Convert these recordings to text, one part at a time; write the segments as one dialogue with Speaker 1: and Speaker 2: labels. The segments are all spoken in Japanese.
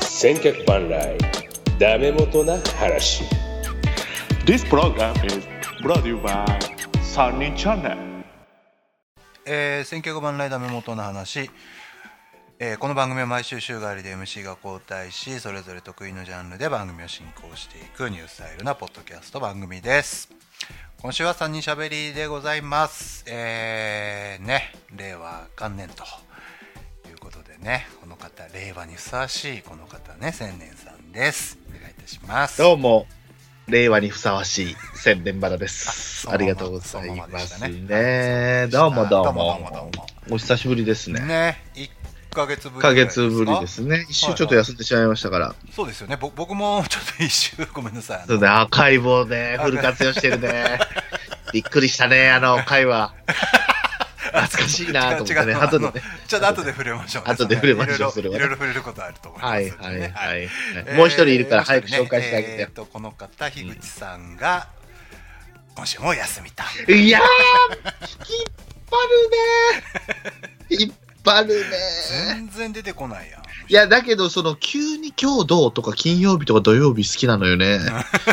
Speaker 1: 千客万来ダメ元な話
Speaker 2: This program is brought to you by Sunny Channel.
Speaker 3: えー、選挙番ライダー目元の話、えーこの番組は毎週週替わりで MC が交代しそれぞれ得意のジャンルで番組を進行していくニュースタイルなポッドキャスト番組です今週は3人しゃべりでございますえー、ね令和元年ということでねこの方令和にふさわしいこの方ね千年さんですお願いいたします
Speaker 4: どうも、令和にふさわしい千年バラで
Speaker 3: あそ
Speaker 4: す。
Speaker 3: のま
Speaker 4: あ
Speaker 3: ま
Speaker 4: りがとうござ
Speaker 3: そ
Speaker 4: います
Speaker 3: のままでした
Speaker 4: ね。
Speaker 3: そ
Speaker 4: ど
Speaker 3: う
Speaker 4: う
Speaker 3: ま
Speaker 4: も
Speaker 3: までした
Speaker 4: どう
Speaker 3: どうもどうもどう
Speaker 4: も
Speaker 3: も。
Speaker 4: お久しぶりですね。
Speaker 3: ね一1ヶ月ぶり
Speaker 4: 1
Speaker 3: ぐら
Speaker 4: ヶ
Speaker 3: いですか
Speaker 4: 月ぶりですね。一
Speaker 3: は
Speaker 4: 週
Speaker 3: い
Speaker 4: ちょっと休んでしまいましたから。
Speaker 3: そうですよねぼ僕もちょっと一周 ごめんなさいあの
Speaker 4: そうね、アーカイブをね、フル活用して るね。びっくりしたね、あの会話。懐かしいなと思ってね。
Speaker 3: 違う
Speaker 4: 後で
Speaker 3: あの
Speaker 4: ね。
Speaker 3: ちょっと後で触れましょうね。
Speaker 4: 後で触れましょう
Speaker 3: いろいろ
Speaker 4: それはい
Speaker 3: ろいろ触れることあると思います
Speaker 4: は
Speaker 3: ん
Speaker 4: い
Speaker 3: でね。
Speaker 4: はいは
Speaker 3: はい
Speaker 4: い
Speaker 3: え。ー
Speaker 4: もう一人いるから早く
Speaker 3: もう一
Speaker 4: 紹
Speaker 3: 人ね
Speaker 4: 介してあげ
Speaker 3: えーっとこの方樋口さんが今週も休みと。
Speaker 4: て。いやー、引っ張るね。引っ張るね。
Speaker 3: 全然出てこないやん。
Speaker 4: いや、だけど、その、急に今日どうとか、金曜日とか土曜日好きなの よね。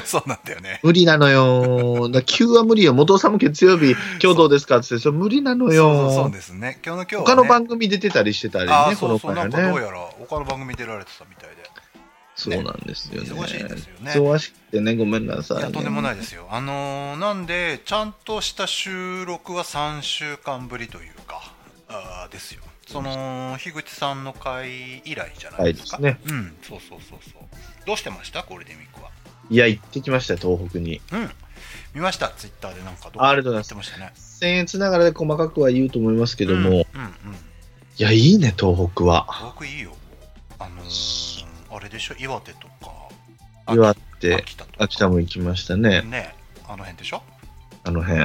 Speaker 3: そうなんだよね。
Speaker 4: 無理なのよ。だ急は無理よ。元さんも月曜 日、今日どうですかって言って、それ無理なの
Speaker 3: そうそう
Speaker 4: よ。
Speaker 3: ですね。今日の今日はね
Speaker 4: 他の番組出てたりしてたり
Speaker 3: あー
Speaker 4: ね、こ
Speaker 3: そ
Speaker 4: の
Speaker 3: うそうな
Speaker 4: 前は
Speaker 3: んかどう
Speaker 4: ね。
Speaker 3: やら他の番組出られてたみたいで。
Speaker 4: そうなんですよね。
Speaker 3: 忙しいですよね
Speaker 4: 忙しくてね、ごめんないさ
Speaker 3: や
Speaker 4: い。
Speaker 3: とんでも
Speaker 4: い。
Speaker 3: ないですよ。あのーなんでちゃんとした収録は3週間ぶりというかあーですよ。その樋口さんの会以来じゃないですか。
Speaker 4: はいで
Speaker 3: うん、そうそうそうそう。どうしてましたゴールデンウィークは。
Speaker 4: いや、行ってきましたよ、東北に。
Speaker 3: うん。見ました。ツイッターでなんかど
Speaker 4: ありがとうござい
Speaker 3: や
Speaker 4: ま
Speaker 3: っ
Speaker 4: す
Speaker 3: てましたね。
Speaker 4: 僭越ながらで細かくは言うと思いますけども、
Speaker 3: うん、うん、
Speaker 4: いや、いいね、東北は。
Speaker 3: 僕いいよ。あのーあれでしょ岩手とか。
Speaker 4: 岩手、
Speaker 3: 秋田とか。
Speaker 4: 秋田も行きましたね、
Speaker 3: ねあの辺でしょ
Speaker 4: あの辺。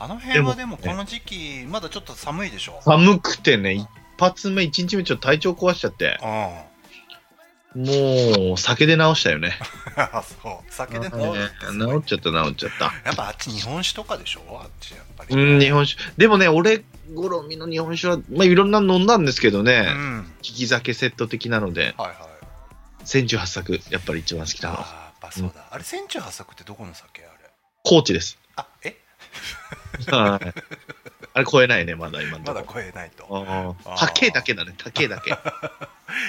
Speaker 3: あの辺はでも
Speaker 4: でも
Speaker 3: この時期まだちょっと寒いでしょ。
Speaker 4: 寒くてね、一発目、一日目ちょっと体調壊しちゃって、
Speaker 3: うん。
Speaker 4: もう酒で治したよね。
Speaker 3: あそう酒で治る
Speaker 4: 治っちゃった、治っちゃった。
Speaker 3: やっぱあっち日本酒とかでしょあっちやっぱり
Speaker 4: うん、日本酒。でもね、俺、好みの日本酒は、まあ、いろんなの飲んだんですけどね、
Speaker 3: うん
Speaker 4: 利き酒セット的なので、
Speaker 3: はいはい
Speaker 4: 1018作、やっぱり一番好きなの。
Speaker 3: あーやっぱそうだ、あれ千中八作ってどこの酒あれ
Speaker 4: 高知です。
Speaker 3: あえ
Speaker 4: はいあれ超えないね、まだ今の
Speaker 3: ま
Speaker 4: とこ
Speaker 3: だ超えないと
Speaker 4: あ
Speaker 3: あー
Speaker 4: あ高えだけだね、高えだけ。う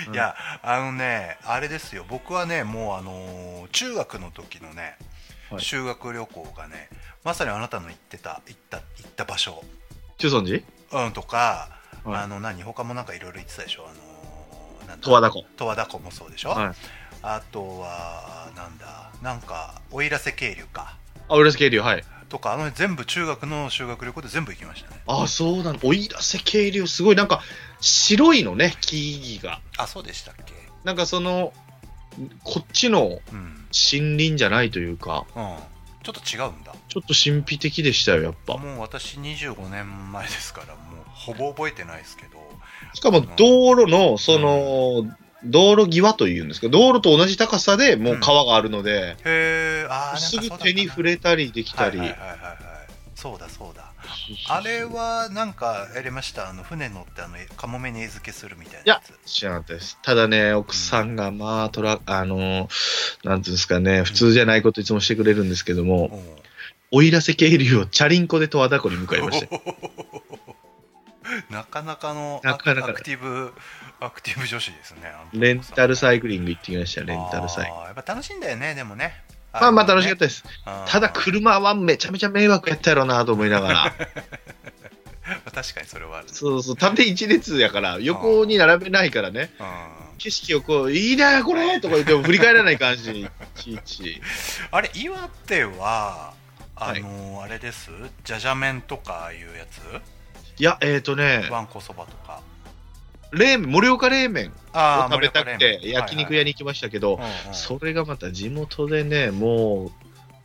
Speaker 4: ん
Speaker 3: いやあのねあれですよ僕はねもうあのー中学の時のね、
Speaker 4: はい
Speaker 3: 修学旅行がねまさにあなたの行ってた行った行った場所
Speaker 4: 中尊寺
Speaker 3: うんとか、
Speaker 4: はい
Speaker 3: あの何他もなんかいろいろ言ってたでしょあのーなんだ
Speaker 4: 十和田湖。
Speaker 3: 十和田湖もそうでしょ、
Speaker 4: はい
Speaker 3: あとはなんだなんかおいらせ渓流か
Speaker 4: あ、浦安渓流、はい。
Speaker 3: とかあの全部中学の修学旅行で全部行きましたね
Speaker 4: あ、そうなの。おいらせ渓流、すごい、なんか、白いのね、木々が。
Speaker 3: あそうでしたっけ
Speaker 4: なんかその、こっちの
Speaker 3: うん、うん、
Speaker 4: 森林じゃないというか、
Speaker 3: ちょっと違うんだ
Speaker 4: ちょっと神秘的でしたよ、やっぱ。
Speaker 3: もう私25年前ですからもうほぼ覚えてないですけど
Speaker 4: しかも道路の、その、道路際というんですか、道路と同じ高さでもう川があるので、
Speaker 3: へえあーなんか
Speaker 4: す
Speaker 3: そうだ
Speaker 4: ぐ
Speaker 3: ったな
Speaker 4: 手に触れたりできたり。
Speaker 3: はいはいはいはいはいそうだそうだあれ
Speaker 4: は
Speaker 3: はなんかやりましたあの船乗ってあのカモメに餌付けするみたい
Speaker 4: い
Speaker 3: なや
Speaker 4: や
Speaker 3: つ
Speaker 4: 知らなかったです。ただね、奥さんが、まあ、トラ、あの、なんていうんですかね、普通じゃないこといつもしてくれるんですけども、
Speaker 3: うん
Speaker 4: おいらせ渓流をチャリンコで十和田湖に向かいましたよ。
Speaker 3: なかなかのア
Speaker 4: な
Speaker 3: ク
Speaker 4: かなか
Speaker 3: アクティブアクティブ女子ですね
Speaker 4: レンタルサ
Speaker 3: イ
Speaker 4: イクリング行ってきましたよ、レンタルサイクリング。
Speaker 3: やっぱ楽しいんだよねでもね
Speaker 4: まあまあ楽しかったです。
Speaker 3: た
Speaker 4: ただ車はめちゃめちゃ迷惑やったやろうなと思いながら。
Speaker 3: 確かにそれはあるね
Speaker 4: そうそう、縦一列やから、横に並べないからね。
Speaker 3: うん
Speaker 4: 景色をこう、いいなこれとか言っても振り返らない感じ、いちいち。
Speaker 3: あれ岩手はあ
Speaker 4: はい
Speaker 3: のーあれですじゃじゃ麺とかああいうやつ
Speaker 4: いや、えっ、ー、とね、
Speaker 3: わんこそばとか
Speaker 4: 冷麺、盛岡冷麺を
Speaker 3: あー
Speaker 4: 食べたくて、焼肉屋
Speaker 3: に
Speaker 4: に行きましたけど、
Speaker 3: そ
Speaker 4: それがまた地元でね、もう、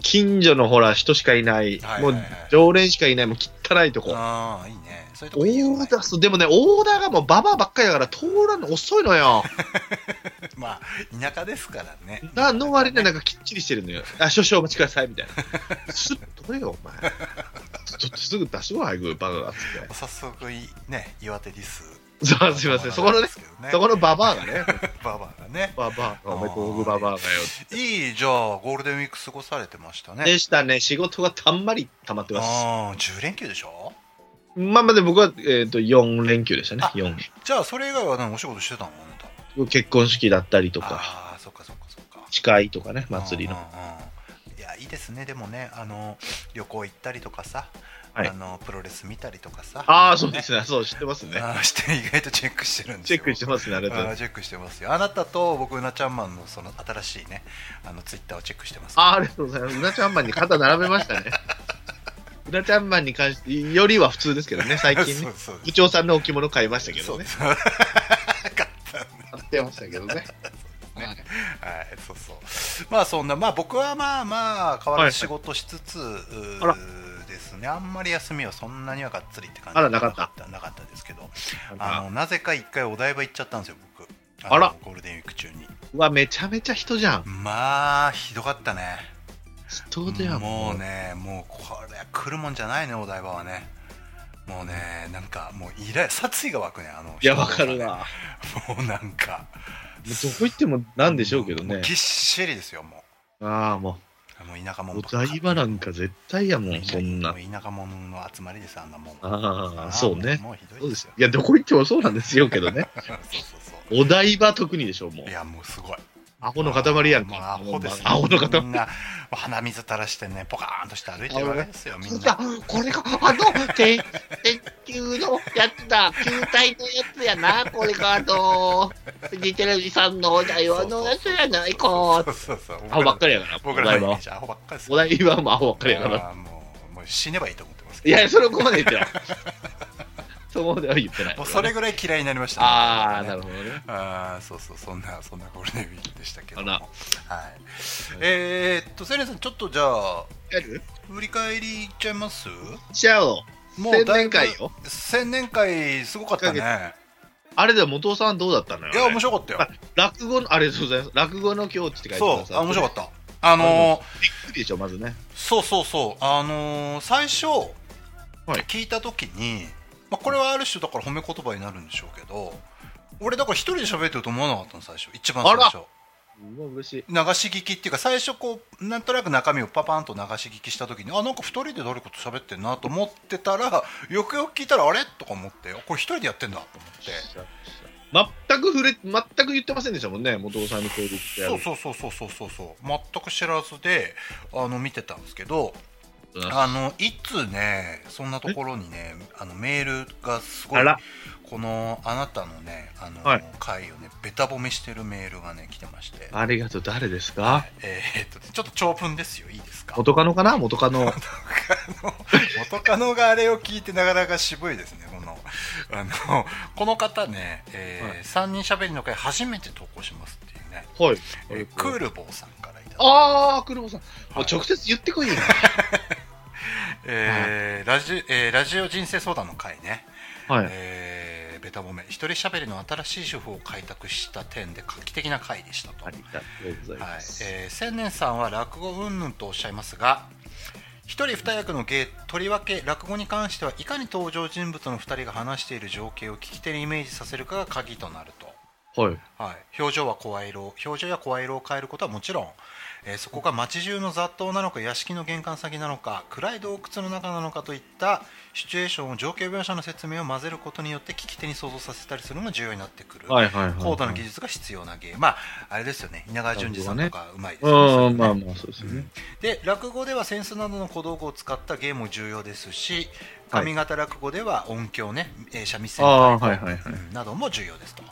Speaker 4: 近所のほら、人しかいない、
Speaker 3: はい
Speaker 4: も
Speaker 3: はいうはい
Speaker 4: 常連しかいない、もう汚いとこ。
Speaker 3: ああいいねそういうと
Speaker 4: オ
Speaker 3: こいいよね
Speaker 4: ーダー、そうでもね、オーダーがもうババアばっかりだから通らんの遅いのよ。
Speaker 3: まあ田舎ですからね
Speaker 4: なの割にはなんかきっちりしてるのよ。あ、少々お待ちください、みたいな。すっとれよ、お前。ちょっとすぐ出しろ、早く、バカが。つって。
Speaker 3: 早速いね岩手リス
Speaker 4: そう、すいません。そこのね、そこのババアがね、
Speaker 3: ババアがね
Speaker 4: ババアが、おめでとうババアがよ。
Speaker 3: いいじゃあゴールデンウィーク過ごされてましたね
Speaker 4: でしたね、仕事がたんまり溜まってます。
Speaker 3: ああ10連休でしょ
Speaker 4: まあまあで僕は、えっと4連休でしたね
Speaker 3: あ、
Speaker 4: 4。
Speaker 3: じゃあそれ以外は何お仕事してたのあなた
Speaker 4: 結婚式だったりとか、
Speaker 3: ああそっかそっかそっか
Speaker 4: 誓いとかね、祭りの
Speaker 3: うん。うんうんいやいいですねでもねあの旅行行ったりとかさ、
Speaker 4: はい
Speaker 3: あのプロレス見たりとかさ
Speaker 4: ああ、そうですね、そう、知ってますね。
Speaker 3: あー して意外とチェックしてるんです
Speaker 4: チ
Speaker 3: よ
Speaker 4: ェックしてますね、ありがとうござい
Speaker 3: あ
Speaker 4: ま
Speaker 3: ー
Speaker 4: す。
Speaker 3: チェックしてますよあなたと僕うなちゃんマンのその新しいねあのツイッターをチェックしてます
Speaker 4: あーありがとうございます。うなちゃんマンに肩並べました ね。うなちゃんマンに関して、よりは普通ですけどね、最 近
Speaker 3: そ
Speaker 4: ね
Speaker 3: う。そう
Speaker 4: 部長さんの置物買いましたけ
Speaker 3: そ
Speaker 4: ど
Speaker 3: う
Speaker 4: ね。
Speaker 3: そう買ったね
Speaker 4: 買ってましたけどね。はい
Speaker 3: はい、そうそう。まあそんな、まあ僕はまあまあ変わらず仕事しつつ、
Speaker 4: あら
Speaker 3: うーですね。あんまり休みはそんなにはがっつりって感じ
Speaker 4: あらなかった
Speaker 3: た。なかったですけど、あ
Speaker 4: あ
Speaker 3: のなぜか一回お台場行っちゃったんですよ、僕。の
Speaker 4: あら
Speaker 3: ゴールデンウィーク中に。
Speaker 4: うわ、めちゃめちゃ人じゃん。
Speaker 3: まあひどかったね。
Speaker 4: 人じゃん。
Speaker 3: もう。ね、もうこれ来るもんじゃないね、お台場はね。もうね、なんかもうイライ殺意が湧くね、あの。
Speaker 4: いや、わかる。わ。
Speaker 3: もうなんか。
Speaker 4: もうどこ行ってもなんでしょうけど
Speaker 3: もう
Speaker 4: ね
Speaker 3: ぎ。っしりですよ、も
Speaker 4: ああ、も
Speaker 3: う。もう田舎も
Speaker 4: う、
Speaker 3: ん
Speaker 4: お
Speaker 3: ばっかり
Speaker 4: 台場なんか絶対やもん、そんな
Speaker 3: も。う田舎者の集まりです、あんなもん。
Speaker 4: ああ、そうね。
Speaker 3: もうひど
Speaker 4: そ
Speaker 3: いうで
Speaker 4: ですす
Speaker 3: よ。
Speaker 4: いや、どこ行ってもそうなんですよけどね。
Speaker 3: そうそうそ
Speaker 4: お台場特にでしょ、もう
Speaker 3: う。い。や、もうすごい。
Speaker 4: アホの塊やん
Speaker 3: もう
Speaker 4: か。
Speaker 3: アホですよ。
Speaker 4: アホの塊。
Speaker 3: みんな、もう鼻水垂らしてね、ポカーンとして歩いてるわけですよ、みん
Speaker 5: だ
Speaker 3: な。
Speaker 5: これがあの鉄鉄球のやつだ球体のやつやなこれがあのフジテレビさんのお台
Speaker 3: そう
Speaker 5: 湾のやつやないか
Speaker 3: そうそうそう。
Speaker 4: アホばっか
Speaker 3: り。
Speaker 4: りやから。
Speaker 3: 僕
Speaker 4: お
Speaker 3: ら
Speaker 4: 台
Speaker 3: のイメ
Speaker 4: 場は
Speaker 3: ー。ジアホばっかりです
Speaker 4: お
Speaker 3: よ。
Speaker 4: 台場もアホばっかりやから。
Speaker 3: あーもうもう死ねばいいと思ってます
Speaker 4: い
Speaker 3: けど。
Speaker 4: や、それをここまで言って ない。そこまでは言ってない。
Speaker 3: もうそれぐらい嫌いになりましたね。
Speaker 4: ああ、なるほどね。
Speaker 3: あーそうそうそんなそんなゴールデンウィークでしたけども
Speaker 4: あら
Speaker 3: はい、えー、っとセレンさんちょっとじゃあ
Speaker 4: やる
Speaker 3: 振り返りいっちゃいます
Speaker 4: じゃあ、
Speaker 3: も
Speaker 4: 青
Speaker 3: うだいぶ
Speaker 4: 年会よ。
Speaker 3: 青年会すごかったね
Speaker 4: 一あれでは元尾さんどうだったのよ。
Speaker 3: いや
Speaker 4: あれ
Speaker 3: 面白かったよ
Speaker 4: 落語の、ありがとうございます。落語の境地って書いてく
Speaker 3: そ
Speaker 4: だ
Speaker 3: う
Speaker 4: さ
Speaker 3: あ面白
Speaker 4: っ
Speaker 3: かったあのー
Speaker 4: た。びっくりでしょ、まずね。
Speaker 3: そうそうそうあのー最初
Speaker 4: はい
Speaker 3: 聞いた時に、まあ、これはある種だから褒め言葉になるんでしょうけど俺だから一人で喋ってると思わなかったの最初一番最
Speaker 4: あ
Speaker 3: 初
Speaker 4: うわ、嬉しい。
Speaker 3: 流し聞きっていうか最初こうなんとなく中身をパパンと流し聞きした時にあなんか2人で誰かと喋ってんなと思ってたらよくよく聞いたらあれとか思ってあこれ1人でやってんだと思って
Speaker 4: 全く触れ、全く言ってませんでしたもんね、元尾さんにこう言ってや
Speaker 3: そう
Speaker 4: る。
Speaker 3: そうそうそうそうそうそう全く知らずであの見てたんですけど
Speaker 4: あ
Speaker 3: あのいつねそんなところにねあのメールがすごい
Speaker 4: あら
Speaker 3: このあなたのねあの、
Speaker 4: はい
Speaker 3: 回をねべた褒めしてるメールがね来てまして、
Speaker 4: ありがとう、誰ですか
Speaker 3: えーっとちょっと長文ですよいいですか
Speaker 4: 元カノかな元 カノ。
Speaker 3: 元カノがあれを聞いてなかなか渋いですねこのあのこの方ね、えー3人しゃべりの会初めて投稿しますっていうね、
Speaker 4: はい
Speaker 3: えー。クール坊さんからいただいた
Speaker 4: ああ、車さん。もう直接言ってこいよ。
Speaker 3: えーラジえーラジオ人生相談の会ね、
Speaker 4: はい。
Speaker 3: えーベタ褒め一人しゃべりの新しい手法を開拓した点で画期的な会でしたと、
Speaker 4: ありがとうござい
Speaker 3: はい
Speaker 4: ます。
Speaker 3: えー千年さんは落語うんぬんとおっしゃいますが一人二役の芸とりわけ落語に関してはいかに登場人物の二人が話している情景を聞き手にイメージさせるかが鍵となると、
Speaker 4: はい。
Speaker 3: はい、表情は声色表情や声色を変えることはもちろん、えーそこが街中の雑踏なのか屋敷の玄関先なのか暗い洞窟の中なのかといったシチュエーションを情景描写の説明を混ぜることによって聞き手に想像させたりするのが重要になってくる、
Speaker 4: はいはいはい。
Speaker 3: 高度な技
Speaker 4: 術。
Speaker 3: 術が必要な芸、まああれですよね稲川淳二さんとかうまいです
Speaker 4: う
Speaker 3: よね
Speaker 4: ん、まあまあ、そうですね。
Speaker 3: で落語では扇子などの小道具を使った芸も重要ですし
Speaker 4: はい
Speaker 3: 上方落語では音響ね、えー三味線
Speaker 4: ああー、はいはいはい。
Speaker 3: うんなども重要ですと、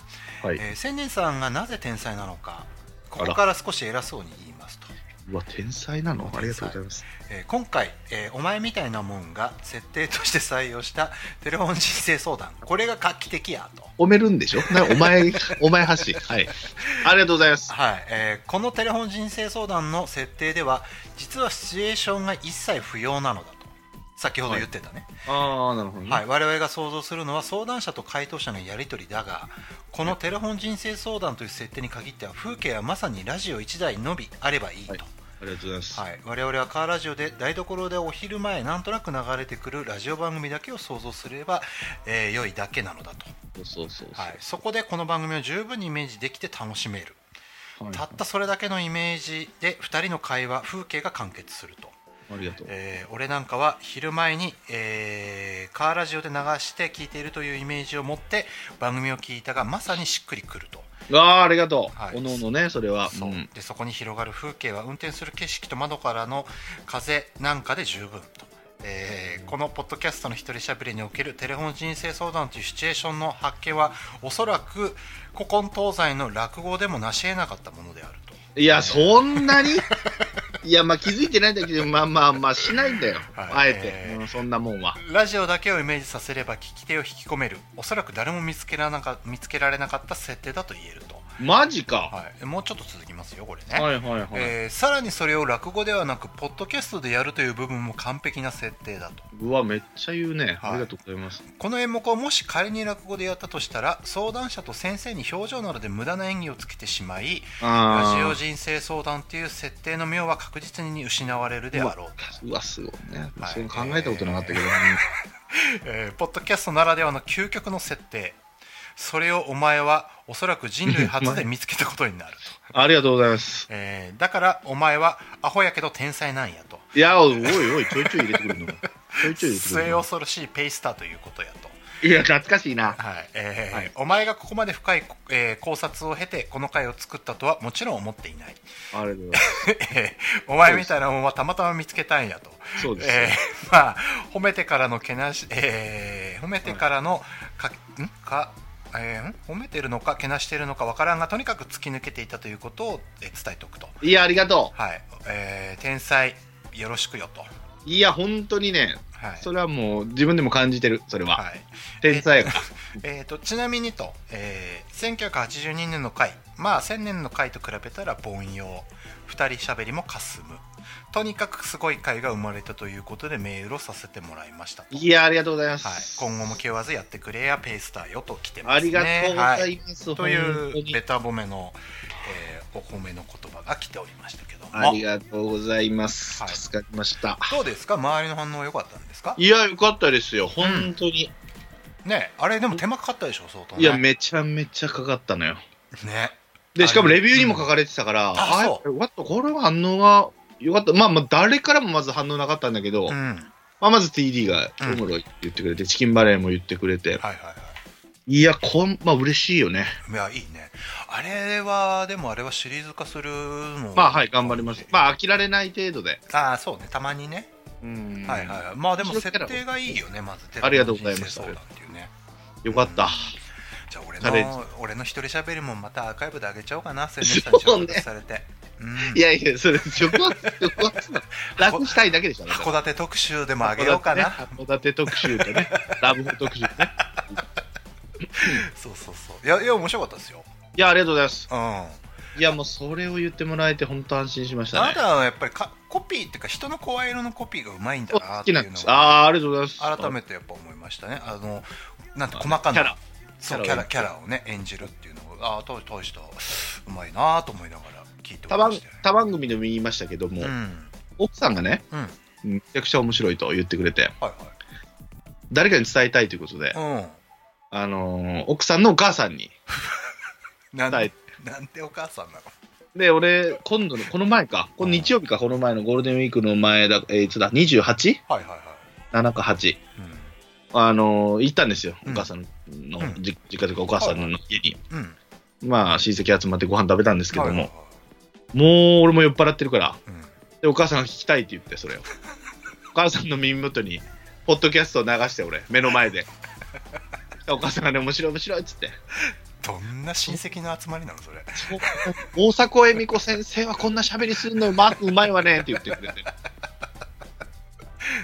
Speaker 4: はい。
Speaker 3: えー千年さんがなぜ天才なのかここ
Speaker 4: あら
Speaker 3: から少し偉そうに言いますと、
Speaker 4: うわ、天才なのありがとうございます。
Speaker 3: えー今回、えーお前みたいなもんが設定として採用したテレフォン人生相談これが画期的やと
Speaker 4: 褒めるんでしょなお前、 お前発信。はい。ありがとうございます。
Speaker 3: はいえーこのテレフォン人生相談の設定では実はシチュエーションが一切不要なのだと先ほど言ってたね、
Speaker 4: ああ、なるほどね
Speaker 3: はい、我々が想像するのは相談者と回答者のやり取りだがこのテレフォン人生相談という設定に限っては風景はまさにラジオ1台のみあればいいと、
Speaker 4: はいありがとうございます。
Speaker 3: はい、我々はカーラジオで台所でお昼前なんとなく流れてくるラジオ番組だけを想像すれば、えー良いだけなのだと、
Speaker 4: そうそうそうそう
Speaker 3: はい、そこでこの番組を十分にイメージできて楽しめる
Speaker 4: はい
Speaker 3: たったそれだけのイメージで2人の会話風景が完結すると、
Speaker 4: ありがとう。
Speaker 3: えー俺なんかは昼前に、えーカーラジオで流して聞いているというイメージを持って番組を聞いたがまさにしっくりくると
Speaker 4: ああー、ありがとう。
Speaker 3: はい
Speaker 4: おのおのね、それは。
Speaker 3: そう、
Speaker 4: ん
Speaker 3: でそこに広がる風景は運転する景色と窓からの風なんかで十分と、えーこのポッドキャストの一人しゃべりにおけるテレフォン人生相談というシチュエーションの発見はおそらく古今東西の落語でも成し得なかったものであると。
Speaker 4: いや、そんなにいや、まあ気づいてないんだけど、まあまあまあしないんだよ。
Speaker 3: はい
Speaker 4: あえて、
Speaker 3: えー
Speaker 4: うんそんなもんは。
Speaker 3: ラジオだけをイメージさせれば聞き手を引き込めるおそらく誰も見つけらなか見つけられなかった設定だと言えると、
Speaker 4: マジか。
Speaker 3: はい、もうちょっと続きますよこれね、
Speaker 4: はいはいはい。
Speaker 3: えーさらにそれを落語ではなくポッドキャストでやるという部分も完璧な設定だと
Speaker 4: うわ、めっちゃ言うね。
Speaker 3: はい
Speaker 4: ありがとうございます。
Speaker 3: この演目をもし仮に落語でやったとしたら相談者と先生に表情などで無駄な演技をつけてしまいラジオ
Speaker 4: あ
Speaker 3: 人生相談という設定の妙は確実に失われるであろうと
Speaker 4: あ。うわ、すごいね。
Speaker 3: はい
Speaker 4: そう考えたことなかったけど、
Speaker 3: えーポッドキャストならではの究極の設定それをお前はおそらく人類初で見つけたことになる と、
Speaker 4: ありがとうございます。
Speaker 3: えーだからお前はアホやけど天才なんやと
Speaker 4: いや、おいおい、ちょいちょい入れてくるの。ちょいちょい入れてくる
Speaker 3: 末
Speaker 4: の。
Speaker 3: 恐ろしいペイスターということやと
Speaker 4: いや、懐かしいな。
Speaker 3: はいえー
Speaker 4: はい
Speaker 3: お前がここまで深い、えー考察を経てこの回を作ったとはもちろん思っていない
Speaker 4: ありがとうございます。
Speaker 3: え ーお前みたいなもんはたまたま見つけたんやと
Speaker 4: そうです。
Speaker 3: えーまあ褒めてからのけなし、えー褒めてからのか、んか、えーん褒めてるのかけなしてるのかわからんがとにかく突き抜けていたということをえー伝えておくと、
Speaker 4: いや、ありがと
Speaker 3: はいえー天才よろしくよと、
Speaker 4: う。いや、本当にね、
Speaker 3: はい
Speaker 4: それはもう自分でも感じてる、それは。
Speaker 3: はい
Speaker 4: 天才が。
Speaker 3: えー、とちなみにと、えー1982年の回まあ1000年の回と比べたら凡庸2人しゃべりもかすむとにかくすごい回が生まれたということでメールをさせてもらいましたと
Speaker 4: いや、ありがとうございま
Speaker 3: はい、
Speaker 4: す。
Speaker 3: 今後も気負わずやってくれやペースターよと来てま
Speaker 4: あ
Speaker 3: す
Speaker 4: り
Speaker 3: ね。
Speaker 4: がとうございます。
Speaker 3: はい、と
Speaker 4: 本当
Speaker 3: いう
Speaker 4: に
Speaker 3: ベタ褒めの、えーお褒めの言葉が来ておりましたけど
Speaker 4: あ
Speaker 3: も
Speaker 4: りがとうございます。
Speaker 3: はい
Speaker 4: 助かりました。
Speaker 3: どうですか周りの反応良かったんですか
Speaker 4: いや、よかったですよ。本当に。
Speaker 3: ねあれでも手間かかったでしょ相当ね
Speaker 4: いや、めちゃめちゃかかったのよ。
Speaker 3: ね
Speaker 4: で、しかもレビューにも書かれてたから、
Speaker 3: あ
Speaker 4: や
Speaker 3: そ
Speaker 4: っぱりわっとこれは反応がよかった。まあまあ、誰からもまず反応なかったんだけど、
Speaker 3: う
Speaker 4: ま
Speaker 3: んはい
Speaker 4: あまず TD がおもろいって言ってくれて、チキンバレーも言ってくれて、
Speaker 3: はいはい
Speaker 4: いや、こん、まあ嬉しいよね。
Speaker 3: いやいいねあれはでもあれはシリーズ化するの
Speaker 4: まあはい、頑張ります。まあ飽きられない程度で。
Speaker 3: ああそうねたまにね、
Speaker 4: うん
Speaker 3: はいはいはいまあでも設定がいいよねまず
Speaker 4: ありがとうございます
Speaker 3: そうなんていうね
Speaker 4: よかった。
Speaker 3: じゃあ俺
Speaker 4: チャレン
Speaker 3: の俺の一人喋りもまたアーカイブであげちゃおうかな宣伝したに
Speaker 4: そうね
Speaker 3: 紹介されて、うん、
Speaker 4: いやいや、それ、直発、直発なの楽したいだけでしょ、あなた
Speaker 3: 函館特集でもあげようかな、
Speaker 4: 函館特集と ね、ラブホ特集ね。
Speaker 3: そうそうそういやいや面白かったですよ
Speaker 4: いや、ありがとうございます。
Speaker 3: うんあ
Speaker 4: いや、もうそれを言ってもらえて、本当安心しました
Speaker 3: な
Speaker 4: ね。
Speaker 3: たはやっぱりかコピーっていうか人の声色のコピーがうまいんだ
Speaker 4: お
Speaker 3: な
Speaker 4: 好
Speaker 3: って
Speaker 4: き
Speaker 3: いう
Speaker 4: なんで
Speaker 3: の
Speaker 4: す。
Speaker 3: が
Speaker 4: ああ、ありがとうございます。
Speaker 3: 改めてやっぱ思いましたねあのなんて細か
Speaker 4: キャラ
Speaker 3: なそうキ
Speaker 4: キ
Speaker 3: ャ
Speaker 4: ャ
Speaker 3: ラ
Speaker 4: ラ
Speaker 3: キャラをね演じるっていうのがああ当当時とうまいなと思いながら聞いてお
Speaker 4: 他
Speaker 3: りま
Speaker 4: 番
Speaker 3: したよ
Speaker 4: 他番組でも言いましたけども、
Speaker 3: うん
Speaker 4: 奥さんがね、
Speaker 3: うん
Speaker 4: めちゃくちゃ面白いと言ってくれて、
Speaker 3: は
Speaker 4: 誰かに伝えたいということで
Speaker 3: い、はい
Speaker 4: あのー奥さんのお母さんに。
Speaker 3: うんなん,、
Speaker 4: はい
Speaker 3: なんてお母さんなの
Speaker 4: で、俺、今度の、この前か、この日曜日か、この前のゴールデンウィークの前だ、えーいつだ、28?7
Speaker 3: はいはいはい、
Speaker 4: か8。
Speaker 3: うん
Speaker 4: あのー行ったんですよ、
Speaker 3: うん
Speaker 4: お母さんの、
Speaker 3: うん
Speaker 4: じ実家というかお母さんの家に、
Speaker 3: うん。
Speaker 4: まあ親戚集まってご飯食べたんですけども、
Speaker 3: はいはいはい
Speaker 4: もう俺も酔っ払ってるから
Speaker 3: うん
Speaker 4: でお母さんが聞きたいって言ってそれをお母さんの耳元にポッドキャストを流して俺目の前でお母さんがね面白い面白いっつって
Speaker 3: どんな親戚の集まりなのそれ。
Speaker 4: そう大迫恵美子先生はこんな喋りするのうまうまいわねって言ってくれて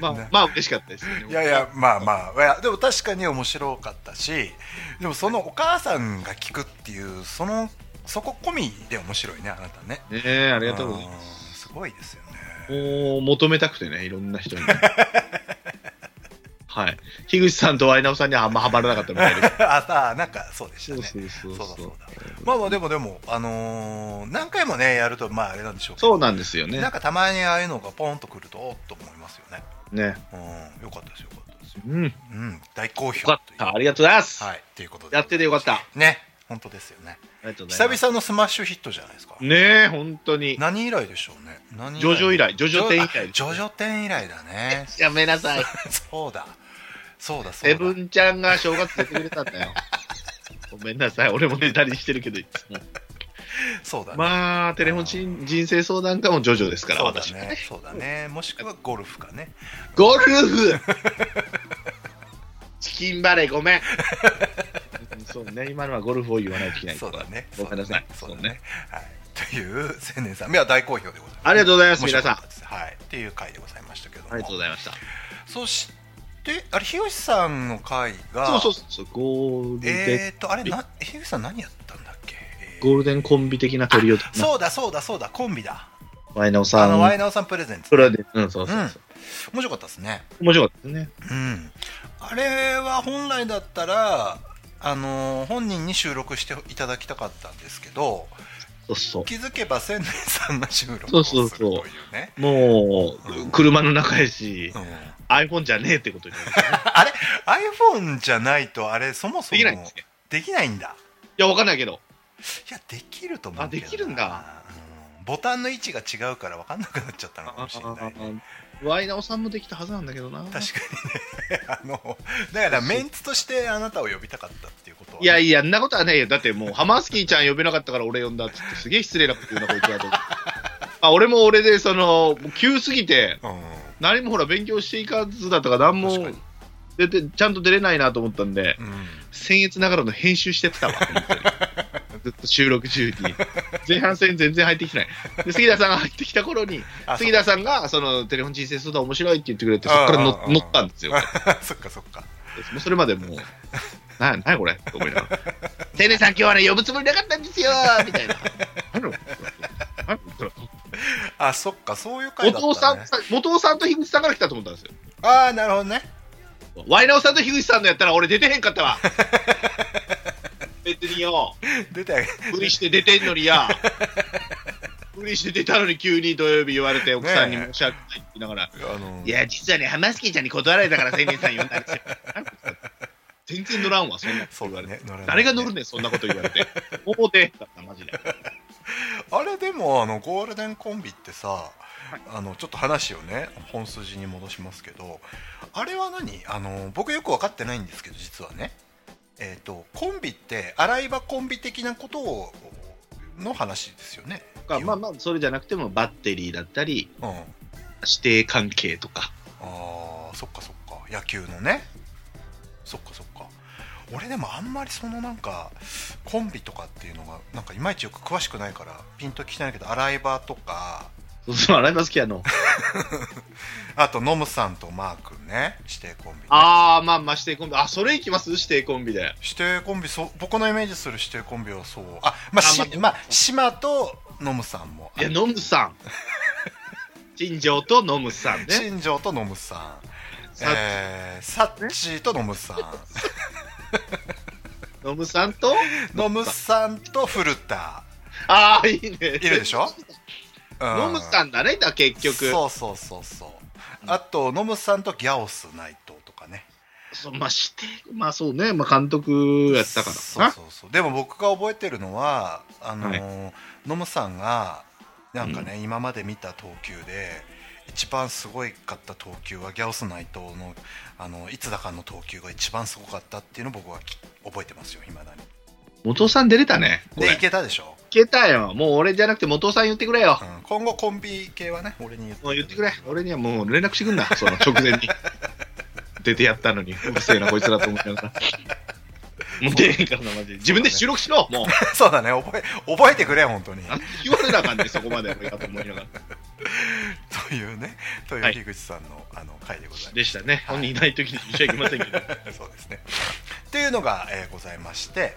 Speaker 4: まあ
Speaker 3: ね
Speaker 4: まあ嬉しかったですよね
Speaker 3: いやいや、まあまあ、いやでも確かに面白かったし、でもそのお母さんが聞くっていう、その、そこ込みで面白いね、あなたね。
Speaker 4: ねえあ
Speaker 3: あ
Speaker 4: りがとうございます
Speaker 3: す。すごいですよね。
Speaker 4: もう求めたくてね、いろんな人に。 はい。樋口さんとワイナオさんにはあんまハマらなかったみたいです。
Speaker 3: あさあなんかそうでしたね
Speaker 4: うそう
Speaker 3: そうだそうだまあまあでもでもあのー何回もねやるとまああれなんでしょうけど
Speaker 4: そうなんですよね
Speaker 3: なん。かたまにああいうのがポンとくるとおっと思いますよね
Speaker 4: ね。
Speaker 3: うんよかったですよかったですよ
Speaker 4: うん。よ
Speaker 3: うん大好評
Speaker 4: かった。ありがとうございます。
Speaker 3: はいということで
Speaker 4: やっててよかった。あ
Speaker 3: ね本当ですよね
Speaker 4: りがとうござ
Speaker 3: 久
Speaker 4: います。
Speaker 3: 々のスマッシュヒットじゃないですか、
Speaker 4: ねえ、本当に。
Speaker 3: 何以来でしょうね何
Speaker 4: ジョジョ以来、ジョ
Speaker 3: ジ
Speaker 4: ジョ展以来。
Speaker 3: ジョジョ展以来だね
Speaker 4: やめなさい。
Speaker 3: そうだそうだそうだ
Speaker 4: セブンちゃんが正月出てくれたんだ よ。ごめんなさい。俺もネタにしてるけど、いつも。
Speaker 3: そうだね、
Speaker 4: まあ、テレフォン人人生相談かもジョジョですから、
Speaker 3: そうだ
Speaker 4: 私。
Speaker 3: ねそうだねもしくはゴルフかね
Speaker 4: ゴルフチキンバレーごめんそうね今のはゴルフを言わないといけない
Speaker 3: そうだね
Speaker 4: ごめんなさい
Speaker 3: そうだね
Speaker 4: そうね
Speaker 3: はい、という青年さんいや大好評でございます
Speaker 4: ありがとうございます
Speaker 3: 面白
Speaker 4: 皆さん
Speaker 3: かったですはいっていう回でございましたけども
Speaker 4: ありがとうございました
Speaker 3: そしてあれ日吉さんの回が
Speaker 4: そうそうそうゴールデン、
Speaker 3: えっ、ー、とあれな日吉さん何やったんだっけ、えー
Speaker 4: ゴールデンコンビ的なトリオ
Speaker 3: あそうだそうだそうだコンビだ
Speaker 4: ワイナオ
Speaker 3: あ
Speaker 4: さ
Speaker 3: のワイ
Speaker 4: ん
Speaker 3: ナオさんプレゼンツ
Speaker 4: プロデュうんそうそうそう、
Speaker 3: 面白かったですね
Speaker 4: 面白かったですね
Speaker 3: うんあれは本来だったらあのー本人に収録していただきたかったんですけど
Speaker 4: そうそう
Speaker 3: 気づけば千年さんが収録
Speaker 4: そ
Speaker 3: を
Speaker 4: う
Speaker 3: す
Speaker 4: そう
Speaker 3: る
Speaker 4: そう
Speaker 3: というね
Speaker 4: もう、
Speaker 3: うん
Speaker 4: 車の中やし、
Speaker 3: うん
Speaker 4: iPhone じゃねえってことになる
Speaker 3: あれ iPhone じゃないとあれそもそ
Speaker 4: で
Speaker 3: も
Speaker 4: きないんですね
Speaker 3: できないんだ
Speaker 4: いやわかんないけど
Speaker 3: いやできると思うけどな
Speaker 4: あできるんだ、
Speaker 3: うんボタンの位置が違うから分かんなくなっちゃったのかもしれないね
Speaker 4: ワイナオさんもできたはずなんだけどな
Speaker 3: 確かにねあのだからメンツとしてあなたを呼びたかったっていうことはね、
Speaker 4: いやいや、んなことはないよ。だってもう、ハマスキーちゃん呼べなかったから俺呼んだっつって、すげえ失礼なこと言うな、こいつ はと思って。あ俺も俺で、その、もう急すぎて、
Speaker 3: う
Speaker 4: 何もほら、勉強していかずだったから、何も
Speaker 3: 確かに
Speaker 4: 出て、ちゃんと出れないなと思ったんで、
Speaker 3: ん、 うん
Speaker 4: 僭越ながらの編集してったわ、本 当にずっと収録中に。前半戦全然入ってきてない。で、杉田さんが入ってきた頃に、
Speaker 3: あ
Speaker 4: 杉田さんが、その、テレフォン人生相談面白いって言ってくれて、そ
Speaker 3: あ
Speaker 4: こ
Speaker 3: あ
Speaker 4: からの
Speaker 3: ああ
Speaker 4: 乗ったんですよ。
Speaker 3: そっかそっか。
Speaker 4: もうそれまでもう、な、なにこれと思いながら。テネさん今日はね、呼ぶつもりなかったんですよみたいな。何なの何なの
Speaker 3: あ、そっか、そういう回だった、ね。
Speaker 4: 元尾さん、元尾さんと樋口さんから来たと思ったんですよ。
Speaker 3: ああ、なるほどね。
Speaker 4: ワイナオさんと樋口さんのやったら俺出てへんかったわ。別によ、
Speaker 3: 出てあげ
Speaker 4: 無理して出てんのにや。無理して出たのに急に土曜日言われて奥さんに申し訳ないって言いながら、
Speaker 3: あの
Speaker 4: いや、実はね、浜月ちゃんに断られたから千年さん呼んだんですよ。何これ全然乗らんわ、そんなこと
Speaker 3: そう
Speaker 4: 言わ
Speaker 3: だ
Speaker 4: れて
Speaker 3: ね。乗らない
Speaker 4: 誰が乗るねん、そんなこと言われて。大手だった、マジで。
Speaker 3: あれでもあのゴールデンコンビってさ、あのちょっと話をね本筋に戻しますけど、あれは何？あの僕よく分かってないんですけど実はね、えっ、とコンビって洗い場コンビ的なことをの話ですよね。
Speaker 4: まあまあ、それじゃなくても、バッテリーだったり、
Speaker 3: あ、うん。
Speaker 4: 指定関係とか。
Speaker 3: あーそっかそっか野球のねそっかそっか俺でもあんまりそのなんかコンビとかっていうのがなんかいまいちよく詳しくないからピンときてないけど洗い場とか
Speaker 4: そうそう、洗いますきやの。
Speaker 3: あとノムさんとマー君ね指定コンビ、ね、
Speaker 4: あー、まあまあ、指定コンビ。あ、それいきます指定コンビで。
Speaker 3: 指定コンビそう僕のイメージする指定コンビはそうあまあし
Speaker 4: あまあ
Speaker 3: まあ島とノムさんも
Speaker 4: いや、ノムさん。陳情とノムさんね。
Speaker 3: 新庄とノムさん
Speaker 4: さ
Speaker 3: えーサッチーとノムさん
Speaker 4: ノムさんと、
Speaker 3: ノムさんと古田
Speaker 4: あー、いいね。い
Speaker 3: いるでしょ、う
Speaker 4: ノムさんだね、だ、結局。
Speaker 3: そうそうそうそうあとノムさんとギャオス内藤とかね
Speaker 4: そうまあ、指定、まあそうね、まあ監督やったから
Speaker 3: そうそうそうでも僕が覚えてるのはあのーノムさんがなんかね、今まで見た投球で一番すごいかった投球はギャオス内藤のあのいつだかの投球が一番すごかったっていうのを僕はき覚えてますよいまだに
Speaker 4: 元尾さん出れたね。これ
Speaker 3: でいけたでしょ、
Speaker 4: いけたよ。もう俺じゃなくて元尾さん言ってくれよ
Speaker 3: う。ん、今後コンビ系はね俺に言って
Speaker 4: もう言ってくれ。俺にはもう連絡してくんな。その直前 に。出てやったのに、うるせえな、こいつらと思ってながら。もう出えへんからな、マジで。自分で収録しろ、もう。
Speaker 3: そうだね覚え覚えてくれ本当に
Speaker 4: なんて言われなあかんねん、そこまで俺がと思いながら。
Speaker 3: というねとい
Speaker 4: は
Speaker 3: う
Speaker 4: い
Speaker 3: 樋口さんの,、あの回でございます
Speaker 4: でしたね。
Speaker 3: はい
Speaker 4: 本人いない時にしちゃいけませんけど。
Speaker 3: そうですね。っていうのが、えーございまして、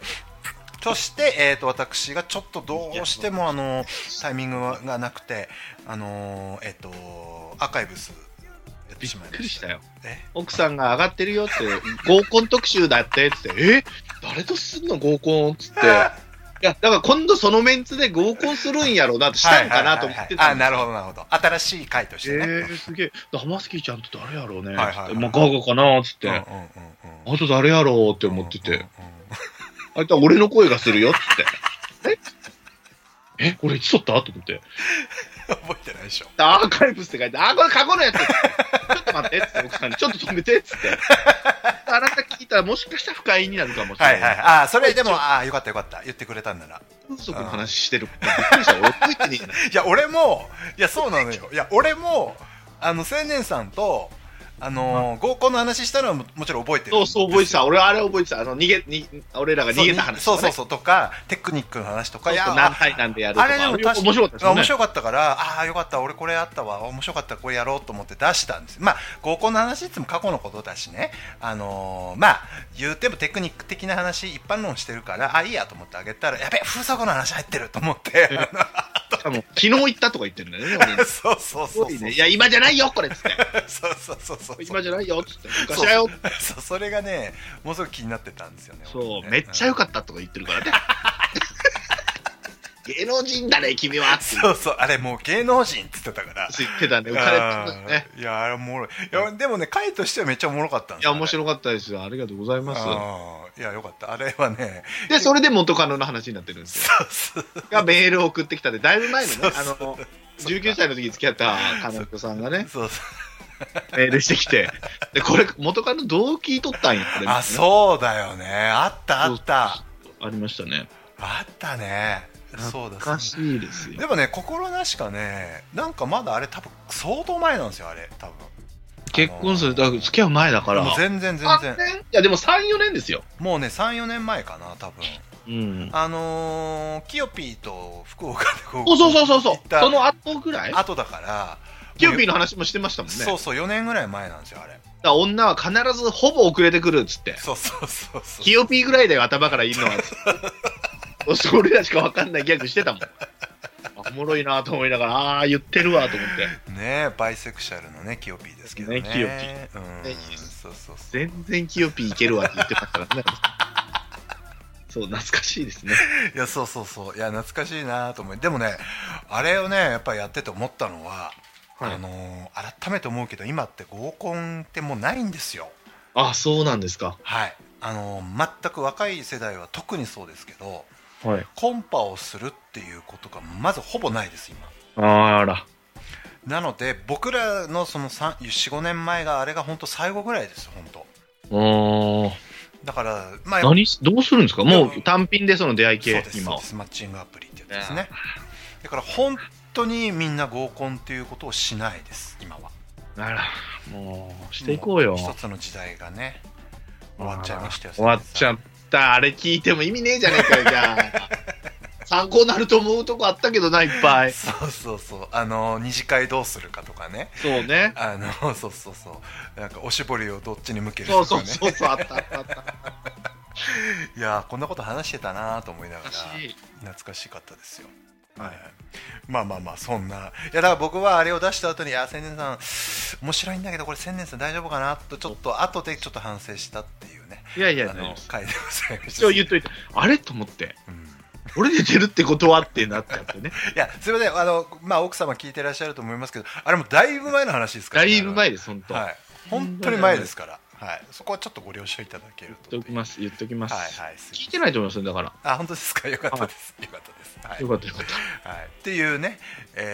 Speaker 3: そして、えー、と私がちょっとどうしてもあのタイミングがなくて、あのーえっ、とアーカイブスてしまい
Speaker 4: びっ
Speaker 3: ま
Speaker 4: くりし
Speaker 3: した
Speaker 4: たよ。
Speaker 3: ね
Speaker 4: 奥さんが上がってるよって、合コン特集だってっつって、え誰とすんの合コンっつ って。いや、だから今度そのメンツで合コンするんやろうなとしたんかなと思って
Speaker 3: はいはいはいはいあ
Speaker 4: たんです
Speaker 3: なるほどなるほど新しい回として
Speaker 4: え
Speaker 3: ね、
Speaker 4: ー、すげえ。マスキーちゃんと誰やろうね。
Speaker 3: はいはいはい
Speaker 4: つってまあ、ガガかなっつって。
Speaker 3: うんうん
Speaker 4: あ
Speaker 3: うんうん
Speaker 4: と誰やろうって思ってて。あいつは俺の声がするよっつって。 ええこれいつ撮ったと思って。
Speaker 3: 覚えてないでしょ
Speaker 4: アーカイブスって書いて、あ、これ過去の やつちょっと待ってっつって、奥さんに、ちょっと止めてっつ って。あなた聞いたら、もしかしたら不快になるかもしれ
Speaker 3: は
Speaker 4: ないい。
Speaker 3: はいああそれでもああよかったよかった言ってくれたんなら
Speaker 4: 風俗の話してる。びっくりした。俺、覚えてねえない
Speaker 3: や俺もいやそうなのよいや俺もあの青年さんとあのー合コンの話したのはももちろん覚えてる
Speaker 4: そうそう覚えてた。俺、あれ覚えてた。あの、逃げ、に俺らが逃げた話
Speaker 3: そ
Speaker 4: とか
Speaker 3: う
Speaker 4: ね。
Speaker 3: そうそうとかテクニックの話とかい
Speaker 4: ちょ
Speaker 3: や
Speaker 4: っと何対何でやるとか。
Speaker 3: あれでも確か
Speaker 4: 面白かったですよね
Speaker 3: 面。白かったからああよかった俺これあったわ面白かったこれやろうと思って出したんですまあ合コンの話いつも過去のことだしねあのーまあ言うてもテクニック的な話一般論してるからあいいやと思ってあげたらやべえ風俗の話入ってると思って
Speaker 4: しかも、昨日行ったとか言ってるんだよね俺 ね。
Speaker 3: そうそう
Speaker 4: す
Speaker 3: そうそ
Speaker 4: ご
Speaker 3: う
Speaker 4: いね。いや、今じゃないよ、これっつって。
Speaker 3: そうそうそうそう
Speaker 4: 今じゃないよ、つって。昔だよ。
Speaker 3: そうそれがねものすごく気になってたんですよね
Speaker 4: そう、めっちゃ
Speaker 3: よ
Speaker 4: 良かったとか言って るからね。
Speaker 5: 芸能人だね、君は。
Speaker 3: そうそうあれもう芸能人っつってたから
Speaker 4: 言ってたね。浮かれてたね。
Speaker 3: うんいやあれおもろいいやでもね回としてはめっちゃおもろかったんで
Speaker 4: い
Speaker 3: すよ
Speaker 4: や、面白かったですよ。ありがとうございます。
Speaker 3: うんいやよかったあれは ね
Speaker 4: で、それで元カノの話になってるんですよ。
Speaker 3: そうそう
Speaker 4: がメールを送ってきたで、だいぶ前のね
Speaker 3: そう、
Speaker 4: あ
Speaker 3: そう
Speaker 4: の、19歳の時に付き合った彼女さんがね、
Speaker 3: そうそう
Speaker 4: メールしてきて、で、これ、元カノどう聞いとったんや、これ。
Speaker 3: あそうだよねあったあった
Speaker 4: ありましたね。
Speaker 3: あったねそうだ
Speaker 4: おかしいですよ。
Speaker 3: でもね心なしかねなんかまだあれ多分相当前なんですよあれ多分
Speaker 4: 結婚する、だから付き合う前だから。
Speaker 3: もう全然全
Speaker 4: 3
Speaker 3: 然
Speaker 4: 年いや、でも3、4年ですよ。
Speaker 3: もうね34年前かな多分
Speaker 4: うん。
Speaker 3: あのー、キヨピーと福岡でこ
Speaker 4: そうそうそうそう
Speaker 3: 行っ。た
Speaker 4: その後ぐらい
Speaker 3: 後だから
Speaker 4: キヨピーの話もしてましたもんね。
Speaker 3: そうそう4年ぐらい前なんですよあれ
Speaker 4: だから女は必ずほぼ遅れてくるっつって。
Speaker 3: そうそうそうそう
Speaker 4: キヨピーぐらいだよ、頭からいるのは。それらしか分かんないギャグしてたもん。おもろいなと思いながら、ああー、言ってるわと思って。
Speaker 3: ねえバイセクシャルのねキヨピーですけどね
Speaker 4: ねキヨピ
Speaker 3: ーうん、
Speaker 4: ねいいです
Speaker 3: そうそうそう
Speaker 4: 全然キヨピーいけるわって言ってましたからね。そう、懐かしいですね。
Speaker 3: いやそうそうそういや懐かしいなと思いでもねあれをねやっぱりやってて思ったのは、
Speaker 4: はい
Speaker 3: あのー改めて思うけど今って合コンってもうないんですよ
Speaker 4: あそうなんですか。
Speaker 3: はいあのー全く若い世代は特にそうですけど
Speaker 4: はい。
Speaker 3: コンパをするっていうことがまずほぼないです今
Speaker 4: あら。
Speaker 3: なので僕らのその45年前があれが本当最後ぐらいです本当
Speaker 4: お
Speaker 3: だからまあ
Speaker 4: 何どうするんですか
Speaker 3: もう
Speaker 4: 単品でその出会い
Speaker 3: そうですそうですマッチングアプリってやつですねだから本当にみんな合コンっていうことをしないです今は
Speaker 4: あら、もう、していこうよ。
Speaker 3: も一つの時代がね終わっちゃいましたよ
Speaker 4: 終わっちゃった。あれ聞いても意味ねえじゃねえかよ、じゃあ。参考になると思うとこあったけどな、いっぱい。
Speaker 3: そうそうそうあの二次会どうするかとかね
Speaker 4: そうね。
Speaker 3: あのそうそうそうなんかおしぼりをどっちに向ける
Speaker 4: そう
Speaker 3: と
Speaker 4: そ
Speaker 3: か
Speaker 4: う
Speaker 3: ね
Speaker 4: そうそう、あったあったあった。
Speaker 3: いやーこんなこと話してたなーと思いながら
Speaker 4: 懐かしい
Speaker 3: 懐かしかったですよはいはいまあまあまあそんないやだから僕はあれを出した後にあー千年さん面白いんだけどこれ千年さん大丈夫かなとちょっと後でちょっと反省したっていうね
Speaker 4: いやい
Speaker 3: あ
Speaker 4: や、
Speaker 3: の回でございまし
Speaker 4: 一
Speaker 3: た
Speaker 4: 応言っといて、あれと思って、
Speaker 3: うん
Speaker 4: 俺出てるってことはってなっちゃ ってね。
Speaker 3: いやすいませんあのまあ奥様聞いてらっしゃると思いますけどあれもだいぶ前の話ですから
Speaker 4: だ
Speaker 3: ね
Speaker 4: いぶ前です、本当。
Speaker 3: はい本当に前ですからはいそこはちょっとご了承いただけると
Speaker 4: 言っときます、言っときます。
Speaker 3: はいはいすいません
Speaker 4: 聞いてないと思いますよだから。
Speaker 3: あ本当ですかよかったですよかったですはい
Speaker 4: よかったよ かった。
Speaker 3: はい、っていうね、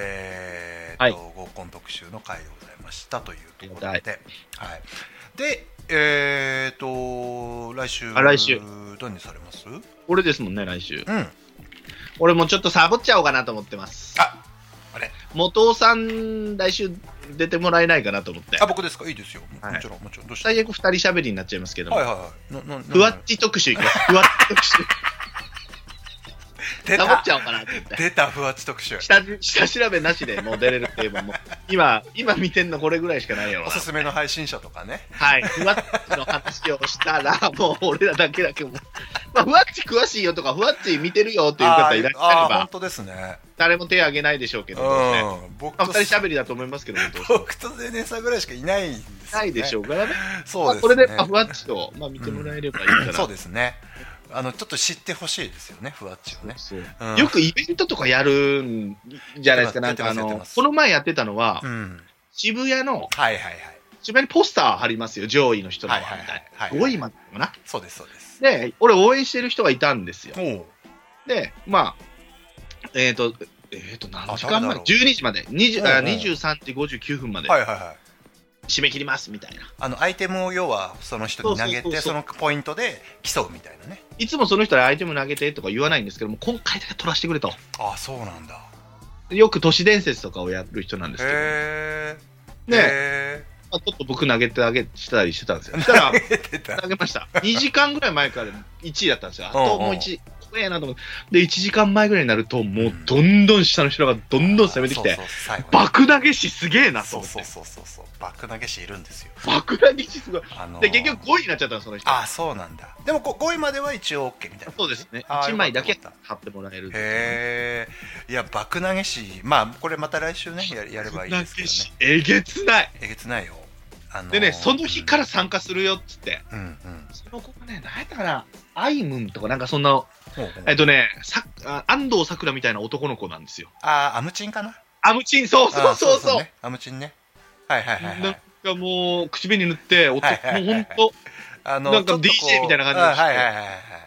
Speaker 3: えーっと合コン特集の回でございましたというところで、は
Speaker 4: はい
Speaker 3: い、で、えーっと来週
Speaker 4: あ来週
Speaker 3: どうにされます？うん、
Speaker 4: 俺ですもんね、来週。
Speaker 3: あ
Speaker 4: 俺もちょっとサボっちゃおうかなと思ってます。
Speaker 3: あれ、
Speaker 4: 元尾さん、来週出てもらえないかなと思って
Speaker 3: あ。僕ですか？いいですよ。も
Speaker 4: はい
Speaker 3: もちろんもちろんどうした？はい
Speaker 4: 最悪二人喋りになっちゃいますけども。
Speaker 3: はいはい。のの
Speaker 4: ふわっち特集いきます。ふわっち 特集。
Speaker 3: 出
Speaker 4: サボっち
Speaker 3: た
Speaker 4: ゃおうかなと思って。
Speaker 3: 出たふわっち特集。
Speaker 4: 下下調べなしでもう出れるって言えばもう今今見てんのこれぐらいしかないやろ
Speaker 3: お
Speaker 4: な
Speaker 3: すすめの配信者とかね。
Speaker 4: はいふわっちの話をしたらもう俺らだけだけどまあふわっち詳しいよとか、ふわっち見てるよっていう方いらっし
Speaker 3: あ
Speaker 4: ゃ
Speaker 3: ー
Speaker 4: れ
Speaker 3: 本
Speaker 4: ば、
Speaker 3: 当ですね。
Speaker 4: 誰も手挙げないでしょうけ
Speaker 3: う
Speaker 4: どね。
Speaker 3: ん。僕
Speaker 4: まあ
Speaker 3: と
Speaker 4: 二人喋りだと思いますけど、本当に
Speaker 3: 僕とゼネさんぐらいしかいないんですよね
Speaker 4: ないでしょうからね。ま
Speaker 3: そう
Speaker 4: あ
Speaker 3: ですね。
Speaker 4: これで、まあ、ふわっちと、まあ、見てもらえればいいかな。
Speaker 3: そうですね。あのちょっと知ってほしいですよね、ふわっちをね。
Speaker 4: そう
Speaker 3: うん
Speaker 4: よくイベントとかやるんじゃないですか、
Speaker 3: や
Speaker 4: な
Speaker 3: っ
Speaker 4: ん
Speaker 3: て
Speaker 4: か
Speaker 3: ますや
Speaker 4: あ
Speaker 3: って
Speaker 4: の
Speaker 3: ま、す
Speaker 4: この前やってたのは
Speaker 3: う、ん。
Speaker 4: 渋谷の、
Speaker 3: はいはいはい。
Speaker 4: 渋谷にポスター貼りますよ、上位の人の。
Speaker 3: はい
Speaker 4: み
Speaker 3: はい
Speaker 4: たい
Speaker 3: はい。
Speaker 4: な5位までかな。
Speaker 3: そうですそうです。
Speaker 4: で、俺応援してる人がいたんですよ。
Speaker 3: おう。
Speaker 4: で、まあ、えっ、と、えっ、と、何時間
Speaker 3: あ誰だ
Speaker 4: 前
Speaker 3: ろう
Speaker 4: ?12 時まで、20あ
Speaker 3: うんうん
Speaker 4: 23時59分まで
Speaker 3: はいはいはい。
Speaker 4: 締め切りますみたいな。
Speaker 3: あのアイテムを要はその人に投げ
Speaker 4: そうそうそうそ
Speaker 3: て
Speaker 4: う
Speaker 3: そのポイントで競うみたいなね
Speaker 4: いつもその人にアイテム投げてとか言わないんですけども、今回だけ取らせてくれと。
Speaker 3: ああそうなんだ
Speaker 4: よく都市伝説とかをやる人なんですけ
Speaker 3: へ
Speaker 4: ど、
Speaker 3: え
Speaker 4: ね
Speaker 3: へ
Speaker 4: まあ、ちょっと僕投げてあげしたりしてたんです よ。
Speaker 3: え
Speaker 4: そしたら、
Speaker 3: 出てた
Speaker 4: 投げました。2時間ぐらい前から1位だった んですよ。あと
Speaker 3: うんうん
Speaker 4: もう1、怖えなと思って。で、1時間前ぐらいになると、もうどんどん下の人らがどんどん攻めてきて
Speaker 3: そう、そう最後ね
Speaker 4: 爆投げ師すげえなと
Speaker 3: そう
Speaker 4: 思って
Speaker 3: そう。そうそうそう爆投げ師いるんですよ
Speaker 4: 爆投げ師すごい。
Speaker 3: あのー
Speaker 4: で、結局5位になっちゃったの、その人。
Speaker 3: ああそうなんだでもこ5位までは一応 OK みたいな
Speaker 4: そうですね。
Speaker 3: あー
Speaker 4: 1枚だけ
Speaker 3: よかったよか
Speaker 4: 貼ってもらえる。
Speaker 3: ったへえいや爆投げ師まあこれまた来週ねややればいいですけどね
Speaker 4: えげつない。
Speaker 3: えげつないよあのー
Speaker 4: でね、その日から参加するよっつって。
Speaker 3: うんうん
Speaker 4: その子がね、何やったかな、アイムンとかなんかそんな、
Speaker 3: ほうほう
Speaker 4: えっとね、さあ安藤サクラみたいな男の子なんですよ。
Speaker 3: ああアムチンかな
Speaker 4: アムチン、 そうそうそう
Speaker 3: あ
Speaker 4: そう。
Speaker 3: ねアムチンねはいはいはい、は
Speaker 4: なん
Speaker 3: い
Speaker 4: か、もう、口紅塗って、おと
Speaker 3: はいはいはいはい
Speaker 4: もう本当、
Speaker 3: あの
Speaker 4: なん
Speaker 3: ち
Speaker 4: か
Speaker 3: ょっとこう
Speaker 4: DJ みたいな感じの人
Speaker 3: あはいはいはいはい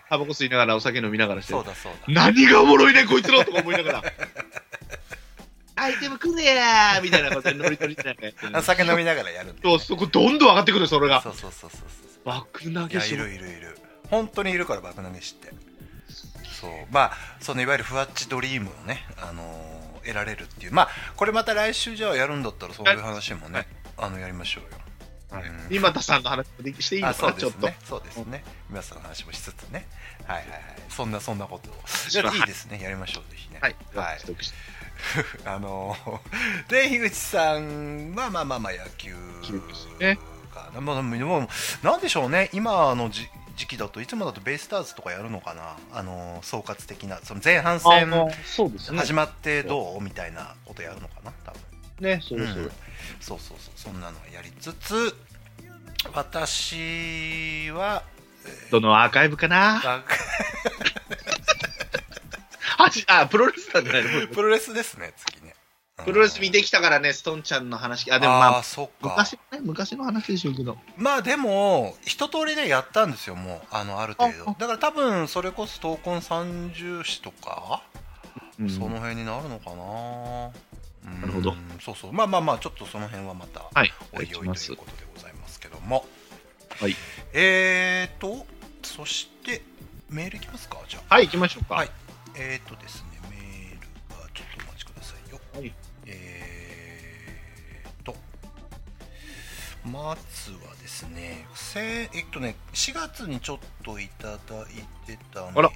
Speaker 4: タバコ吸いながらお酒飲みながらして
Speaker 3: そう、だそうだ
Speaker 4: 何がおもろいね、こいつのとか思いな がら。アイテムくれやーみたいなことでノリノリでね。
Speaker 3: あ酒飲みながらやるんだ
Speaker 4: そ
Speaker 3: よ
Speaker 4: う、そこどんどん上がってくる、それが。
Speaker 3: そうそうそうそうそう
Speaker 4: 爆投
Speaker 3: い
Speaker 4: げ
Speaker 3: やい
Speaker 4: しろ
Speaker 3: るいるいる本当にいるから爆投げ師ってそうまあそのいわゆるふわっちドリームをねあのー得られるっていうまあこれまた来週じゃあやるんだったらそういう話もねあのやりましょうようん
Speaker 4: 今田さんの話もできしていいの
Speaker 3: あ
Speaker 4: か
Speaker 3: そう
Speaker 4: な、
Speaker 3: で
Speaker 4: ちょっ
Speaker 3: す
Speaker 4: と。
Speaker 3: ねそうですね皆さんの話もしつつねはいはいはいそんなそんなことを
Speaker 4: します
Speaker 3: いやいいですねやりましょうぜひね
Speaker 4: はい。
Speaker 3: はい
Speaker 4: 取得して
Speaker 3: あの ーで樋口さんはまあまあまあ野球
Speaker 4: 球ですね
Speaker 3: かな、まあ、でもでもなんでしょうね今のじ時期だといつもだとベイスターズとかやるのかなあのー総括的なその前半戦
Speaker 4: そうです
Speaker 3: 始まってどうみたいなことやるのかな多分
Speaker 4: ね、そう
Speaker 3: うん
Speaker 4: そう。
Speaker 3: そうそうそうそんなのはやりつつ私は
Speaker 4: どのアーカイブかな
Speaker 3: あ
Speaker 4: あしあ、プロレスなんじゃないの
Speaker 3: プロレスですね次ね
Speaker 4: プロレス見てきたからね、ストンちゃんの話。あ、
Speaker 3: あ
Speaker 4: でもま
Speaker 3: あ
Speaker 4: あ
Speaker 3: ー、そっか
Speaker 4: 昔のね、昔の話でしょうけど。
Speaker 3: まあでも一通りねやったんですよもうあのある程度
Speaker 4: あ
Speaker 3: だから多分それこそ闘魂三重視とか、
Speaker 4: うん
Speaker 3: その辺になるのかなうん
Speaker 4: なるほど
Speaker 3: そうそうまあまあまあちょっとその辺はまた
Speaker 4: はい。
Speaker 3: おい
Speaker 4: 行
Speaker 3: お
Speaker 4: き
Speaker 3: い
Speaker 4: ま
Speaker 3: とい
Speaker 4: す
Speaker 3: うことでございますけども
Speaker 4: はい
Speaker 3: えーとそしてメールいきますかじゃあ
Speaker 4: はい、行きましょうか。
Speaker 3: はいえーとですねメールはちょっとお待ちくださいよ
Speaker 4: はい
Speaker 3: えーとまずはですねせえっとね4月にちょっといただいてたメール
Speaker 4: あら
Speaker 3: が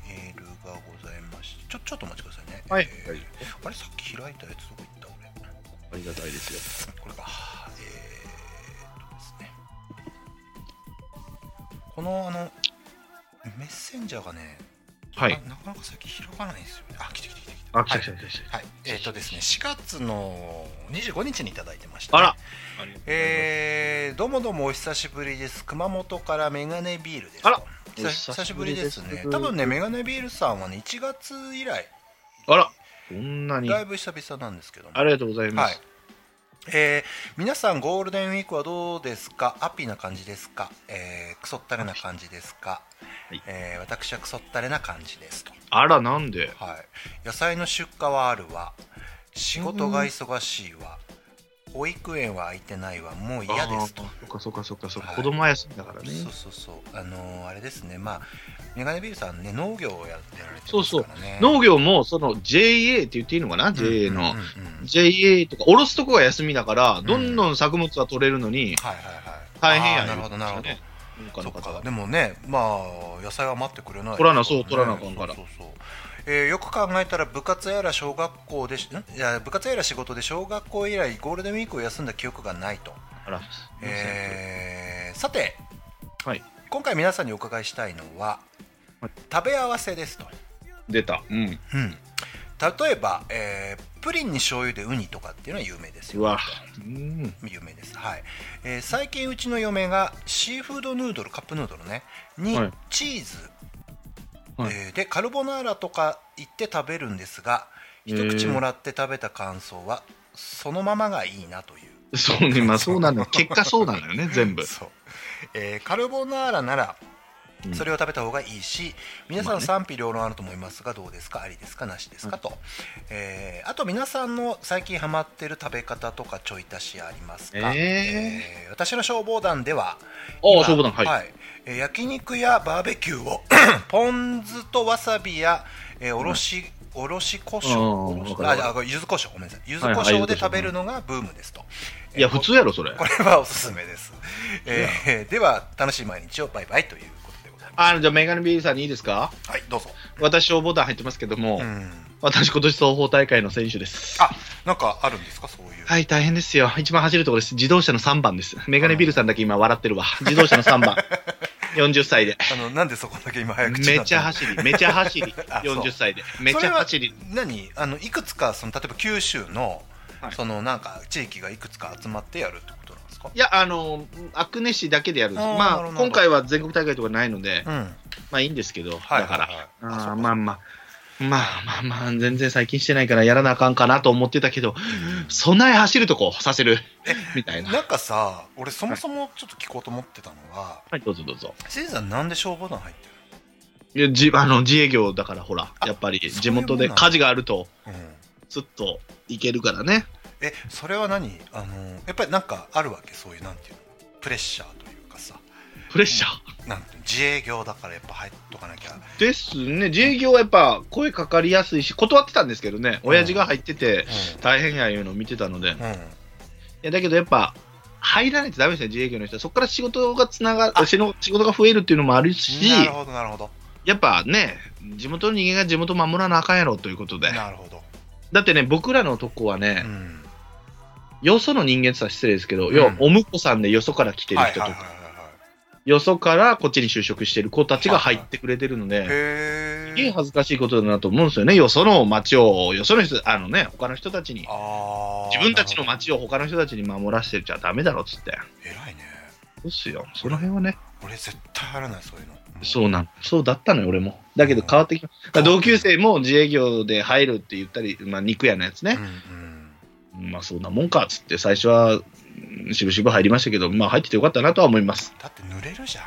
Speaker 3: ございましてちょちょっとお待ちくださいね、
Speaker 4: はい
Speaker 3: えーあれさっき開いたやつどこ行った
Speaker 4: ありがたいですよ。
Speaker 3: 俺これかえー、っとですねこのあのメッセンジャーがね、
Speaker 4: はい。
Speaker 3: ななかなか最近広がらないんですよねあ来て来て来て来て
Speaker 4: あ、来た来た来た来
Speaker 3: はい、えっ、とですね、4月の25日にいただいてました、
Speaker 4: た。あら。
Speaker 3: えー、どうもどうもお久しぶりです。熊本からメガネビールです。
Speaker 4: あら
Speaker 3: 久し久しぶりです
Speaker 4: お久しぶり
Speaker 3: ね
Speaker 4: で。す
Speaker 3: 多分ね、メガネビールさんはね、1月以来、
Speaker 4: あら。こんなに。
Speaker 3: だい
Speaker 4: あ
Speaker 3: ぶ久々なんですけども。
Speaker 4: りがとうございま
Speaker 3: はい
Speaker 4: す。。
Speaker 3: えー皆さんゴールデンウィークはどうですかハッピーな感じですか、えー、クソったれな感じですか、
Speaker 4: はい
Speaker 3: えー私はクソったれな感じですと
Speaker 4: あら、なんで
Speaker 3: はい、野菜の出荷はあるわ仕事が忙しいわ保育園は空いてないわもう嫌ですと
Speaker 4: あーそっかそっかそっかそっ
Speaker 3: は
Speaker 4: か。
Speaker 3: い
Speaker 4: 子供は休みだからね。
Speaker 3: そうそうそうあのーあれですねまあメガネビールさんね農業をやってられて
Speaker 4: そ
Speaker 3: ま
Speaker 4: う
Speaker 3: す
Speaker 4: そう
Speaker 3: からね
Speaker 4: 農業も、その JA って言っていいのかな ?JA
Speaker 3: うんうんうん
Speaker 4: の
Speaker 3: うん。
Speaker 4: JA とか、おろすとこが休みだから、どんどん作物は取れるのに、
Speaker 3: はいはいはい
Speaker 4: 大変や
Speaker 3: あー
Speaker 4: ね
Speaker 3: なるほどなるほど、
Speaker 4: 農家
Speaker 3: そ
Speaker 4: の
Speaker 3: っか
Speaker 4: 方は
Speaker 3: でもねまあ野菜は待ってくれない
Speaker 4: 取らなそう
Speaker 3: ね
Speaker 4: 取らなあかんから
Speaker 3: そうそうそうえーよく考えたら部活やら小学校でしんいや部活やら仕事で小学校以来ゴールデンウィークを休んだ記憶がないと
Speaker 4: あら。
Speaker 3: えーさて、
Speaker 4: はい
Speaker 3: 今回皆さんにお伺いしたいのは、食べ合わせですと、
Speaker 4: 出た。うん。
Speaker 3: うん、例えば、えープリンに醤油でウニとかっていうのは有名です
Speaker 4: う
Speaker 3: よ
Speaker 4: わ。うん。
Speaker 3: 有名です、はいえー最近うちの嫁がシーフードヌードルカップヌードルねに
Speaker 4: はい
Speaker 3: チーズ、
Speaker 4: はい
Speaker 3: えーでカルボナーラとか行って食べるんですが
Speaker 4: へ
Speaker 3: 一
Speaker 4: ー
Speaker 3: 口もらって食べた感想はそのままがいいなという
Speaker 4: そうね、まあそうなのよ。結果そうなのよね、全部。
Speaker 3: そう、えーカルボナーラなら
Speaker 4: うん
Speaker 3: それを食べた方がいいし、皆さ
Speaker 4: まあ
Speaker 3: ん
Speaker 4: ね
Speaker 3: 賛否両論あると思いますがどうですかありですかなしですか、と、えーあと皆さんの最近ハマってる食べ方とかちょい足しありますか、
Speaker 4: えー
Speaker 3: えー私の消防団では
Speaker 4: あ
Speaker 3: 今
Speaker 4: あ、消防団、はい。
Speaker 3: えー焼肉やバーベキューを ポン酢とわさびや、えーおろし、おろし胡椒
Speaker 4: うんうんうん
Speaker 3: おろし
Speaker 4: わかるわかる
Speaker 3: ああごめん柚子胡椒ごめんなさい柚子
Speaker 4: はい
Speaker 3: 胡
Speaker 4: はい
Speaker 3: 椒で食べるのがブームですと、えー
Speaker 4: いや、普通やろ、それ。
Speaker 3: これはおすすめです、えーでは楽しい毎日をバイバイということでございま
Speaker 4: あの、じゃあ、メガネビールさんにいいですか
Speaker 3: すはいどうぞ、
Speaker 4: 私、消防団入ってますけども、
Speaker 3: うん、
Speaker 4: 私、今年、総合大会の選手です。
Speaker 3: あなんかあるんですかそういう、
Speaker 4: はい、大変ですよ。一番走るところです。自動車の3番です。メガネビールさんだけ今笑ってるわ。自動車の3番。40歳で。
Speaker 3: あのなんでそこだけ今早口になったの
Speaker 4: めちゃ走り、めちゃ走り。
Speaker 3: あそう
Speaker 4: 40歳で。めちゃ走り。
Speaker 3: それは何あのいくつかその例えば九州の、
Speaker 4: はい
Speaker 3: そのなんか地域がいくつか集まってやるってことなんですか
Speaker 4: いや、あの、アクネ市だけでやるんです。
Speaker 3: あーな
Speaker 4: ま
Speaker 3: る
Speaker 4: あ、
Speaker 3: ほど
Speaker 4: 今回は全国大会とかないので、
Speaker 3: うん
Speaker 4: まあいいんですけど、
Speaker 3: はい
Speaker 4: だから。
Speaker 3: はいはい
Speaker 4: あ
Speaker 3: あそう
Speaker 4: ー
Speaker 3: か
Speaker 4: まあまあ。まあまあまあ、全然最近してないからやらなあかんかなと思ってたけど、そんなに走るとこさせる、みたいな。
Speaker 3: なんかさ俺そもそもちょっと聞こうと思ってたのは
Speaker 4: はい、どうぞどうぞ。
Speaker 3: せいさんなんで消防団入って
Speaker 4: いや、じ、あの、自営業だからほら、
Speaker 3: あ
Speaker 4: やっぱり
Speaker 3: そう
Speaker 4: 地
Speaker 3: いうもん
Speaker 4: 元で
Speaker 3: なの
Speaker 4: 火事があると、
Speaker 3: るの、うん、
Speaker 4: ずっと行けるからね。
Speaker 3: えそれは何あのやっぱりなんかあるわけそういうなんていうのプレッシャーというかさ
Speaker 4: プレッシャー。
Speaker 3: なんていうの自営業だからやっぱ入っとかなきゃ
Speaker 4: ですね。自営業はやっぱ声かかりやすいし、断ってたんですけどね、親父が入ってて、大変やいうのを見てたので。
Speaker 3: うん、うん、
Speaker 4: いやだけどやっぱ入らないとダメですね、自営業の人は。そこから仕事がつなが、しの仕事が増えるっていうのもあるし、
Speaker 3: なるほどなるほど
Speaker 4: やっぱね、地元の人間が地元守らなあかんやろということで。
Speaker 3: なるほど、
Speaker 4: だってね、僕らのとこは
Speaker 3: う
Speaker 4: ね、
Speaker 3: ん、
Speaker 4: よその人間って言ったら失礼ですけど、
Speaker 3: うん
Speaker 4: 要はお婿さんでよそから来てる
Speaker 3: はいはいは
Speaker 4: 人と
Speaker 3: いはい
Speaker 4: か、よそからこっちに就職してる子たちが入ってくれてるの
Speaker 3: はいへ
Speaker 4: で、すげえ
Speaker 3: え
Speaker 4: 恥ずかしいことだなと思うんですよね。よその町を、よその人、あのね、他の人たちに、
Speaker 3: あー
Speaker 4: 自分たちの町を他の人たちに守らせてちゃダメだろっつって。
Speaker 3: なるほど偉いね
Speaker 4: そうっすよ。その辺はね。
Speaker 3: 俺絶対入らないそういうの
Speaker 4: そうなん。そうだったのよ、俺も。だけど変わってきました。同級生も自営業で入るって言ったり、まあ、肉屋のやつ
Speaker 3: う
Speaker 4: ね。
Speaker 3: んうん
Speaker 4: まあ、そんなもんかっつって、最初は、うんしぶしぶ入りましたけど、まあ、入っててよかったなとは思います。
Speaker 3: だって濡れるじゃん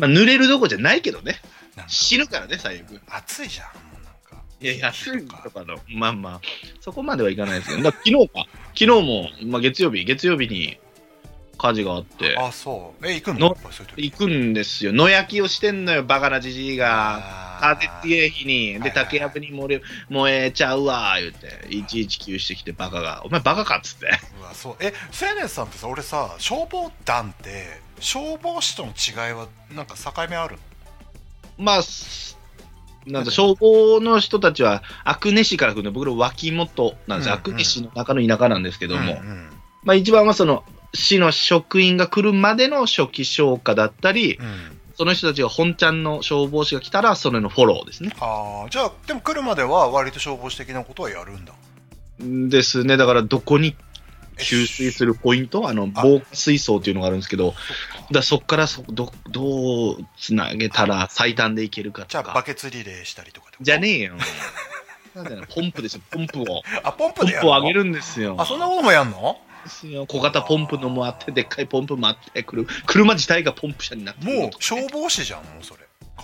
Speaker 4: まあ、濡れるどころじゃないけどね。
Speaker 3: なんか
Speaker 4: 死ぬからね、最悪。
Speaker 3: 暑いじゃんもうなんか
Speaker 4: いや、安い
Speaker 3: とか
Speaker 4: とかの、まあまあ、そこまではいかないですけど、だから昨日か。昨日も、まあ、月曜日、月曜日に火事があって、
Speaker 3: あそうえ行くの
Speaker 4: の
Speaker 3: やっぱそういう時
Speaker 4: 行くんですよ。野焼きをしてんのよ、バカなじじいが。
Speaker 3: あ
Speaker 4: 風
Speaker 3: ー
Speaker 4: 強い日に、
Speaker 3: はい
Speaker 4: で、竹やぶに燃え燃えちゃうわ、言うて、119してきて、バカが、お前バカかっつって。
Speaker 3: うわそうえ青年さんってさ俺さ消防団って消防士との違いはなんか境目ある
Speaker 4: まあ、すなんだ、消防の人たちは、阿久根市から来るの、僕の脇元なんですよ。
Speaker 3: うん
Speaker 4: 阿久根市の中の田舎なんですけども、
Speaker 3: うんうん
Speaker 4: まあ一番はその、市の職員が来るまでの初期消火だったり、
Speaker 3: うん
Speaker 4: その人たちが本ちゃんの消防士が来たら、それのフォローですね。
Speaker 3: ああじゃあでも来るまでは割と消防士的なことはやるんだ
Speaker 4: ですね、だからどこに
Speaker 3: え
Speaker 4: 給水するポイント、あの、
Speaker 3: あ
Speaker 4: 防火水槽っていうのがあるんですけど、
Speaker 3: そっか
Speaker 4: だそこからそどどうつなげたら最短でいけるか
Speaker 3: じゃ
Speaker 4: と
Speaker 3: あバ
Speaker 4: か。
Speaker 3: ケツリレーしたりとかってこと
Speaker 4: じゃ ねえよ。なんだよポンプですよ、ポンプを。
Speaker 3: あポン
Speaker 4: ポ
Speaker 3: プ
Speaker 4: ン
Speaker 3: でや
Speaker 4: プ
Speaker 3: る
Speaker 4: を
Speaker 3: の
Speaker 4: 上げるんですよ。
Speaker 3: あそんなこともやんの
Speaker 4: ですよ小型ポンプのもあって、でっかいポンプもあって、くる車自体がポンプ車になってる
Speaker 3: もう消防士じゃんもうそれ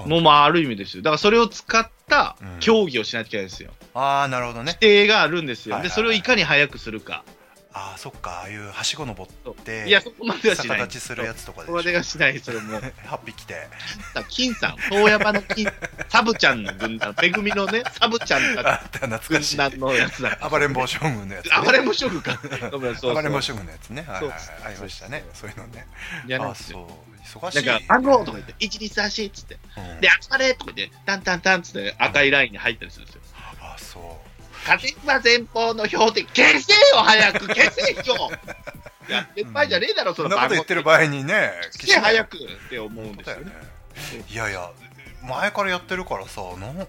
Speaker 4: もうまあある意味ですよ。だからそれを使った
Speaker 3: うん
Speaker 4: 競技をしないといけないんですよ。
Speaker 3: ああなるほどね
Speaker 4: 規定があるんですよ。
Speaker 3: はいはい
Speaker 4: で、
Speaker 3: はい
Speaker 4: それをいかに早くするか。
Speaker 3: ああそっかああいうはしご登って
Speaker 4: いや、そこまではし
Speaker 3: 逆
Speaker 4: ない。
Speaker 3: 立ちするやつとか
Speaker 4: そ
Speaker 3: で
Speaker 4: こまで
Speaker 3: しょ
Speaker 4: がしない、それも。
Speaker 3: 8匹で
Speaker 4: 金さん、遠山の金、サブちゃんの軍 団、め組のね、サブちゃん
Speaker 3: あ
Speaker 4: が
Speaker 3: った懐
Speaker 4: 軍
Speaker 3: かしい
Speaker 4: 団のや つだ
Speaker 3: 暴れん坊将軍のやつ、ね、
Speaker 4: 暴れん坊将軍か。ごめんそうそう
Speaker 3: 暴れん坊将軍のやつねはいはいはい
Speaker 4: そう
Speaker 3: ありましたねそういうのね
Speaker 4: やらな
Speaker 3: あ
Speaker 4: いですよ
Speaker 3: そう忙し
Speaker 4: ないんか、番号とか言って、1、2、3、4っつって、
Speaker 3: うん
Speaker 4: で、集まれとか言って、タンタンタンっつって赤いラインに入ったりするんですよ。
Speaker 3: あそう
Speaker 4: 風間前方の標的、消せよ早く消せ よやってる場合じゃねえだろ、そ
Speaker 3: そん
Speaker 4: の
Speaker 3: なこ
Speaker 4: 番号。
Speaker 3: と言ってる場合にね
Speaker 4: 消せ早
Speaker 3: く
Speaker 4: くって思うんですよね。
Speaker 3: いやいや前からやってるからさなん大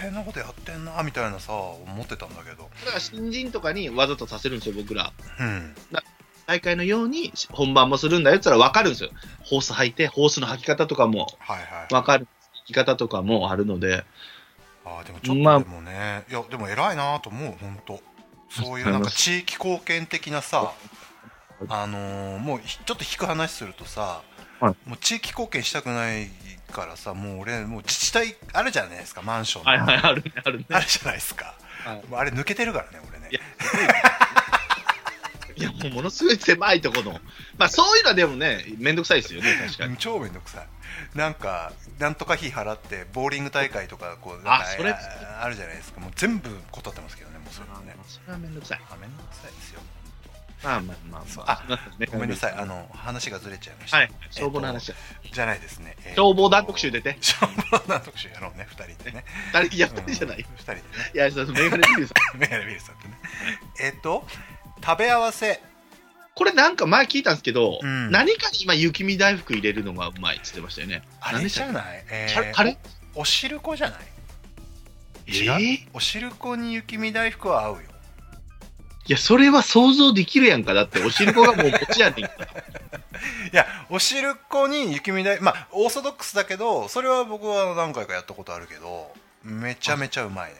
Speaker 3: 変なことやってんなみたいなさ思ってたんだけど
Speaker 4: だから新人とかにわざとさせるんですよ、僕ら。
Speaker 3: うん
Speaker 4: 大会のように本番もするんだよって言ったら分かるんですよ。ホース履いて、ホースの履き方とかも
Speaker 3: はいはい
Speaker 4: 分かる。履き方とかもあるので、
Speaker 3: あーでもちょっ
Speaker 4: ま
Speaker 3: とで
Speaker 4: あ
Speaker 3: もね、いやでも偉いなと思う本当そういうなんか地域貢献的なさあのーもうひちょっと引く話するとさ、
Speaker 4: は
Speaker 3: もう地域貢献したくないからさもう俺もう自治体あるじゃないですかマンションの、
Speaker 4: はいはい、あるね、あるね。
Speaker 3: あるじゃないですか、
Speaker 4: はい
Speaker 3: もうあれ抜けてるからね俺ね
Speaker 4: いやいや、もうものすごい狭いとこの。まあ、そういうのはでもね、めんどくさいですよね、確かに。
Speaker 3: 超めんどくさいなんかなんとか費払ってボーリング大会とかこうなん
Speaker 4: あ
Speaker 3: か
Speaker 4: それ
Speaker 3: ああるじゃないですかもう全部断ってますけどねもうそれはね
Speaker 4: それはめんどくさい。
Speaker 3: あめんどくさいですよ
Speaker 4: まあまあまあまあ。あ
Speaker 3: ごめんなさい、あの話がずれちゃいました。
Speaker 4: はい、消防の話だ。
Speaker 3: じゃないですね。えー
Speaker 4: 消防団特集出て。
Speaker 3: 消防団特集やろうね、二人でね。
Speaker 4: 誰いや、二人じゃない。
Speaker 3: うん二人でね。
Speaker 4: いや、そのメガネビルさん。
Speaker 3: メガネビルさんとね。えっ、と、食べ合わせ。
Speaker 4: これなんか前聞いたんですけど、
Speaker 3: うん
Speaker 4: 何かに今、雪見大福入れるのがうまいって言ってましたよね。
Speaker 3: あれじゃない。え
Speaker 4: カレ
Speaker 3: ー
Speaker 4: ーカレ
Speaker 3: おお汁粉じゃない。
Speaker 4: ー
Speaker 3: 違
Speaker 4: え
Speaker 3: うお汁粉に雪見大福は合うよ。
Speaker 4: いや、それは想像できるやんか。だって、お汁粉がもうこっちや ねんから。
Speaker 3: いや、お汁粉に雪見大福、まあ、オーソドックスだけど、それは僕は何回かやったことあるけど、めちゃめちゃうまいね。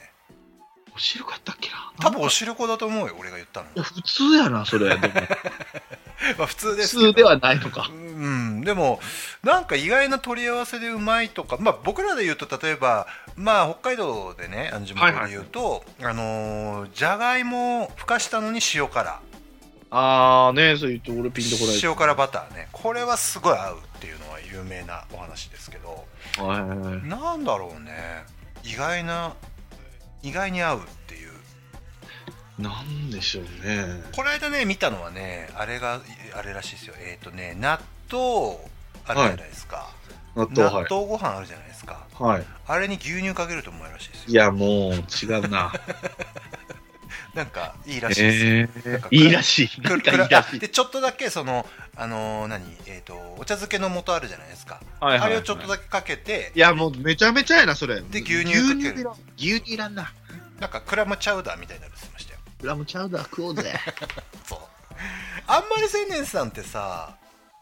Speaker 4: お汁粉やったっけな。
Speaker 3: 多分お汁粉だと思うよ、俺が言ったの
Speaker 4: い。や普通やな、それ。 でも
Speaker 3: まあ、普通で
Speaker 4: 普
Speaker 3: すけど
Speaker 4: 通ではないのか
Speaker 3: う。ん、でもなんか意外な取り合わせでうまいとか、まあ、僕らで言うと例えば、まあ、北海道でねあの地元で言うと、あのーじゃがいもをふかしたのに塩辛
Speaker 4: あーね、そう言って俺ピンとこないです。
Speaker 3: 塩辛バターねこれはすごい合うっていうのは有名なお話ですけど
Speaker 4: はいはいはい
Speaker 3: なんだろうね意外な意外に合うっていう
Speaker 4: なんでしょうね。
Speaker 3: この間ね見たのはねあれがあれらしいですよえっ、とね納豆あるじゃないですか、
Speaker 4: 納豆、は
Speaker 3: 納
Speaker 4: い。
Speaker 3: 豆ご飯あるじゃないですか
Speaker 4: はい。
Speaker 3: あれに牛乳かけるとうまいらしいですよ
Speaker 4: いや、もう違う な。
Speaker 3: なんかいいらしいですよ。
Speaker 4: え
Speaker 3: なんか
Speaker 4: ー、いいらしい。
Speaker 3: く
Speaker 4: な
Speaker 3: る
Speaker 4: ん
Speaker 3: く
Speaker 4: か
Speaker 3: る
Speaker 4: いいらし
Speaker 3: あ
Speaker 4: い。
Speaker 3: でちょっとだけそのあのー何えっ、とお茶漬けの素あるじゃないですか。
Speaker 4: はい
Speaker 3: あれをちょっとだけかけて
Speaker 4: いや、もうめちゃめちゃやな、それ。
Speaker 3: で牛乳かける
Speaker 4: 牛乳いらん。牛乳いらんな。
Speaker 3: なんかクラムチャウダーみたいになるって言ってましたよ。
Speaker 4: クラムチャウダー食おうぜ。
Speaker 3: そう。あんまり千年さんってさ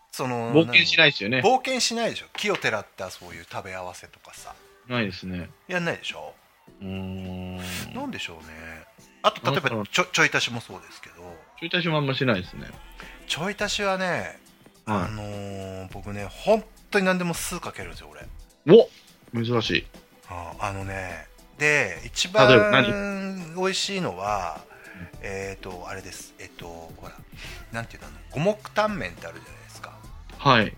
Speaker 3: その
Speaker 4: 冒険しないですよ
Speaker 3: 何
Speaker 4: ね。
Speaker 3: 冒険しないでしょ。木をてらったそういう食べ合わせとかさ
Speaker 4: ないですね。
Speaker 3: やんないでしょ。
Speaker 4: うーん。
Speaker 3: なんでしょうね。あと例えば
Speaker 4: なんだろう
Speaker 3: ちょちょい足しもそうですけど
Speaker 4: ちょい足しもあんましないですね。
Speaker 3: ちょい足しはねあ
Speaker 4: は
Speaker 3: のー僕ね本当に何でも酢かけるんですよ俺。
Speaker 4: い。お珍しい。
Speaker 3: ああのねで一
Speaker 4: 例えば
Speaker 3: 番美味しいのはえっ、とあれですえっ、とほらなんていうのあの五目タンメンってあるじゃないですか
Speaker 4: はい。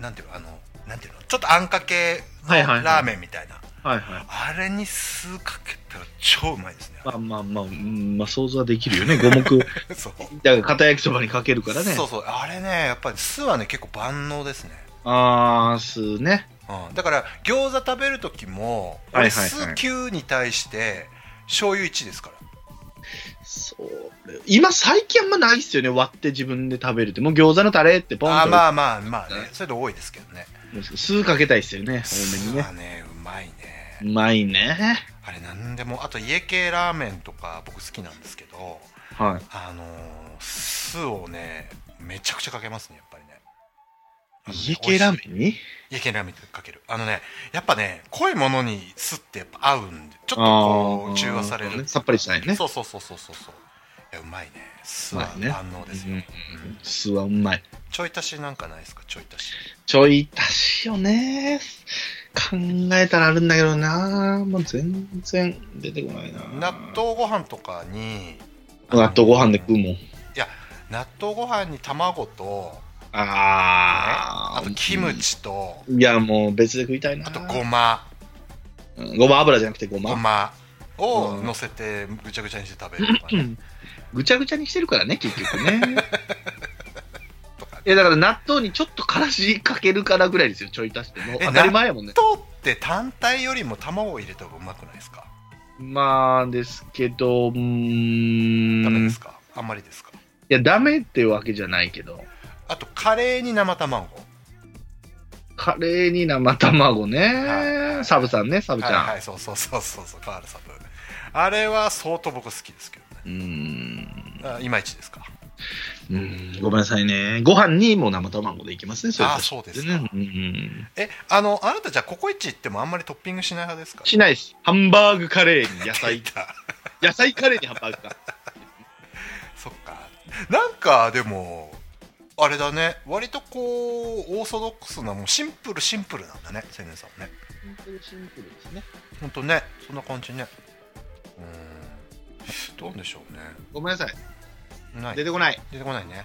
Speaker 3: なんていうのあのなんていうのちょっとあんかけの
Speaker 4: はいはいはい
Speaker 3: ラーメンみたいな、
Speaker 4: はいはい。
Speaker 3: あれに酢かけたら超うまいですね、
Speaker 4: まあまあまあ、うんまあ想像はできるよね。 五目。だ
Speaker 3: そう
Speaker 4: から、片焼きそばにかけるからね。
Speaker 3: そうそうあれねやっぱり酢はね結構万能ですね
Speaker 4: あーすね。
Speaker 3: うん、だから餃子食べる時も
Speaker 4: は
Speaker 3: 俺
Speaker 4: いはいはい
Speaker 3: 酢9に対して醤油1ですから
Speaker 4: それ今最近あんまないっすよね割って自分で食べるってもう餃子のタレってポンと
Speaker 3: あーまあまあまあねそれで多いですけどね
Speaker 4: 酢かけたいっすよね多め
Speaker 3: 酢
Speaker 4: にね
Speaker 3: はねうまいね
Speaker 4: うまいね
Speaker 3: あれなんでもあと家系ラーメンとか僕好きなんですけど
Speaker 4: はい
Speaker 3: あのー酢をねめちゃくちゃかけますねやっぱりねあのね
Speaker 4: 家系ラ
Speaker 3: 美味し
Speaker 4: ーメンに
Speaker 3: い家系ラーメンかけるあのねやっぱね濃いものに酢ってやっぱ合うんでちょっとこ
Speaker 4: あー
Speaker 3: う中和される
Speaker 4: さっぱりしたいね
Speaker 3: そうそうそうそうそうそういやうまいね酢は
Speaker 4: うまいね
Speaker 3: 万能ですよ、うん
Speaker 4: 酢はうまい
Speaker 3: ちょい足しなんかないですかちょい足し
Speaker 4: ちょい足しよね考えたらあるんだけどなもう全然出てこないな
Speaker 3: 納豆ご飯とかに
Speaker 4: 納豆ご飯で食うもん
Speaker 3: 納豆ご飯に卵と
Speaker 4: あ
Speaker 3: あ
Speaker 4: ー
Speaker 3: とキムチと、
Speaker 4: いやもう別で食いたいな
Speaker 3: あとごま、
Speaker 4: うんごま油じゃなくてごま
Speaker 3: ごまを
Speaker 4: うん
Speaker 3: 乗せてぐちゃぐちゃにして食べるとか
Speaker 4: う
Speaker 3: ね。
Speaker 4: んぐちゃぐちゃにしてるからね、結局ね。
Speaker 3: とかね
Speaker 4: いや、だから納豆にちょっとからしかけるからぐらいですよ、ちょい足しても。
Speaker 3: え
Speaker 4: 当たり前やもんね。
Speaker 3: 納豆って単体よりも卵を入れた方がうまくないですか
Speaker 4: まあ、ですけど、うー
Speaker 3: ダメ
Speaker 4: ん。
Speaker 3: で
Speaker 4: い
Speaker 3: すかあんまりですか
Speaker 4: や、ダメってわけじゃないけど。
Speaker 3: あとカレーに生卵。
Speaker 4: カレーに生卵ね、
Speaker 3: はいはい
Speaker 4: サブさんね、サブちゃん。
Speaker 3: はいはいそうそうそうそうそうカールサブあれは相当僕好きですけどね
Speaker 4: うーん
Speaker 3: あいまいちですか
Speaker 4: うーんごめんなさいね。ご飯にも生卵でいきますね、れ
Speaker 3: あそうですか
Speaker 4: ね。うんうん
Speaker 3: えあのあなたじゃあココイチ行ってもあんまりトッピングしない派ですか
Speaker 4: しないです。ハンバーグカレーに野
Speaker 3: ない
Speaker 4: 菜、
Speaker 3: だ
Speaker 4: 野菜カレーにハンバーグか。
Speaker 3: そっかなんかでもあれだね割とこうオーソドックスなもうシンプルシンプルなんだね青年さんはね
Speaker 4: シンプルですね。
Speaker 3: ほんとねそんな感じねうーんどうでしょうね
Speaker 4: ごめんなさい。
Speaker 3: ない出
Speaker 4: 出
Speaker 3: て
Speaker 4: てこない。
Speaker 3: こないね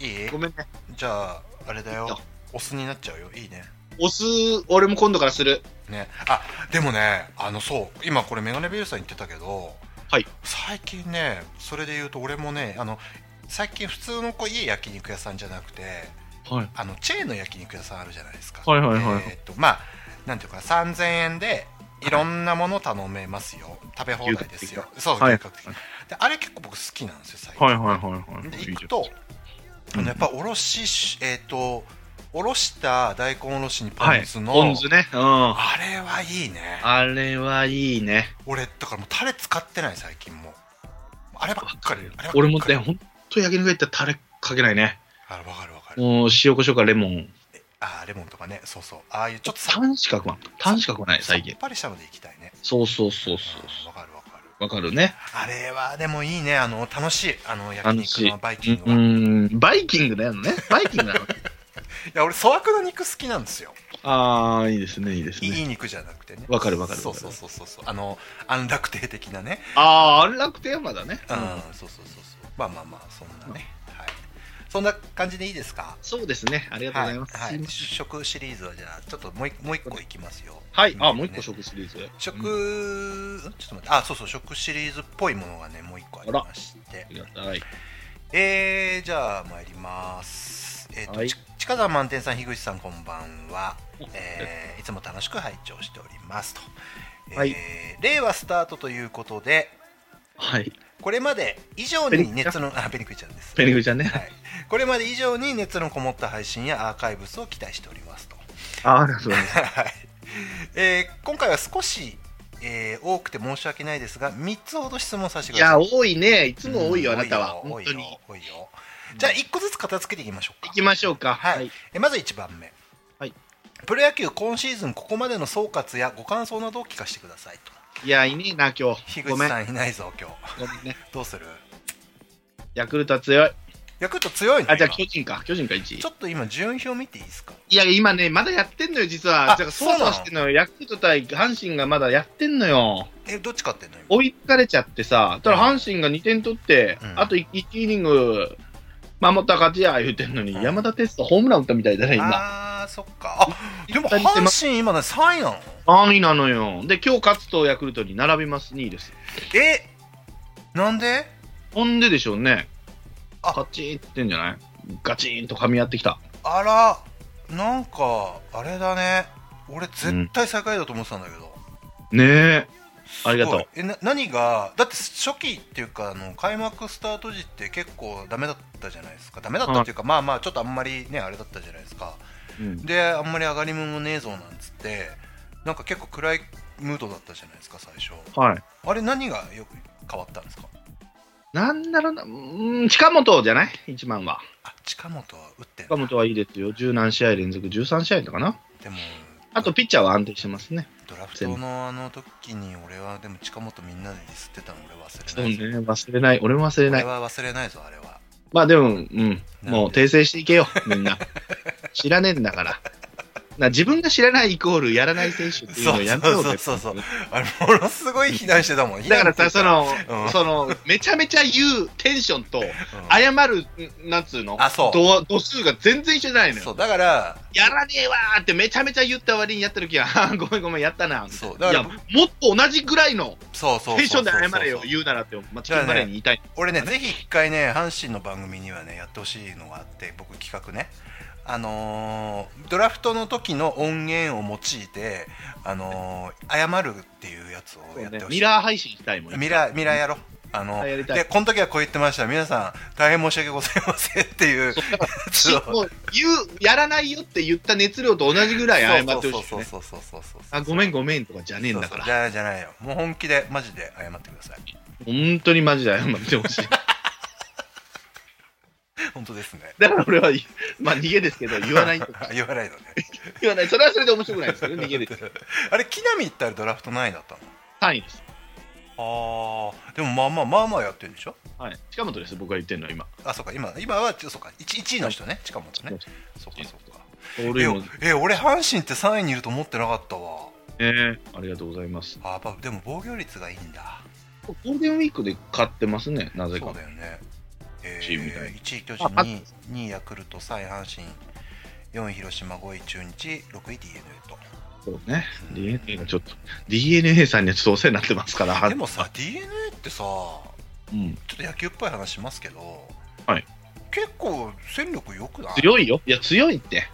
Speaker 3: いい
Speaker 4: ごめんね。
Speaker 3: じゃああれだ
Speaker 4: いい
Speaker 3: よ
Speaker 4: よ
Speaker 3: お酢になっちゃうよいいね
Speaker 4: お酢、俺も今度からする。
Speaker 3: ねあでもねあのそう今これメガネビールさん言ってたけど、
Speaker 4: はい
Speaker 3: 最近ねそれで言うと俺もねあの最近普通のこういい焼肉屋さんじゃなくて
Speaker 4: はい。
Speaker 3: あのチェーンの焼肉屋さんあるじゃないですか
Speaker 4: はいはいはいはい
Speaker 3: えーっとまあなんていうかな3000円でいろんなもの頼めますよ食べ放題ですよ
Speaker 4: 牛
Speaker 3: そう
Speaker 4: はい
Speaker 3: 牛角的であれ結構僕好きなんですよ最近
Speaker 2: はいはいはいはい。
Speaker 3: で行くとあのやっぱおろししえーっとおろした大根おろしにポン酢の、
Speaker 4: ポン酢ね。うん。
Speaker 3: あれはいいね
Speaker 4: あれはいいね。
Speaker 3: 俺だからもうタレ使ってない最近もうあればっかりあればっかり
Speaker 4: 俺もね、ほんと焼肉屋ってタレかけないね。
Speaker 3: あわかるわかる
Speaker 4: もう塩コショウかレモン。
Speaker 3: あーレモンとかねそうそうああいうちょっとさ
Speaker 4: 単しか食わん。単しか食わない、
Speaker 3: さっ
Speaker 4: 最近。
Speaker 3: ぱりしたのでいきたいね
Speaker 4: そうそうそう
Speaker 3: う
Speaker 4: そう。
Speaker 3: んわかるわかる
Speaker 4: わかるね。
Speaker 3: あれはでもいいねあの楽しいあの焼
Speaker 4: 楽し
Speaker 3: 肉
Speaker 4: い
Speaker 3: のバイキング
Speaker 4: う
Speaker 3: は、い
Speaker 4: ん、バイキングだよね。バイキングなの。
Speaker 3: や俺粗悪の肉好きなんですよ、
Speaker 4: ああ、いいですね、いいです
Speaker 3: いいい
Speaker 4: ね。
Speaker 3: い肉じゃなくてね
Speaker 4: わかるわかる
Speaker 3: そうそうそうそうそうあの安楽亭的なね
Speaker 4: ああ、安楽天山だね。
Speaker 3: うん、そうそうそうそうまあまあまあそんなね、はいそんな感じでいいですか
Speaker 4: そうですね。ありがとうございます。
Speaker 3: はい
Speaker 4: すい
Speaker 3: はい、
Speaker 4: ません
Speaker 3: 食シリーズはじゃあちょっともう一もう一個いきますよ
Speaker 4: はい。あ、もう一個食シリーズ。
Speaker 3: 食、
Speaker 4: うん
Speaker 3: んちょっと待ってあそうそう食シリーズっぽいものがねもう一個ありまして
Speaker 4: ありがたい。
Speaker 3: えー、じゃあ参りますえっ、と、
Speaker 4: はい
Speaker 3: ち近田満点さん樋口さんこんばんは
Speaker 4: お、
Speaker 3: えーいつも楽しく拝聴しておりますと、えー
Speaker 4: はい
Speaker 3: 令和スタートということで
Speaker 4: はい。
Speaker 3: これまで以上に熱のあペニクイちゃんです
Speaker 4: ペニグちゃんね。
Speaker 3: はい、これまで以上に熱のこもった配信やアーカイブスを期待しておりますと
Speaker 4: あありがとうございます。
Speaker 3: はいえー今回は少し、えー多くて申し訳ないですが3つほど質問させて
Speaker 4: い
Speaker 3: くださ
Speaker 4: や、
Speaker 3: い
Speaker 4: 多いね。いつ
Speaker 3: うん
Speaker 4: も多いよ、あなたは。
Speaker 3: 多
Speaker 4: 本
Speaker 3: い
Speaker 4: 当
Speaker 3: よ
Speaker 4: に。
Speaker 3: 多いよ多いよじゃあ1個ずつ片付けていきましょうか
Speaker 4: 行きましょうか。
Speaker 3: はい。えまず1番目、
Speaker 4: はい
Speaker 3: プロ野球今シーズンここまでの総括やご感想などを聞かせてくださいと
Speaker 4: いや、いねえな、今日。
Speaker 3: 樋
Speaker 4: ご
Speaker 3: 口
Speaker 4: めん。
Speaker 3: さんいないぞ今日
Speaker 4: ごめんね。
Speaker 3: どうする
Speaker 4: ヤクルトは強い。
Speaker 3: ヤクルト強いの
Speaker 4: あ、じゃあ
Speaker 3: 今
Speaker 4: 巨人か。巨人か、1位
Speaker 3: ちょ。っと今順位表見ていいですか
Speaker 4: いや、今ね、まだやってんのよ、実
Speaker 3: あ
Speaker 4: は。だから、
Speaker 3: そうな
Speaker 4: そう
Speaker 3: の
Speaker 4: そうしてんのよ。ヤクルト対阪神がまだやってんのよ。
Speaker 3: えどっち勝ってんの今
Speaker 4: 追いつかれちゃってさ、ただ阪神が2点取って、
Speaker 3: うん
Speaker 4: あと 1, イニング守ったら勝ちや言うてんのに、
Speaker 3: うん
Speaker 4: 山田哲人ホームラン打ったみたいだね、今。
Speaker 3: あーそっかあでも
Speaker 4: 二人してま
Speaker 3: 阪神今ね3位なの
Speaker 4: 安位なのよ。で、今日勝つとヤクルトに並びます、2位です。
Speaker 3: えなんで
Speaker 4: ほんででしょうね。
Speaker 3: あ
Speaker 4: カチンって言ってんじゃないガチンと噛み合ってきた。
Speaker 3: あらなんかあれだね俺絶対最下位だと思ってたんだけど、
Speaker 4: ねえ。ありがと
Speaker 3: す
Speaker 4: う。
Speaker 3: ごいえな何がだって初期っていうかあの開幕スタート時って結構ダメだったじゃないですかダメだったっていうか、まあまあちょっとあんまりねあれだったじゃないですか
Speaker 4: うん
Speaker 3: であんまり上がりもんもねえぞなんつってなんか結構暗いムードだったじゃないですか最初
Speaker 4: はい。
Speaker 3: あれ何がよく変わったんですか
Speaker 4: なんだろうな、うーん、近本じゃない一番は。
Speaker 3: あ近本は打ってん
Speaker 4: 近
Speaker 3: だ
Speaker 4: 本はいいですよ。十何試合連続、13試合とかな。
Speaker 3: でも
Speaker 4: あと、ピッチャーは安定してますね。
Speaker 3: ドラフトのあの時に俺はでも近本みんなでディスってたの俺忘
Speaker 4: そ
Speaker 3: れ
Speaker 4: う
Speaker 3: な
Speaker 4: ね
Speaker 3: いぞ、、
Speaker 4: 忘れない。俺も忘れない
Speaker 3: 俺。は忘れないぞあれは
Speaker 4: まあでも、うん、もう
Speaker 3: なんで
Speaker 4: 訂正していけよ、みんな。 知らねえんだから。な自分が知らないイコールやらない選手っていうのをやめようぜ。
Speaker 3: そうそうそうあれものすごい避難してたもん
Speaker 4: だからさ、そ
Speaker 3: 避難
Speaker 4: の、
Speaker 3: うん
Speaker 4: その、めちゃめちゃ言うテンションと、
Speaker 3: っていうか
Speaker 4: 謝る、なんつうの
Speaker 3: あそう
Speaker 4: 度度数が全然一緒じゃない
Speaker 3: うん
Speaker 4: の
Speaker 3: そ
Speaker 4: よ。
Speaker 3: うだから
Speaker 4: やらねえわーってめちゃめちゃ言った割にやった時は、 あーごめんごめん、やったな。
Speaker 3: そう
Speaker 4: い
Speaker 3: だから
Speaker 4: や、もっと同じぐらいの
Speaker 3: そうそうそうそう
Speaker 4: テンションで謝れよ、
Speaker 3: う
Speaker 4: 言うならって、まあ、チキンバレーに言いたい。
Speaker 3: 俺ねぜひ一回ね阪神の番組にはねやってほしいのがあって僕企画ねあのードラフトの時の音源を用いて、あのー謝るっていうやつを
Speaker 4: そう
Speaker 3: やって
Speaker 4: ね
Speaker 3: ほしい、
Speaker 4: ミラー配信したいもん。
Speaker 3: ミラーミラーやろうあの
Speaker 4: あやりたい
Speaker 3: でこの時はこう言ってました皆さん大変申し訳ございませんっていう
Speaker 4: そうだからし
Speaker 3: そ
Speaker 4: も
Speaker 3: う
Speaker 4: う言う、やらないよって言った熱量と同じぐらい謝ってほしい
Speaker 3: そう
Speaker 4: ね。
Speaker 3: そうそうそうそうそう
Speaker 4: あ、ごめんごめんとかじゃねえんだか
Speaker 3: そうそうじ
Speaker 4: ら。
Speaker 3: ゃあじゃないよもう本気でマジで謝ってください
Speaker 4: 本当にマジで謝ってほしい。
Speaker 3: 本当ですね
Speaker 4: だから俺は、まあ逃げですけど、言わないとか。
Speaker 3: 言わないのね
Speaker 4: 言わない。それはそれで面白くないですけど、逃げです。
Speaker 3: あれ木浪ったらドラフト何位だったの
Speaker 4: 3位です。
Speaker 3: ああでもまあまあまあまあやってるでしょ
Speaker 4: はい。近本です、僕が言ってるのは今。
Speaker 3: あそうか今今はちょそうか 1, 1位の人ね近本ねそうかそうかえ
Speaker 4: 俺も、
Speaker 3: え俺阪神って3位にいると思ってなかったわ
Speaker 4: ええありがとうございます。
Speaker 3: あやっぱでも防御率がいいんだ
Speaker 4: ゴールデンウィークで買ってますね、なぜ
Speaker 3: そ
Speaker 4: か
Speaker 3: う。だよね、え
Speaker 4: チームみたいに
Speaker 3: 1位巨人
Speaker 4: ああ
Speaker 3: 2位2位ヤクルト3位阪神4位広島5位中日6位 d n a と
Speaker 4: そうね。DNA がちょっと、DNA さんにはちょっとお世話になってますから。
Speaker 3: でもさ d n a ってさちょ
Speaker 4: うん、
Speaker 3: っと野球っぽい話しますけど、
Speaker 4: はい
Speaker 3: 結構戦力良くない
Speaker 4: 強いよ。いや、強いって。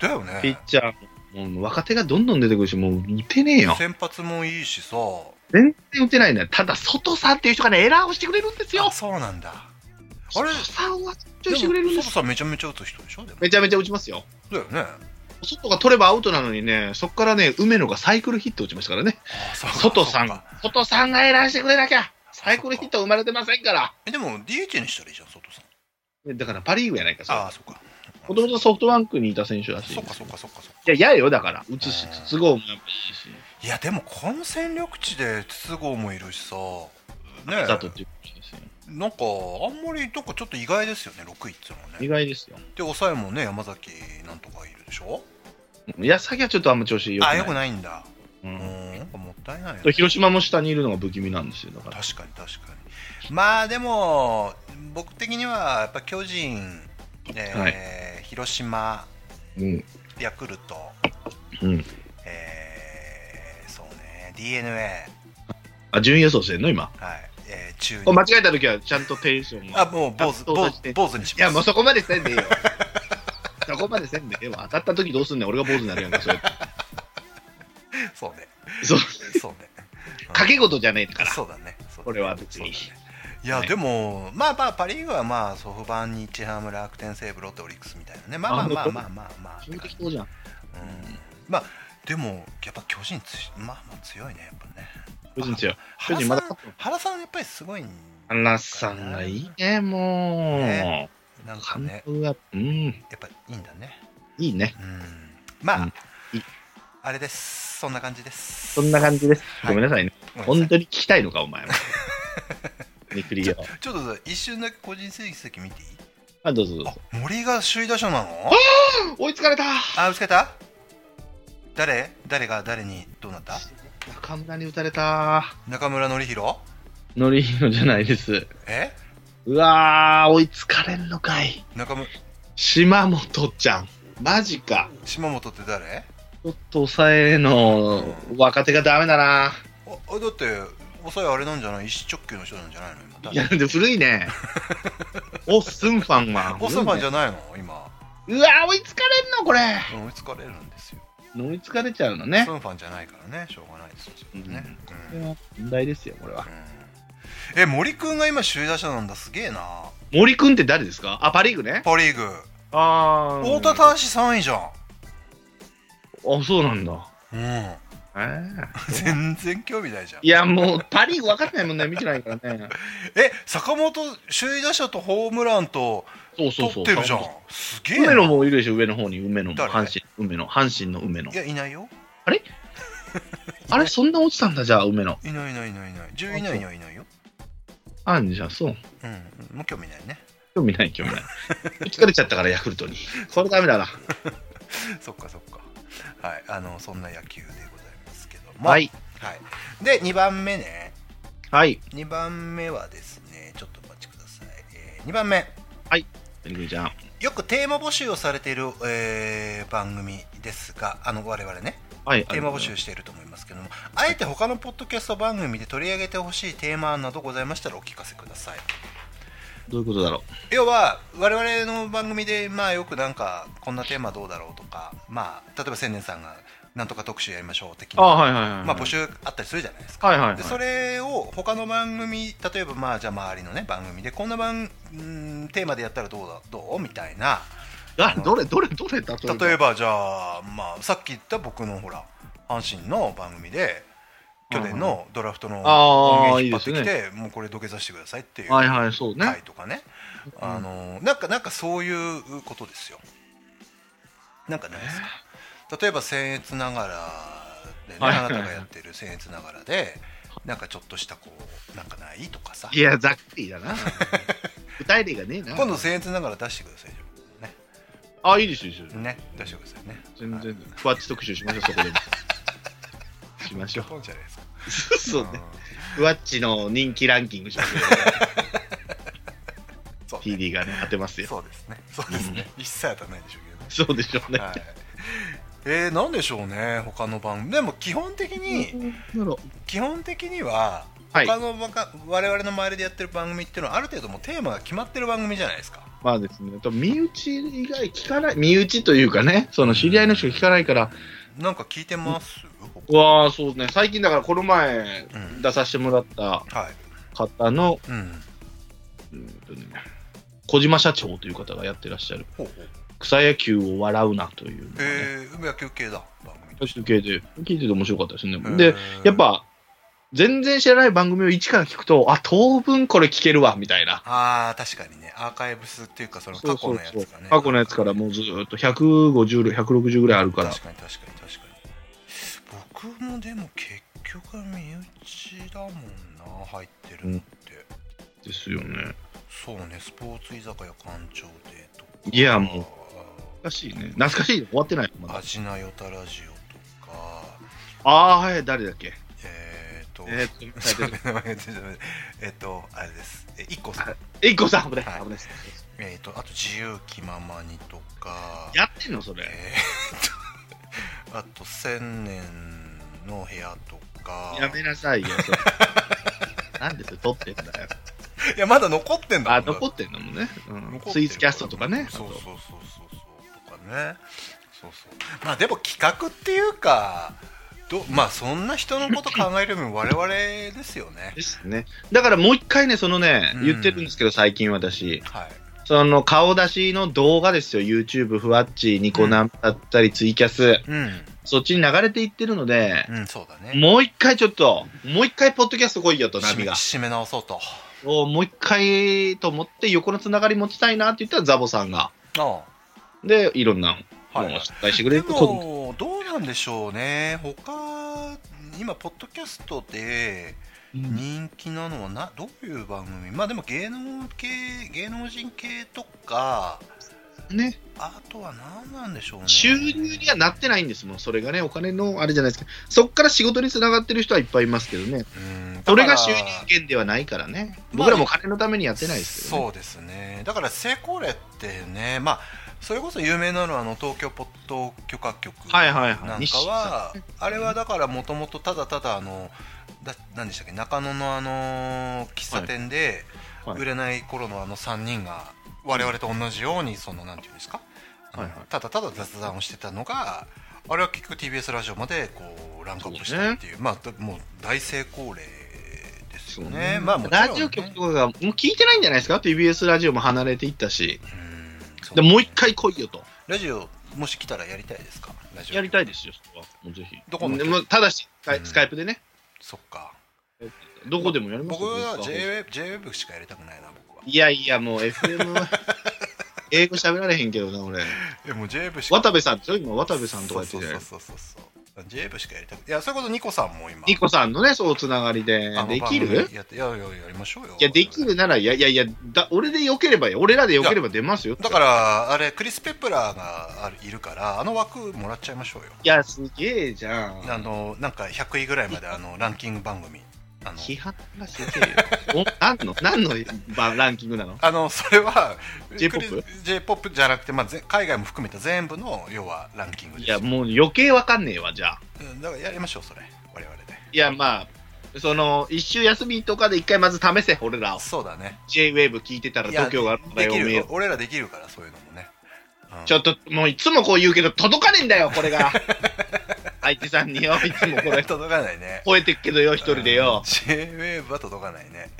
Speaker 3: だよ
Speaker 4: ピ
Speaker 3: ね
Speaker 4: ッチャーも、もう若手がどんどん出てくるし、もう打てねえよ。
Speaker 3: 先発もいいしさ
Speaker 4: 全然打てないんだよ。ただ、外さんっていう人がね、エラーをしてくれるんです
Speaker 3: あ
Speaker 4: よ。
Speaker 3: そうなんだあれ
Speaker 4: 外さんは出場してくれるん
Speaker 3: で
Speaker 4: で
Speaker 3: も
Speaker 4: す。
Speaker 3: 外さめちゃめちゃ打つ人でしょでも
Speaker 4: めちゃめちゃ打ちますよ。
Speaker 3: だよね
Speaker 4: 外が取ればアウトなのにね、そこからね、梅野がサイクルヒット打ちましたからね。
Speaker 3: あそうか
Speaker 4: 外さん
Speaker 3: そうか
Speaker 4: が、外さんがエラーしてくれなきゃ、サイクルヒットは生まれてませんから。
Speaker 3: えでも DH にしたらいいじゃん外さん
Speaker 4: だからパ・リーグやないか、それ
Speaker 3: ああそうか
Speaker 4: もともとソフトバンクにいた選手らしい。
Speaker 3: そうかそうかそうかそうか
Speaker 4: いや、嫌よ、だから。打つし
Speaker 3: うん、
Speaker 4: 筒香もやっぱいいし、
Speaker 3: いやでもこの戦力地で筒香もいるしさねえ
Speaker 4: 佐藤っていう選手ですよ。
Speaker 3: なんかあんまりなんかちょっと意外ですよね6位っていうのは
Speaker 4: 意
Speaker 3: ね
Speaker 4: 外ですよ。
Speaker 3: で抑えもね山崎なんとかいるでしょ
Speaker 4: いや、先はちょっとあんま調子良くな
Speaker 3: あ
Speaker 4: い。
Speaker 3: よくないんだ
Speaker 4: う
Speaker 3: うんんなんかもったいないよ
Speaker 4: と
Speaker 3: ね
Speaker 4: 広島も下にいるのが不気味なんですよ、だから。
Speaker 3: 確かに確かにまあでも僕的にはやっぱ巨人、えー
Speaker 4: は
Speaker 3: 広島
Speaker 4: うん。
Speaker 3: ヤクルト
Speaker 4: うん。
Speaker 3: えー、そうね d n a
Speaker 4: あ、順位予想してんの、今。
Speaker 3: はい、えー、中
Speaker 4: これ
Speaker 3: 日
Speaker 4: 間違えた時は、ちゃんとテンションが。
Speaker 3: あもう坊主
Speaker 4: あ
Speaker 3: 坊
Speaker 4: 到達して
Speaker 3: 主坊主にします
Speaker 4: いや、もうそこまでせんでいいよ。そこまでせんでええわ。当たった時どうすんねん、俺が坊主になるやんか、それ。
Speaker 3: そうね
Speaker 4: そう。
Speaker 3: そうね
Speaker 4: 賭け事じゃねえから。
Speaker 3: そうだねそうだね
Speaker 4: これは別に
Speaker 3: そうだねいや、
Speaker 4: はい
Speaker 3: でもまあまあパ・リーグはまあソフトバンク日ハム楽天西武ロッテオリックスみたいなねまあまあまあまあまあまあって
Speaker 4: 基本
Speaker 3: 感
Speaker 4: 的
Speaker 3: じ
Speaker 4: そうじゃ
Speaker 3: う
Speaker 4: ん。
Speaker 3: んまあでもやっぱ巨人つまあまあ強いねやっぱね
Speaker 4: 巨人強い。巨
Speaker 3: 原さ
Speaker 4: 人ま
Speaker 3: ん
Speaker 4: だ勝ってない
Speaker 3: 原さんやっぱりすごいん
Speaker 4: 原さんがいいね、もう。
Speaker 3: ねなんかね
Speaker 4: 督が、うん、
Speaker 3: やっぱいいんだね
Speaker 4: いいね。
Speaker 3: うんまあ、
Speaker 4: うんい
Speaker 3: あれですそんな感じです
Speaker 4: そんな感じです。
Speaker 3: はい
Speaker 4: ごめんなさいね。
Speaker 3: ごめん
Speaker 4: 本
Speaker 3: なさ
Speaker 4: 当に聞きたいのか、お前は。めくりよ。
Speaker 3: いちょっと一瞬だけ個人成績見ていい
Speaker 4: あ、どうぞどう
Speaker 3: あ
Speaker 4: ぞ。
Speaker 3: 森が首位打者なの
Speaker 4: 追いつかれた
Speaker 3: あ打ち方誰誰が誰にどうなった
Speaker 4: 中村に打たれた。
Speaker 3: 中村紀弘
Speaker 4: ノリヒノじゃないです。
Speaker 3: え
Speaker 4: うわー、追いつかれんのかい。
Speaker 3: 中村
Speaker 4: 島本ちゃん。マジか。
Speaker 3: 島本って誰
Speaker 4: ちょっと抑えの若手がダメだな。
Speaker 3: ああだって抑えあれなんじゃない一直球の人なんじゃないの今
Speaker 4: いや、で古い ね。オ・スンファンは。
Speaker 3: オスマンじゃないの今
Speaker 4: うわー、追いつかれんの、これ。
Speaker 3: うん追いつかれるんですよ
Speaker 4: 追いつかれちゃうの
Speaker 3: オ
Speaker 4: ね
Speaker 3: ス。ンファンじゃないからねしょうがないですよね
Speaker 4: こ
Speaker 3: う
Speaker 4: れ
Speaker 3: んうん
Speaker 4: は問題ですよ、これは。
Speaker 3: え森くんが今首位打者なんだすげえな
Speaker 4: 森くんって誰ですかあ、パリーグね。
Speaker 3: パ・リーグ
Speaker 4: あ
Speaker 3: 太田大志3位じゃん
Speaker 4: あ、そうなんだ。
Speaker 3: うん
Speaker 4: えー
Speaker 3: 全然興味ないじゃん
Speaker 4: いや、もう、パリーグ分かってないもんね、見てないからね。
Speaker 3: え坂本首位打者とホームランと
Speaker 4: そうそうそ
Speaker 3: 取
Speaker 4: う。
Speaker 3: ってるじゃん。すげえな
Speaker 4: 梅野もいるでしょ、上の方に、梅野も。
Speaker 3: 誰
Speaker 4: 阪神、梅野、阪神の梅野
Speaker 3: い。やいないよ
Speaker 4: あれ、そんな落ちたんだ、じゃあ、梅野。
Speaker 3: いないいないいないいない10位以内にはいないよ
Speaker 4: あんじゃん、そう。
Speaker 3: うんもう興味ないね
Speaker 4: 興味ない、興 味ない。疲れちゃったから、ヤクルトに。これダメだな。
Speaker 3: そっかそっかはいあのそんな野球でございますけども
Speaker 4: はい、。
Speaker 3: はい、で2番目ね
Speaker 4: はい。
Speaker 3: 2番目はですねちょっとお待ちください、え2番目
Speaker 4: ペリグちゃん。
Speaker 3: よくテーマ募集をされている、えー番組ですがあの我々ね
Speaker 4: はい。
Speaker 3: テーマ募集していると思いますけどもあえて他のポッドキャスト番組で取り上げてほしいテーマなどございましたらお聞かせください
Speaker 4: どういうことだろ
Speaker 3: 要は我々の番組でまあよくなんかこんなテーマどうだろうとかまあ例えば千年さんがなんとか特集やりましょう的
Speaker 4: あ
Speaker 3: な、
Speaker 4: はいはいはい。
Speaker 3: まあ、募集あったりするじゃないですか。
Speaker 4: はいはい、はい。
Speaker 3: でそれを他の番組例えばまあじゃあ周りのね番組でこんな番うんテーマでやったらどうだどうみたいな
Speaker 4: あどれどれどれ例えば
Speaker 3: 例えばじゃあまあさっき言った僕のほら阪神の番組で去年のドラフトの音源引っ張って
Speaker 4: あー
Speaker 3: き
Speaker 4: い
Speaker 3: て
Speaker 4: い
Speaker 3: もうこれ土下座してくださいっていう
Speaker 4: はい
Speaker 3: 回
Speaker 4: はいそうね、
Speaker 3: とかねあのなんかなんかそういうことですよなんかないですか例えば僭越ながらでね
Speaker 4: はい
Speaker 3: あなたがやってる僭越ながらでなんかちょっとしたこうなんかないとかさ
Speaker 4: いやざっくりだな具体例がねえな
Speaker 3: 今度僭越ながら出してくださいよ
Speaker 4: あいいですよいいですよ
Speaker 3: ね出してくださいね
Speaker 4: 全然ふわっち特集しましょうそこ でもしましょ
Speaker 3: 飛んじゃないですか
Speaker 4: うそうねふわっちの人気ランキングしましょ
Speaker 3: そうう
Speaker 4: TD がね当てますよ
Speaker 3: そうですね。そうですね。一切当たらないでしょうけ
Speaker 4: そうでしょうね、
Speaker 3: どね。はい。えー、なんでしょうね。他の番組でも基本的に
Speaker 4: なるほど
Speaker 3: 基本的には
Speaker 4: はい
Speaker 3: 他のばか我々の周りでやってる番組っていうのはある程度もうテーマが決まってる番組じゃないですか。
Speaker 4: まあですねと身内以外聞かない身内というかねその知り合いの人が聞かないから
Speaker 3: なんか聞いてます。
Speaker 4: うわあそうね最近だからこの前
Speaker 3: うん
Speaker 4: 出させてもらった
Speaker 3: はい。
Speaker 4: 方の
Speaker 3: うん。
Speaker 4: うんとね小島社長という方がやってらっしゃる
Speaker 3: ほうほう。
Speaker 4: 草野球を笑うなというのがね、
Speaker 3: えー、梅野球系だ番組とし
Speaker 4: 私の系で聞いてて面白かったですね。
Speaker 3: て。
Speaker 4: で、
Speaker 3: えー
Speaker 4: やっ。ぱ、全然知らない番組を一から聞くと、あ、当分これ聞けるわ、みたいな。
Speaker 3: ああ確かにねアーカイブスっていうかその過去のやつ
Speaker 4: そう
Speaker 3: が
Speaker 4: そう
Speaker 3: ね
Speaker 4: そう過去のやつからもうずーっと150、160ぐらいあるから。
Speaker 3: 確かに確かに確かに僕もでも結局身内だもんな入ってるのって、
Speaker 4: ですよね。
Speaker 3: そうねスポーツ居酒屋館長でとか
Speaker 4: いやもう懐かしいね。懐かしい。終わってない。まだ
Speaker 3: 味なよたラジオとか
Speaker 4: あー、はい、誰だっけ
Speaker 3: えっ、ー、と
Speaker 4: え
Speaker 3: それ
Speaker 4: ー、
Speaker 3: 名前が出てこないえっとあれですえ一個さん
Speaker 4: えいこさん、危ない。危ないです。
Speaker 3: えっ、とあと自由気ままにとか
Speaker 4: やってんのそれ。
Speaker 3: えー、とあと千年の部屋とか
Speaker 4: やめなさいよ、 それ。なんでそれ撮ってんだよ。
Speaker 3: いやまだ残ってんだ
Speaker 4: あ、
Speaker 3: まだ
Speaker 4: 残ってんのもね。うん
Speaker 3: 残ってるから
Speaker 4: スイーツキャストとかね。
Speaker 3: そうそう
Speaker 4: あと
Speaker 3: そうそうそうとかねそうそうまあでも企画っていうかどまあそんな人のこと考えるよりも我々ですよ ね
Speaker 4: ですね。だからもう一回ね、そのね
Speaker 3: うん、
Speaker 4: 言ってるんですけど、最近私、
Speaker 3: はい
Speaker 4: その顔出しの動画ですよ、YouTube、ふわっち、ニコ生だったり、ツイキャス、
Speaker 3: うん
Speaker 4: そっちに流れていってるので、
Speaker 3: うんそうだね
Speaker 4: もう一回ちょっと、もう一回、ポッドキャスト来いよと、ナ
Speaker 3: 締
Speaker 4: ビ
Speaker 3: め
Speaker 4: が。
Speaker 3: 締め直そうと
Speaker 4: おもう一回と思って、横のつながり持ちたいなって言ったら、ザボさんが。
Speaker 3: あ
Speaker 4: で、いろんな
Speaker 3: あ
Speaker 4: の
Speaker 3: は
Speaker 4: を
Speaker 3: い
Speaker 4: 出題してくれ
Speaker 3: で
Speaker 4: ると、
Speaker 3: もどうなんでしょうね他今ポッドキャストで
Speaker 4: うん
Speaker 3: 人気なのはなどういう番組まあでも芸能系芸能人系とか
Speaker 4: ね、
Speaker 3: あとは何なんでしょうね
Speaker 4: 収入にはなってないんですもん、それがね、お金のあれじゃないですか、そっから仕事につながってる人はいっぱいいますけどね。
Speaker 3: うん
Speaker 4: それが
Speaker 3: だか
Speaker 4: 収
Speaker 3: ら
Speaker 4: 入源ではないからね。
Speaker 3: まあ
Speaker 4: 僕らも金のためにやってないですけど、ね。
Speaker 3: そうですねだから成功例ってねまあそれこそ有名なのはあの東京ポッド許可局
Speaker 4: はい
Speaker 3: な
Speaker 4: はいはい。
Speaker 3: んか
Speaker 4: 西さ
Speaker 3: はあれはだからもともとただただあのだ何でしたっけ中野のあの喫茶店で
Speaker 4: はいはい
Speaker 3: 売れない頃のあの3人が我々と同じようにそのなんていうんですかあの
Speaker 4: はいはい
Speaker 3: ただただ雑談をしてたのがあれは結局 TBS ラジオまでこうランクアップしたっていうまあだもう大成功例です
Speaker 4: そ
Speaker 3: よ
Speaker 4: う
Speaker 3: ね
Speaker 4: ね。
Speaker 3: まあもちろんね
Speaker 4: ラジオ局とかがもう聞いてないんじゃないですか ?TBS ラジオも離れていったし。
Speaker 3: うんそう
Speaker 4: でもう一回来いよと。
Speaker 3: ラジオもし来たらやりたいですかラジオ
Speaker 4: やりたいですよ、そこは。もうぜひ。
Speaker 3: どこの
Speaker 4: でもただし、スカイ
Speaker 3: うん
Speaker 4: スカイプでね。
Speaker 3: そっか
Speaker 4: どこでもやります
Speaker 3: 僕
Speaker 4: よ
Speaker 3: は
Speaker 4: 僕は
Speaker 3: JWEB, JWEB しかやりたくないな僕はい
Speaker 4: やいや、もう FM は。英語喋られへんけどな、俺。
Speaker 3: えもう JWEB しか
Speaker 4: 渡部さんでしょ今、渡部さんとか言ってたじゃないですか
Speaker 3: そうそうそうそうそう JWEB しかやりたくいやそれこそニコさんも今
Speaker 4: ニコさんのね、そう、つながりで
Speaker 3: あの。
Speaker 4: でき
Speaker 3: 番
Speaker 4: る
Speaker 3: 組やっていやいややりましょうよ
Speaker 4: いや、できるなら、いやいやいや、だ俺でよければよ、俺らでよければ出ますよ。
Speaker 3: だからあれクリス・ペプラーがあるいるからあの枠もらっちゃいましょうよ
Speaker 4: いや、すげえじゃん。
Speaker 3: あのなんか100位ぐらいまであのランキング番組あの
Speaker 4: 批判がすげえよ。お何の何のばランキングなの
Speaker 3: あのそれは
Speaker 4: J-POP？
Speaker 3: クリス J-POP じゃなくて、まあ、ぜ海外も含めた全部の要はランキングで
Speaker 4: い
Speaker 3: すよ
Speaker 4: や、もう余計わかんねえわ、じゃあ。
Speaker 3: うんだからやりましょうそれ我々で
Speaker 4: いや、まあ、その、一周休みとかで一回まず試せ、俺らを。
Speaker 3: そうだね
Speaker 4: J-Wave 聞いてたら
Speaker 3: いや
Speaker 4: 度胸があるから
Speaker 3: で
Speaker 4: よ、
Speaker 3: き
Speaker 4: おめ
Speaker 3: る
Speaker 4: え
Speaker 3: 俺らできるからそういうのもね、うん
Speaker 4: ちょっと、もういつもこう言うけど、届かねえんだよ、これが。愛知さんによ、いつもこれ、
Speaker 3: 届かないね
Speaker 4: 吠えてっけどよ、一人でよ。
Speaker 3: J-WAVE は届かないね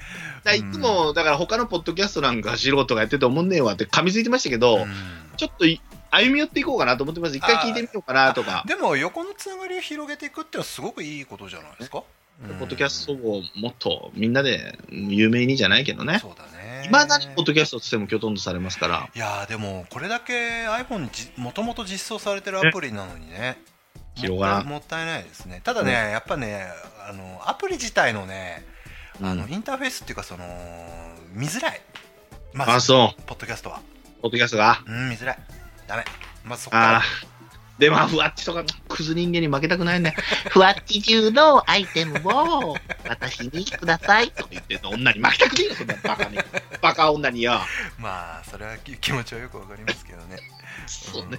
Speaker 4: だからいつも、だから他のポッドキャストなんか素人がやってて思んねえわって噛みついてましたけど、
Speaker 3: うん
Speaker 4: ちょっとい歩み寄っていこうかなと思ってます。一回聞いてみようかなとか、
Speaker 3: でも横のつながりを広げていくってのはすごくいいことじゃないですかうん
Speaker 4: ポッドキャストをもっとみんなでうん有名にじゃないけどね。
Speaker 3: そうだね
Speaker 4: いまだにポッドキャストとしてもきょとんとされますから。
Speaker 3: いやーでもこれだけ iPhone にじもともと実装されてるアプリなのにね
Speaker 4: 広がらん
Speaker 3: もったいもったいないですねただね、やっぱねあのアプリ自体のねあの、
Speaker 4: うん
Speaker 3: インターフェースっていうかその見づらいま
Speaker 4: あ、
Speaker 3: ず
Speaker 4: そう。
Speaker 3: ポッドキャストは
Speaker 4: ポッドキャストが。
Speaker 3: うん見づらいダメまずそこから
Speaker 4: ああ。でも、ふわっちとか、クズ人間に負けたくな いね。
Speaker 5: ふわっち中のアイテムを私にください。
Speaker 4: とか言ってんの女に負けたくねえよ、そんなバカに。バカ女によ。
Speaker 3: まあそれはき気持ちはよくわかりますけどね
Speaker 4: そう
Speaker 3: ん
Speaker 4: ね。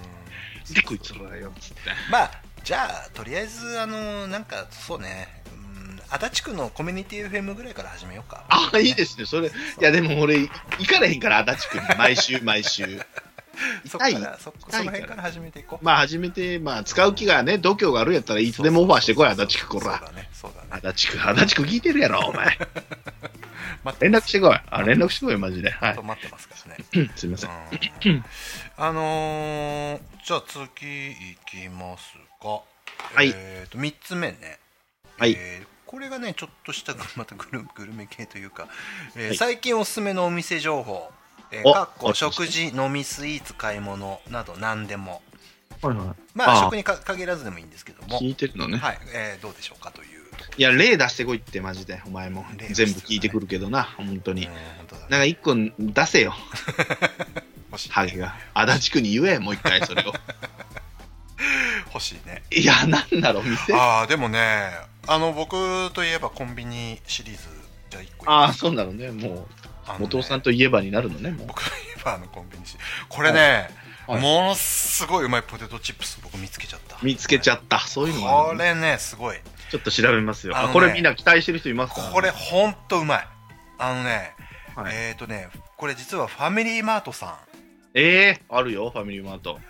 Speaker 4: で、こいつらよ、つって。
Speaker 3: まあじゃあとりあえずあのなんかそうねうん足立区のコミュニティ FM ぐらいから始めようか
Speaker 4: ああ、いいですね、それ。いや、でも俺、行かれへんから、足立区に。毎 週、毎週。
Speaker 3: そっ
Speaker 4: 痛
Speaker 3: か
Speaker 4: い
Speaker 3: らそその辺から始めていこう
Speaker 4: まあ、初めて、まあ、使う気がね、度胸があるんやったらいつでもオファーしてこい、足立区、こら。
Speaker 3: そうだねそうだね
Speaker 4: 足立区、足立区聞いてるやろ、お前。
Speaker 3: 待って
Speaker 4: 連絡してこい。あ、連絡してこい、マジで。
Speaker 3: ちょ
Speaker 4: はい
Speaker 3: っと。待ってますからね
Speaker 4: うんすいません。
Speaker 3: うんあのーじゃあ次いきますか
Speaker 4: はい
Speaker 3: えっ、と3つ目ね
Speaker 4: はい
Speaker 3: えーこれがねちょっとしたまたグルグルメ系というか、えー
Speaker 4: はい
Speaker 3: 最近おすすめのお店情報、えー、
Speaker 4: お
Speaker 3: かっこ
Speaker 4: おそう
Speaker 3: 食事飲みスイーツ買い物など何でも
Speaker 4: はいは
Speaker 3: まあ
Speaker 4: ああ
Speaker 3: 食にか限らずでもいいんですけども
Speaker 4: 聞いてるのね。
Speaker 3: はい、えーどうでしょうかというとこ
Speaker 4: いや、例出してこいって、マジで。お前も
Speaker 3: 例。出して
Speaker 4: 全部聞いてくるけどな、本当に
Speaker 3: うん。本当だ
Speaker 4: なんか一個出せよ、
Speaker 3: 欲しい
Speaker 4: ハ ゲが。足立区に言え、もう一回それを。
Speaker 3: 欲しいね
Speaker 4: いや、なんだろう、店。
Speaker 3: あ
Speaker 4: あ
Speaker 3: あでもねあの僕といえばコンビニシリーズじゃあ1個
Speaker 4: あー、そうなのね。も
Speaker 3: あの
Speaker 4: う、
Speaker 3: ね
Speaker 4: お父さんといえばになるのね、もう。
Speaker 3: 僕といえばあのコンビニシリーズこれね、
Speaker 4: はいはい
Speaker 3: ものすごいうまいポテトチップス僕見つけちゃった
Speaker 4: 見つけちゃった。そういうのがあ
Speaker 3: こ
Speaker 4: るのね
Speaker 3: れねすごい
Speaker 4: ちょっと調べますよ。
Speaker 3: あの
Speaker 4: あ、
Speaker 3: ね
Speaker 4: これみんな期待してる人いますか
Speaker 3: これほんとうまいあのね、
Speaker 4: はい
Speaker 3: えっ、ー、とねこれ実はファミリーマートさん
Speaker 4: ええあるよ、ファミリーマート。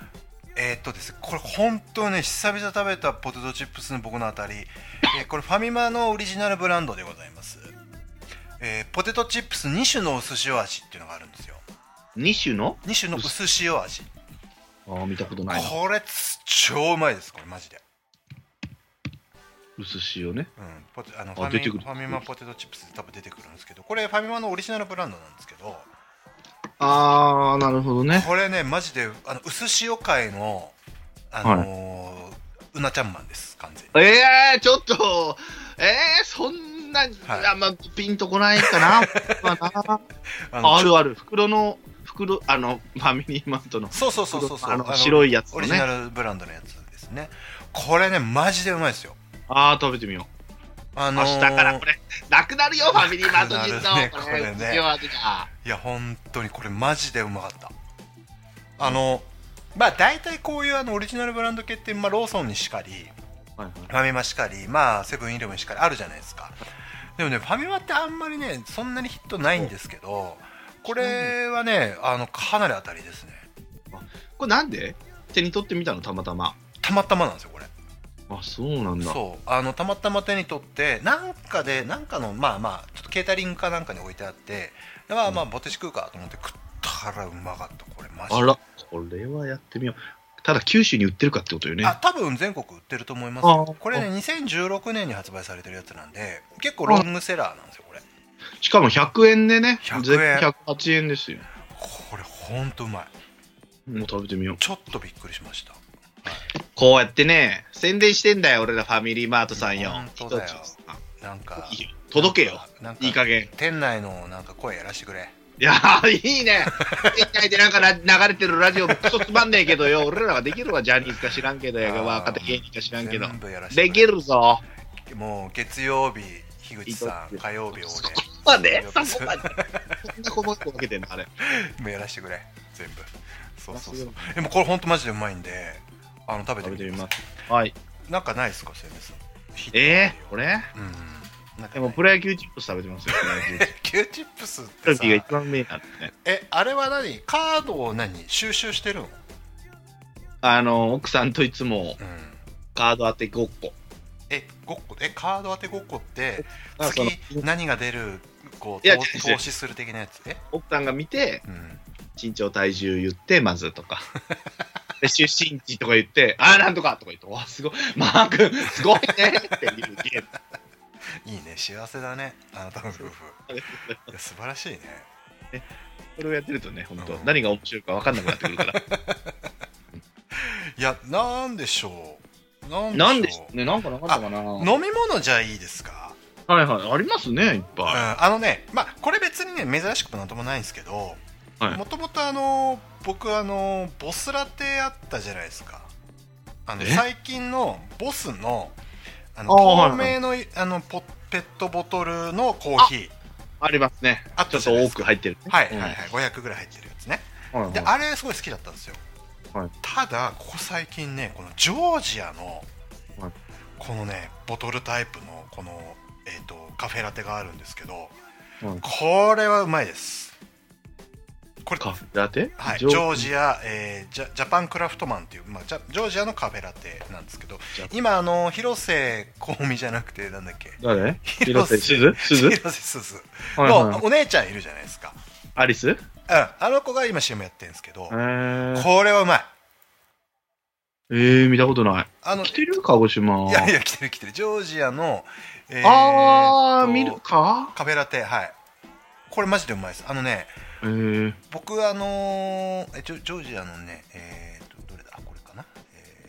Speaker 3: えっ、ー、とですねこれ本当ね久々食べたポテトチップスの僕のあたり、えーこれファミマのオリジナルブランドでございます、えーポテトチップス2種のお寿司味っていうのがあるんですよ
Speaker 4: 2種の
Speaker 3: 2種の薄塩味
Speaker 4: ああ、見たことないな。
Speaker 3: これつ超うまいですこれマジで、
Speaker 4: 薄塩ね。
Speaker 3: うん、ポテあの
Speaker 4: あ
Speaker 3: ファ
Speaker 4: 出てく
Speaker 3: ミ
Speaker 4: る
Speaker 3: ファミマポテトチップスで多分出てくるんですけどこれファミマのオリジナルブランドなんですけど
Speaker 4: ああ、なるほどね。
Speaker 3: これねマジであの薄塩界のあのーうなちゃんマンです完全に
Speaker 4: ええちょっと、ええそんな、
Speaker 3: はい
Speaker 4: あんまピンとこないか な。まあな
Speaker 3: あの
Speaker 4: あるある、袋の、袋、あの、ファミリーマートの、
Speaker 3: そうそうそうそうそう
Speaker 4: あの白いやつ
Speaker 3: オ
Speaker 4: の
Speaker 3: リジナ
Speaker 4: ね。
Speaker 3: ルブランドのやつですねこれねマジでうまいですよ
Speaker 4: ああ、食べてみよ
Speaker 3: あ
Speaker 4: う。
Speaker 3: の
Speaker 4: 明
Speaker 3: ー
Speaker 4: 日からこれ、なくなるよ、ファミリーマート人
Speaker 3: なく
Speaker 4: の。
Speaker 3: なるね
Speaker 4: こ
Speaker 3: これ
Speaker 4: れ、
Speaker 3: ね
Speaker 4: 必要味が。
Speaker 3: いや本当にこれマジでうまかったあのまあ大体こういうあのオリジナルブランド系って、まあ、ローソンにしかり
Speaker 4: はいはい
Speaker 3: ファミマしかり、まあ、セブンイレブンしかりあるじゃないですか。でもね、ファミマってあんまりね、そんなにヒットないんですけど、これはね、あの、かなり当たりですね。
Speaker 4: これなんで手に取ってみたの、たまたま。
Speaker 3: たまたまなんですよ、これ。
Speaker 4: あ、そうなんだ。
Speaker 3: そう。あの、たまたま手に取って、なんかで、なんかの、まあまあ、ちょっとケータリングかなんかに置いてあって、でまあまあ、ボテシ食うかと思って食ったらうまかった、これ、マジ
Speaker 4: あら、これはやってみよう。ただ、九州に売ってるかってことよね。
Speaker 3: あ多分全国売ってると思います
Speaker 4: あ
Speaker 3: よこれね2016年に発売されてるやつなんで結構ロングセラーなんですよこれ
Speaker 4: しかも100円でね、
Speaker 3: 100円
Speaker 4: 税込108円ですよ。
Speaker 3: これほんとうまい
Speaker 4: もう食べてみよう。
Speaker 3: ちょっとびっくりしました
Speaker 4: こうやってね、宣伝してんだよ、俺らファミリーマートさんよ。
Speaker 3: 本当だよ
Speaker 4: あ
Speaker 3: なんか
Speaker 4: いいよ届けよ。
Speaker 3: なんか
Speaker 4: いい加減。
Speaker 3: 店内のなんか声やらしてくれ
Speaker 4: いやー、いいね。店内でなんかな流れてるラジオもクソつまんねえけどよ。俺らができるわ、ジャニーズか知らんけど
Speaker 3: あー
Speaker 4: よ。若手芸人か知らんけど。
Speaker 3: 全部やらして
Speaker 4: できるぞ。
Speaker 3: もう月曜日樋口さん
Speaker 4: いいぞ
Speaker 3: 火曜日俺
Speaker 4: そこまで
Speaker 3: 水曜日
Speaker 4: そこまで。そんな細かく分けてんの、あれ。
Speaker 3: 全部やらしてくれ全部そうそうそうでもこれほんとマジでうまいんであの食べて
Speaker 4: 食べ
Speaker 3: み
Speaker 4: て
Speaker 3: て
Speaker 4: み
Speaker 3: くださ
Speaker 4: ま
Speaker 3: い
Speaker 4: す。はい。
Speaker 3: なんかないですかせめさん
Speaker 4: えー、これ
Speaker 3: うんなんか
Speaker 4: で
Speaker 3: ない
Speaker 4: もプロ野球チップス食べてますよ、プロ野球チップス。
Speaker 3: キューチップスっ
Speaker 4: カ
Speaker 3: て
Speaker 4: ル
Speaker 3: さ
Speaker 4: ビが一番うめえなってね。
Speaker 3: えあれは何カードを何収集してるの
Speaker 4: あの、奥さんといつも
Speaker 3: うん
Speaker 4: カード当てごっこ。
Speaker 3: えごっこえカード当てごっこって
Speaker 4: なんかその
Speaker 3: 次何が出るこう
Speaker 4: いや
Speaker 3: 投
Speaker 4: 違う違う
Speaker 3: 投資する的なやつえ、
Speaker 4: 奥さんが見て、
Speaker 3: うん、
Speaker 4: 身長、体重言って、まずとか。 で出身地とか言って、ああ、なんとかとか言って、わあ、すごい、マー君、すごいねっていうゲーム。
Speaker 3: いいね幸せだねあなたの夫婦 いや素晴らしいね
Speaker 4: これをやってるとね、本当、
Speaker 3: うん
Speaker 4: 何が面白いか分かんなくなってく るから。
Speaker 3: いやなんでしょうなんでしょう
Speaker 4: なんでしょうね、なんかなかったかな。は
Speaker 3: 飲み物じゃいいですか、
Speaker 4: いはい、ありますね、いっ
Speaker 3: うん、
Speaker 4: ぱ
Speaker 3: あのねまあこれ別にね珍しくもなんともないんですけど
Speaker 4: はい
Speaker 3: もともとあの僕あのボスラテあったじゃないですかあの
Speaker 4: え
Speaker 3: 最近のボスのあの
Speaker 4: あー
Speaker 3: 透明の,、あのポペットボトルのコーヒー
Speaker 4: い。ありますね。
Speaker 3: あっ
Speaker 4: ちょ
Speaker 3: た
Speaker 4: っ
Speaker 3: じ
Speaker 4: と
Speaker 3: ゃないで
Speaker 4: 多
Speaker 3: す
Speaker 4: く
Speaker 3: か
Speaker 4: 入ってるね。
Speaker 3: はいはいはい500ぐらい入ってるやつね
Speaker 4: はいはい
Speaker 3: であれすごい好きだったんですよ、
Speaker 4: はい
Speaker 3: ただここ最近ねこのジョージアの
Speaker 4: はい
Speaker 3: このねボトルタイプのこの、えー、とカフェラテがあるんですけど、これはうまいですこれ
Speaker 4: カフェラテ
Speaker 3: はい、ジョージア、えージャジャパンクラフトマンっていう、まあ、ジャジョージアのカフェラテなんですけど
Speaker 4: ジャ
Speaker 3: 今あの広瀬香美じゃなくてなんだっけ
Speaker 4: 誰広瀬すずすず
Speaker 3: 広瀬すず
Speaker 4: はい
Speaker 3: の
Speaker 4: はい
Speaker 3: お姉ちゃんいるじゃないですか、
Speaker 4: アリスえ
Speaker 3: うん、あの子が今 CM やってるんですけど、
Speaker 4: ー
Speaker 3: これはうまい
Speaker 4: えー、見たことない。
Speaker 3: あの
Speaker 4: 来てる鹿児島。
Speaker 3: いやいや来てる来てるジョージアの、えー
Speaker 4: あー、
Speaker 3: と
Speaker 4: 見るか
Speaker 3: カフェラテはいこれマジでうまいですあのね
Speaker 4: えー、
Speaker 3: 僕あのーえジョジョージアのねえー、とどれだこれかなえ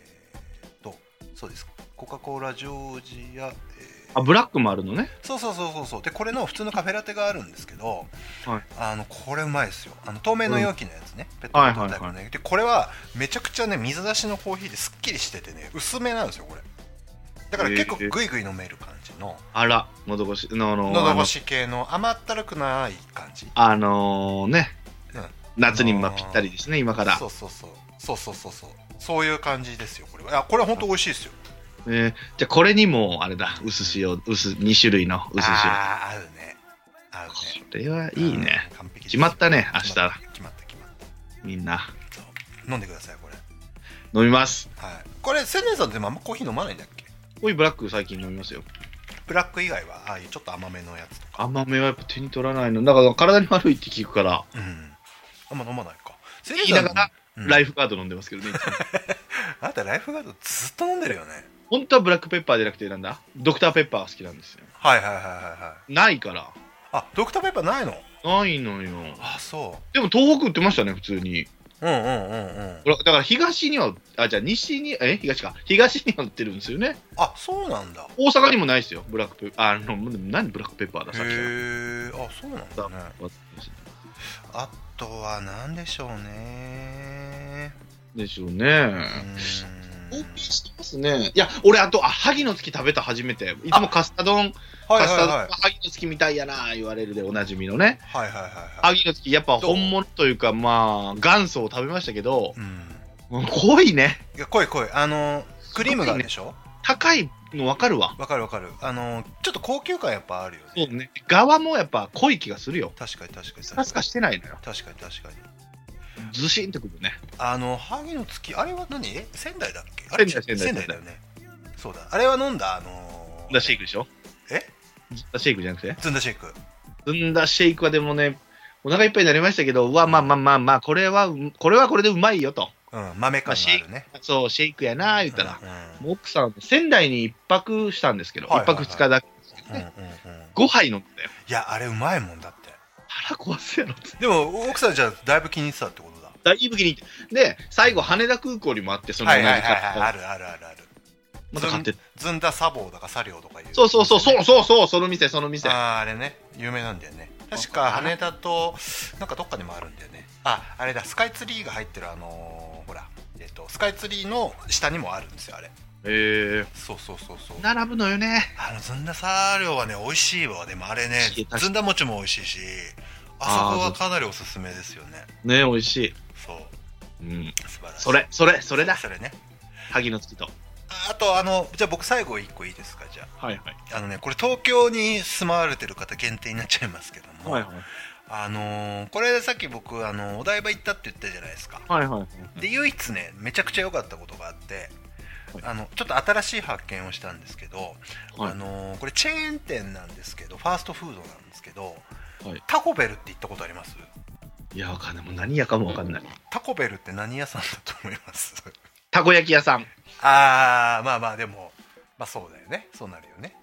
Speaker 3: ー、とそうですコカ・コーラジョージア、えー
Speaker 4: あ、ブラックもあるのね。
Speaker 3: そうそうそうそうそうでこれの普通のカフェラテがあるんですけど、
Speaker 4: はい
Speaker 3: あのこれうまいですよあの透明の容器のやつね、ペットボトルタイプのね、
Speaker 4: はい
Speaker 3: でこれはめちゃくちゃね水出しのコーヒーですっきりしててね薄めなんですよこれだから結構
Speaker 4: へー
Speaker 3: グイグイ飲める感じの
Speaker 4: あら、喉越し、あの、
Speaker 3: 喉越し系の甘ったるくない感じ
Speaker 4: あのーね、
Speaker 3: うん
Speaker 4: 夏にまあぴったりですね、今から
Speaker 3: そ。うそうそうそうそうそうそうそういう感じですよこれはあこれは本当美味しいですよ
Speaker 4: えーじゃあこれにも、あれだ、薄塩、薄、2種類の薄
Speaker 3: あ
Speaker 4: 塩。
Speaker 3: あ合うね合うね
Speaker 4: これはいいね。
Speaker 3: うん完璧です
Speaker 4: 決まったね明日
Speaker 3: 決まった決まった決まっ
Speaker 4: みんな。
Speaker 3: たそう飲んでくださいこれ
Speaker 4: 飲みます。
Speaker 3: はいこれ千年さんってあんまコーヒー飲まないんだっけ
Speaker 4: こういうブラック最近飲みますよ。
Speaker 3: ブラック以外はああいうちょっと甘めのやつとか
Speaker 4: 甘めはやっぱ手に取らないの。だから体に悪いって聞くから、
Speaker 3: うんあんま飲まないか千
Speaker 4: 言いながら、ライ
Speaker 3: フ
Speaker 4: フガード飲んでますけどね。いつも
Speaker 3: あなたライフガードずっと飲んでるよね
Speaker 4: 本当はブラックペッパーじゃなくてなんだドクターペッパーが好きなんですよ。
Speaker 3: はいはいはいはいはい
Speaker 4: ないから。
Speaker 3: あドクターペッパーないの
Speaker 4: ないのよ。
Speaker 3: あそ
Speaker 4: でも東北売ってましたね、普通に。
Speaker 3: ううんうんうんうん
Speaker 4: ほらだから東には、あ、じゃあ西に、え、東か。東には売ってるんですよね。
Speaker 3: あそうなんだ
Speaker 4: 大阪にもないですよ、ブラックペッパー。あの、何ブラックペッパーだ、さっきから
Speaker 3: へえあそうなんだね
Speaker 4: 私
Speaker 3: あとは何でしょうね
Speaker 4: でしょう
Speaker 3: う
Speaker 4: ね。
Speaker 3: ー
Speaker 4: 貢
Speaker 3: ん
Speaker 4: 献してますね。いや、俺、あと、あ、萩の月食べた、初めて。いつもカスタ丼、
Speaker 3: はい
Speaker 4: カ
Speaker 3: はい
Speaker 4: スタ丼
Speaker 3: は
Speaker 4: は萩の月みたいやな、言われるで、おなじみのね。
Speaker 3: いはいはいはいはい
Speaker 4: 萩の月、やっぱ本物というか、まあ、元祖を食べましたけど
Speaker 3: う、ん
Speaker 4: うん濃いね。
Speaker 3: いや濃い濃いあのクリームがあるでしょ
Speaker 4: 高いの分かるわ。
Speaker 3: わかるわかるあのちょっと高級感やっぱあるよ
Speaker 4: そう
Speaker 3: ね
Speaker 4: ね。側もやっぱ濃い気がするよ。
Speaker 3: 確かに確かに
Speaker 4: スカ
Speaker 3: 確
Speaker 4: ス
Speaker 3: か
Speaker 4: カ
Speaker 3: に
Speaker 4: してないのよ。
Speaker 3: 確かに確かに
Speaker 4: ずしんってくるね。
Speaker 3: あの萩の月あれは何え仙台だっけあれ
Speaker 4: 仙台仙台
Speaker 3: 仙台だよねそうだあれは飲んだあのー
Speaker 4: ずんだシェイクでしょ
Speaker 3: え
Speaker 4: ずんだシェイクじゃなくて
Speaker 3: ずんだシェイク
Speaker 4: ずんだシェイクはでもね、お腹いっぱいになりましたけど、うわ、まあまあまあまあ、これは、うんこれはこれでうまいよと。
Speaker 3: うん豆感があるね
Speaker 4: そう、シェイクやな、言ったら。
Speaker 3: うん
Speaker 4: もう奥さん、仙台に一泊したんですけど、
Speaker 3: はいはいはい
Speaker 4: 一泊二日だけ。
Speaker 3: うんうんうん
Speaker 4: 5杯飲んだよ。
Speaker 3: いやあれうまいもんだって
Speaker 4: 腹壊すやろって。
Speaker 3: でも奥さんじゃあだいぶ気に入ってたってことだ
Speaker 4: 大いぶ気に入って。で、最後、羽田空港にもあって、その
Speaker 3: は
Speaker 4: 同じ
Speaker 3: いはいはい
Speaker 4: 買
Speaker 3: はいあ
Speaker 4: った。
Speaker 3: るあるあるある
Speaker 4: また買って。
Speaker 3: ずんだ砂防だか砂料とかいう
Speaker 4: そうそうそう、そうそうそう、その店、その店。
Speaker 3: あーあれね有名なんだよね確か羽田となんかどっかにもあるんだよねああれだスカイツリーが入ってるあのーほらえっとスカイツリーの下にもあるんですよあれ
Speaker 4: え
Speaker 3: そうそうそうそう
Speaker 4: ー。並ぶのよね。
Speaker 3: あのずんだ砂料はね美味しいわでもあれね
Speaker 4: 美味しい確かに
Speaker 3: ずんだ餅も美味しいしあそこはかなりおすすめですよね
Speaker 4: ね、美味しい。
Speaker 3: そう
Speaker 4: うん。
Speaker 3: 素晴らしい
Speaker 4: それ、それ、それだ。
Speaker 3: それね
Speaker 4: 萩の月と。
Speaker 3: ああとあのじゃあ僕最後一個いいですかじゃ
Speaker 4: はいはい。
Speaker 3: ああのねこれ東京に住まわれてる方限定になっちゃいますけども、
Speaker 4: はいはい。
Speaker 3: あのーこれでさっき僕、あのーお台場行ったって言ったじゃないですか
Speaker 4: はいはい。
Speaker 3: で唯一ねめちゃくちゃ良かったことがあってあのちょっと新しい発見をしたんですけど、
Speaker 4: はい
Speaker 3: あのーこれチェーン店なんですけどファーストフードなんですけど、
Speaker 4: はい
Speaker 3: タコベルって言ったことあります
Speaker 4: いや、わかんない。もう何やかもわかんない。
Speaker 3: タコベルって何屋さんだと思います
Speaker 4: たこ焼き屋さん。
Speaker 3: あーまあまあでもまあそうだよねそうなるよね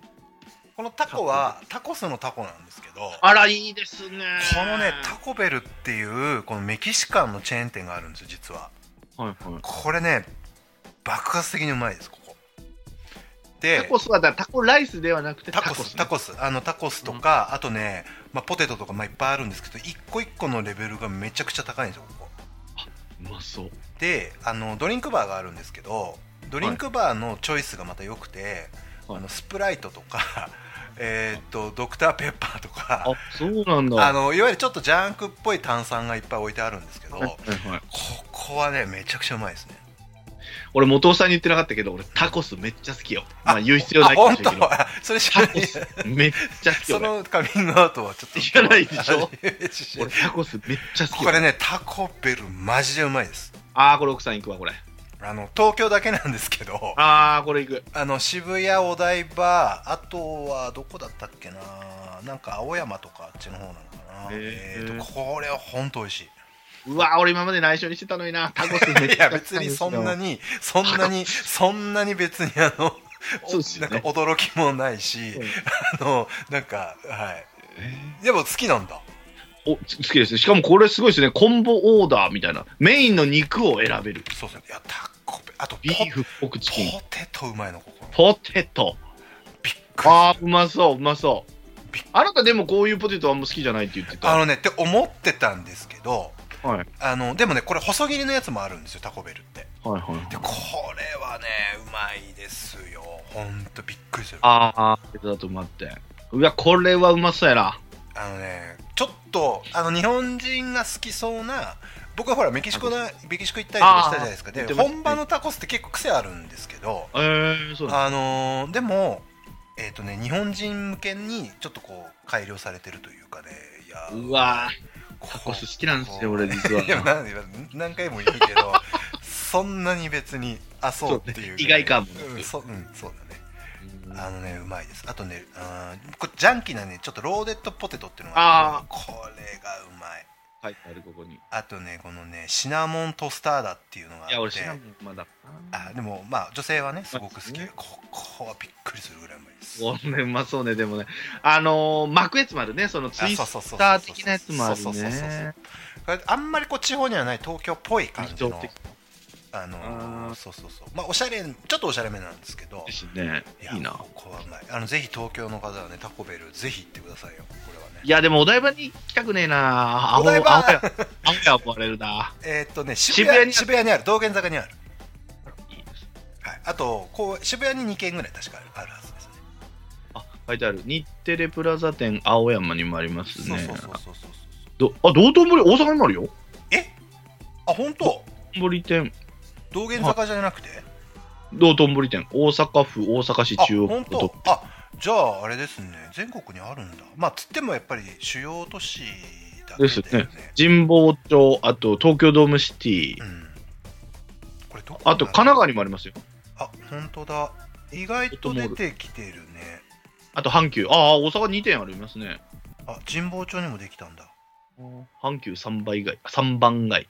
Speaker 3: このタコはタコスのタコなんですけどこ
Speaker 4: あら、いいですね。
Speaker 3: のねタコベルっていうこのメキシカンのチェーン店があるんですよ実は
Speaker 4: はいはい。
Speaker 3: これね爆発的にうまいですここで
Speaker 4: タコスはだタコライスではなくて
Speaker 3: タコスタコスあのタコスとか、あとね、まあ、ポテトとか、まあ、いっぱいあるんですけど一個一個のレベルがめちゃくちゃ高いんですよここ
Speaker 4: うまそう
Speaker 3: であのドリンクバーがあるんですけどドリンクバーのチョイスがまた良くて、
Speaker 4: はい
Speaker 3: あのスプライトとか えーっとドクターペッパーとか
Speaker 4: あそうなんだ
Speaker 3: あのいわゆるちょっとジャンクっぽい炭酸がいっぱい置いてあるんですけど、こ
Speaker 4: はいはい、
Speaker 3: こはねめちゃくちゃうまいですね
Speaker 4: 俺元尾さんに言ってなかったけど俺タコスめっちゃ好きよまあ言う必要
Speaker 3: あ
Speaker 4: ないかも
Speaker 3: 本
Speaker 4: しれ
Speaker 3: 当
Speaker 4: んけど
Speaker 3: それ知ら
Speaker 4: タ
Speaker 3: な
Speaker 4: コ
Speaker 3: い
Speaker 4: スめっちゃ好き
Speaker 3: そ
Speaker 4: よ俺
Speaker 3: のカミングアウトはちょっと
Speaker 4: 知らないでしょ
Speaker 3: 初めて 知ら
Speaker 4: 俺
Speaker 3: ない
Speaker 4: タコスめっちゃ好きよ
Speaker 3: これねタコベルマジでうまいです
Speaker 4: ああこれ奥さん行くわこれ
Speaker 3: あの東京だけなんですけど
Speaker 4: ああこれ行く
Speaker 3: あの渋谷お台場あとはどこだったっけななんか青山とかあっちの方なのかな
Speaker 4: へ
Speaker 3: え
Speaker 4: ー
Speaker 3: ーとこれは本当美味し
Speaker 4: うわー俺今まで内緒にしてたのになタコスめっちゃ好
Speaker 3: い
Speaker 4: き
Speaker 3: いや別にそんなにそんなにそんなに別にあの
Speaker 4: そうですよね
Speaker 3: なんか驚きもないし、
Speaker 4: うん
Speaker 3: あのなんかはいでも好きなんだ
Speaker 4: お好きですねしかもこれすごいですねコンボオーダーみたいなメインの肉を選べる
Speaker 3: そうそういやタコベあとポ
Speaker 4: ビーフポークチキン
Speaker 3: ポテトうまいのここ
Speaker 4: ポテト
Speaker 3: びっくり
Speaker 4: ああうまそううまそう
Speaker 3: びっ
Speaker 4: あなたでもこういうポテトあんま好きじゃないって言ってた
Speaker 3: あのねって思ってたんですけど
Speaker 4: はい
Speaker 3: あのでもねこれ細切りのやつもあるんですよタコベルって
Speaker 4: はいはい
Speaker 3: でこれはねうまいですよほんとびっくりするあ
Speaker 4: ああポテトだと待ってうわこれはうまそうやな
Speaker 3: のねちょっとあの日本人が好きそうな僕はほらメキシコなメキシコ行ったりとかしたじゃないですか
Speaker 4: あー
Speaker 3: で
Speaker 4: 言ってました
Speaker 3: 本場のタコスって結構癖あるんですけど
Speaker 4: えー、そうだ
Speaker 3: あのーでもえっ、とね日本人向けにちょっとこう改良されてるというかねいや
Speaker 4: うわ
Speaker 3: こ
Speaker 4: ータコス好きなんですよ俺実はい
Speaker 3: やなんで何回も言うけどそんなに別にあそうっていうぐらい
Speaker 4: そうね意外感もなく
Speaker 3: うんそ,、うん、そうだねあのねうまいですあとねあーこれジャンキーなねちょっとローデッドポテトっていうのがあってこれがうまい
Speaker 4: 書いてあるここにい
Speaker 3: あとねこのねシナモントスターダっていうのがあって
Speaker 4: や俺シナモンまだ
Speaker 3: あでもまあ女性はねすごく好き
Speaker 4: そうです
Speaker 3: で
Speaker 4: ね
Speaker 3: ここはびっくりするぐらいうまいです
Speaker 4: これうまそうねでもねあのー、巻くやつもあるねそのツイ
Speaker 3: そうそうそ
Speaker 4: ス
Speaker 3: う
Speaker 4: タ
Speaker 3: そ
Speaker 4: ー
Speaker 3: う
Speaker 4: 的なやつもある
Speaker 3: そうそうそうそう
Speaker 4: ね
Speaker 3: これあんまりこう地方にはない東京っぽい感じ
Speaker 4: 特
Speaker 3: の
Speaker 4: 的
Speaker 3: あのー
Speaker 4: あー
Speaker 3: そうそうそうまあおしゃれちょっとおしゃれめなんですけど
Speaker 4: ですね
Speaker 3: や
Speaker 4: いいな
Speaker 3: ここはうまいあのぜひ東京の方はねタコベルぜひ行ってくださいよこれはね
Speaker 4: いやでもお台場に行きたくねえな
Speaker 3: お台場
Speaker 4: 青青や青や思われるな
Speaker 3: えーっとね
Speaker 4: 渋
Speaker 3: 渋
Speaker 4: 谷
Speaker 3: 谷
Speaker 4: に
Speaker 3: に渋谷にある道玄坂にある、はい、あとこう渋谷に2軒ぐらい確かあるあるはずですね
Speaker 4: あ書いてある日テレプラザ店青山にもありますね
Speaker 3: そうそうそうそうそうそう
Speaker 4: どあ道頓堀大阪にもあるよ
Speaker 3: えあ本当
Speaker 4: 道頓堀店
Speaker 3: 道玄坂じゃなくて
Speaker 4: 道頓堀店大阪府大阪市
Speaker 3: あ
Speaker 4: 中央区
Speaker 3: 本当あじゃああれですね全国にあるんだまあつってもやっぱり主要都市だけだよね
Speaker 4: ですね神保町あと東京ドームシティ、
Speaker 3: うんこれどこ
Speaker 4: あと神奈川にもありますよ
Speaker 3: あ本当だ意外と出てきてるね
Speaker 4: あと阪急ああ大阪2店ありますね
Speaker 3: あ神保町にもできたんだ
Speaker 4: 阪急3倍街3番街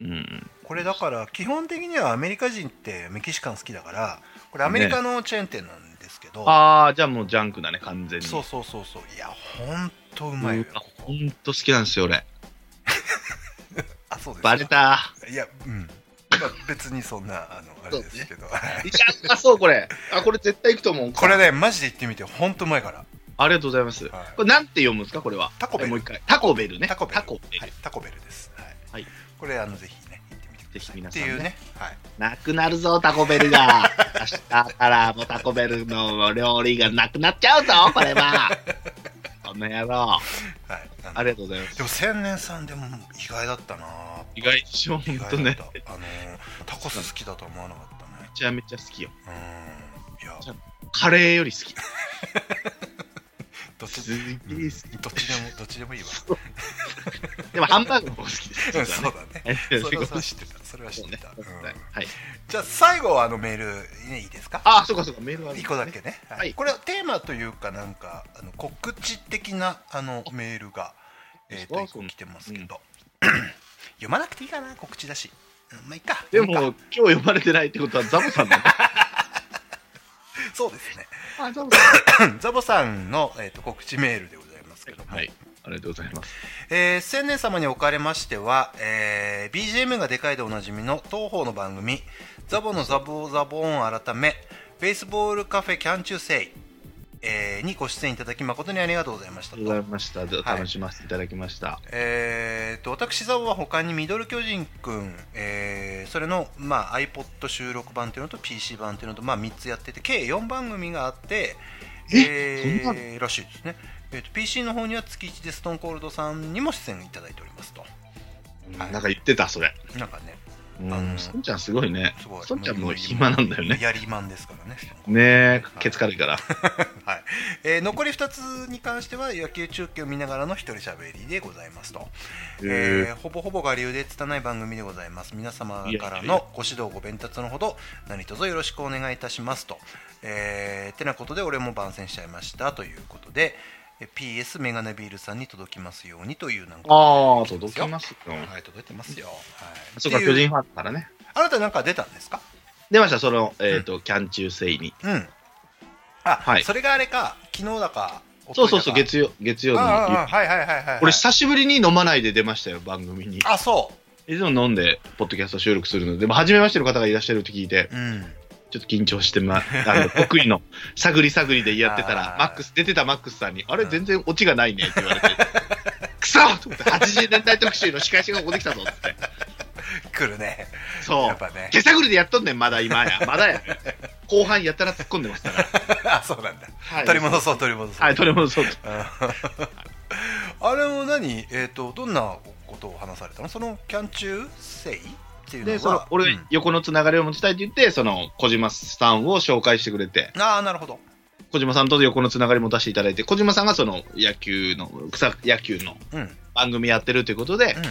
Speaker 4: うん
Speaker 3: これだから基本的にはアメリカ人ってメキシカン好きだからこれアメリカのチェーン店なんですけど、
Speaker 4: ああじゃあもうジャンクだね完全に
Speaker 3: そうそうそうそういやほんとうまいよ
Speaker 4: わ
Speaker 3: こ
Speaker 4: ほ
Speaker 3: こ
Speaker 4: んと好きなんですよ俺
Speaker 3: あそうですか
Speaker 4: バレた
Speaker 3: いやうん、まあ、別にそんなあのあれですけど
Speaker 4: いやうまそうこれあこれ絶対行くと思う
Speaker 3: これねマジで言ってみてほんとうまいから、
Speaker 4: ありがとうございます
Speaker 3: はい
Speaker 4: これなんて読むんですかこれは
Speaker 3: タコベル
Speaker 4: もう一回タコベルね
Speaker 3: タコベル
Speaker 4: タコベル
Speaker 3: はい、タコベルです、はい
Speaker 4: はい
Speaker 3: これあのぜひね行ってみてください
Speaker 4: ぜひ皆
Speaker 3: っ
Speaker 4: さ
Speaker 3: て
Speaker 4: んね
Speaker 3: いうね、はい、
Speaker 4: なくなるぞ、タコ ベルが。明日からもうタコベルの料理がなくなっちゃうぞ、これは。この野郎。
Speaker 3: はい、あの
Speaker 4: ありがとうございます。
Speaker 3: でも千年さんでも意外だったな
Speaker 4: 意外でしょ、ほ
Speaker 3: 意
Speaker 4: ん
Speaker 3: 外だ
Speaker 4: と
Speaker 3: っ
Speaker 4: ね
Speaker 3: た、。あのータコス好きだとは思わなかったね
Speaker 4: めちゃめちゃ好きよ。
Speaker 3: うんいや
Speaker 4: じゃカレーより好き。
Speaker 3: どっち
Speaker 4: すげえ好
Speaker 3: どっちでもどっちでもいいわ
Speaker 4: き。でもハンバーグも好きです。
Speaker 3: うんそうだね
Speaker 4: 実はね
Speaker 3: それは知ってたそれは知ってた、うん
Speaker 4: はい。
Speaker 3: じゃあ最後はあのメール、ね、いいですか
Speaker 4: あ、そうかそうか、メールがある
Speaker 3: 一
Speaker 4: んですね
Speaker 3: 個だけね、は、
Speaker 4: はいい
Speaker 3: これはテーマというかなんかあの告知的なあのメールが、えー、と
Speaker 4: そう
Speaker 3: 一個来てますけど、 読まなくていいかな告知だしうんまあいいか
Speaker 4: で
Speaker 3: いいか
Speaker 4: も、今日読まれてないってことは、ザボさんだね。
Speaker 3: そう ですね
Speaker 4: あ、ザボさ
Speaker 3: ザボさんの、えー、と告知メールでございますけども、
Speaker 4: ん。 はい。ありがとうございます。
Speaker 3: えー、千年様におかれましては、えー BGM がでかいでおなじみの東方の番組「ザボのザボザボーン改めベースボールカフェキャン中世」えーにご出演いただき誠にありがとうございました
Speaker 4: ありがとうございました。じゃあ楽しませていただきました。
Speaker 3: えー、と私、ザボは他にミドル巨人くん、えーそれの、まあ、iPod 収録版というのと PC 版というのと、まあ、3つやってて計4番組があって、
Speaker 4: えそんな
Speaker 3: らしいですね、えーと PC の方には月1でストーンコールドさんにも出演いただいておりますとはい
Speaker 4: なんか言ってた、それ。
Speaker 3: なんかね、
Speaker 4: う
Speaker 3: あの
Speaker 4: ん。ソンちゃんすごいね
Speaker 3: すごい。
Speaker 4: ソンちゃんもう暇なんだよね。
Speaker 3: やりマンですからね。
Speaker 4: ねえ、ケツ軽いから。
Speaker 3: はいえー残り2つに関しては野球中継を見ながらの一人しゃべりでございますと、えーほぼほぼ我流で拙い番組でございます皆様からのご指導ご鞭達のほど何卒よろしくお願いいたしますと、えーてなことで俺も番宣しちゃいましたということでえー PS メガネビールさんに届きますようにというなんか
Speaker 4: ああ、届きますよ。
Speaker 3: はい届いてますよ、はい、
Speaker 4: そうか、
Speaker 3: ってい
Speaker 4: 巨人ファンだからね。
Speaker 3: あなたなんか出たんですか
Speaker 4: 出ました、その、えっと、キャン中制に。
Speaker 3: うんあ、
Speaker 4: はい
Speaker 3: それがあれか昨日だか
Speaker 4: そうそうそう、
Speaker 3: 月
Speaker 4: 月曜、月曜
Speaker 3: 曜
Speaker 4: に。
Speaker 3: ああはいはいはいはい
Speaker 4: 俺、久しぶりに飲まないで出ましたよ、番組に。
Speaker 3: あそ
Speaker 4: いつも飲んで、ポッドキャスト収録するので、でも、初めましての方がいらっしゃるって聞いて、
Speaker 3: ううん
Speaker 4: ちょっと緊張して、ま、あの、 得意の、探り探りでやってた
Speaker 3: あ
Speaker 4: ら
Speaker 3: ー、
Speaker 4: マックス、出てたマックスさんに、あれ、
Speaker 3: うん
Speaker 4: 全然オチがないねって言わ れて、くそと思って、80年代特集の司会者がここできたぞって。
Speaker 3: 来るね
Speaker 4: そ
Speaker 3: やっ
Speaker 4: う。
Speaker 3: ぱね
Speaker 4: 手探りでやっとんねん、まだ今や。まだや。後半やたら突っ込んでますから。
Speaker 3: あそうなんだ、
Speaker 4: はい
Speaker 3: 取り戻そう取り戻そう、
Speaker 4: はい、取り戻そうと。
Speaker 3: あれも何えっ、とどんなことを話されたのそのキャン中生っていうのは
Speaker 4: で、その、俺、
Speaker 3: うん
Speaker 4: 横のつながりを持ちたいって言って、その、小島さんを紹介してくれて、
Speaker 3: ああなるほど
Speaker 4: 小島さんと横のつながりも出していただいて、小島さんがその、野球の、草野球の
Speaker 3: うんうん
Speaker 4: 番組やってるということで、
Speaker 3: うんうん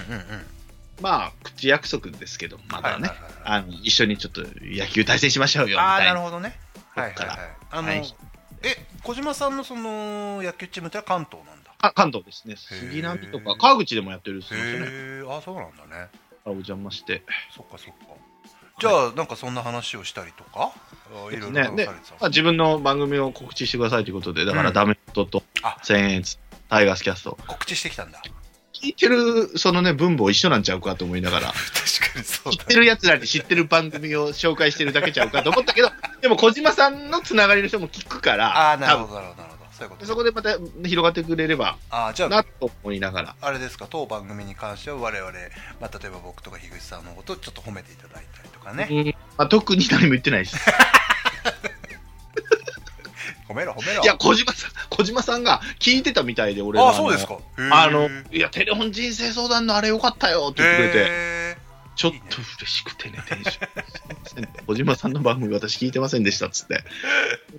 Speaker 4: まあ、口約束ですけど、まだ
Speaker 3: はいはい
Speaker 4: ね、
Speaker 3: はい
Speaker 4: あの、一緒にちょっと野球対戦しましょうよ、み
Speaker 3: ああ
Speaker 4: た
Speaker 3: ないる
Speaker 4: な。
Speaker 3: ほどねはいはいはいあの、
Speaker 4: はい
Speaker 3: え小島さんのその野球チームってのは関東なんだ
Speaker 4: か関東ですね。杉並とか、川口でもやってるっすよね。
Speaker 3: へえあそうなんだね
Speaker 4: お邪魔して。
Speaker 3: そっかそっかじゃあ、なんかそんな話をしたりとかあいろいろ
Speaker 4: ね、
Speaker 3: 話
Speaker 4: で
Speaker 3: されてたん
Speaker 4: まあ、自分の番組を告知してくださいということで、だか
Speaker 3: う
Speaker 4: ら
Speaker 3: ん
Speaker 4: ダメットと
Speaker 3: あ
Speaker 4: 千円タイガースキャスト、
Speaker 3: 告知してきたんだ
Speaker 4: 聞いてるそのね文法一緒なんちゃうかと思いながら、
Speaker 3: 確かに そう
Speaker 4: 知
Speaker 3: だ
Speaker 4: ってるやつらに知ってる番組を紹介してるだけちゃうかと思ったけど、でも小島さんのつながりの人も聞くから、
Speaker 3: ああなるほどなるほどなるほどそういうこ
Speaker 4: 多分
Speaker 3: と
Speaker 4: そこでまた広がってくれれば
Speaker 3: ああじゃあ
Speaker 4: なと思いながら、
Speaker 3: あれですか当番組に関しては我々、まあ、例えば僕とか樋口さんのことをちょっと褒めていただいたりとかね、
Speaker 4: うんまあ、特に何も言って ないです。
Speaker 3: 褒めろ褒めろ
Speaker 4: いや、小島さん、小島さんが聞いてたみたいで、俺
Speaker 3: あ
Speaker 4: の
Speaker 3: あそうですかへー
Speaker 4: あの、いや、テレホン人生相談のあれよかったよって言ってくれて。
Speaker 3: へ
Speaker 4: ちょっと嬉しくてね、テンション。 すいません小島さんの番組、私聞いてませんでしたっつって。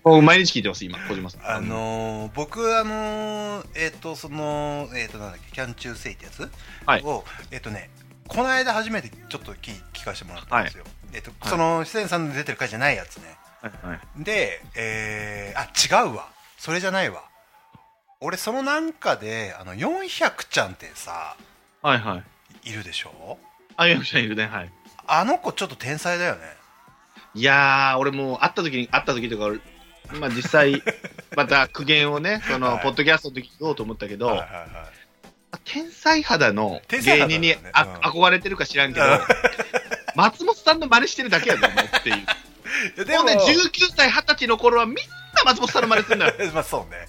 Speaker 4: もう毎日聞いてます、今、小島さん。
Speaker 3: ーあ、のー僕あのーえっ、とそのえっ、となんだっけキャン中生ってやつ、
Speaker 4: はい
Speaker 3: をえっ、とねこの間初めてちょっと聞聞かせてもらったんですよ、えっ、とその出演さんの出てる回じゃないやつね
Speaker 4: はいはい、
Speaker 3: でえー、あ違うわそれじゃないわ俺そのなんかであの400ちゃんってさ
Speaker 4: はいはい。
Speaker 3: いるでしょ
Speaker 4: あ、役者いるね、はい。
Speaker 3: あの子ちょっと天才だよね。
Speaker 4: いやー、俺もう会った時に、会った時とか、俺まあ実 際、また苦言をね、その、
Speaker 3: はい
Speaker 4: ポッドキャストの時に言おうと思ったけど、
Speaker 3: は
Speaker 4: 天才肌の
Speaker 3: 天才
Speaker 4: 芸
Speaker 3: 肌
Speaker 4: 人に
Speaker 3: だよね
Speaker 4: あ、
Speaker 3: うん
Speaker 4: 憧れてるか知らんけど
Speaker 3: うん、
Speaker 4: 松本さんの真似してるだけやと思うっていう。
Speaker 3: い。 で
Speaker 4: でも
Speaker 3: も
Speaker 4: ね、
Speaker 3: ね、
Speaker 4: 19歳、20歳の頃はみんな松本さんの真似するんだ よ。
Speaker 3: まあそうね。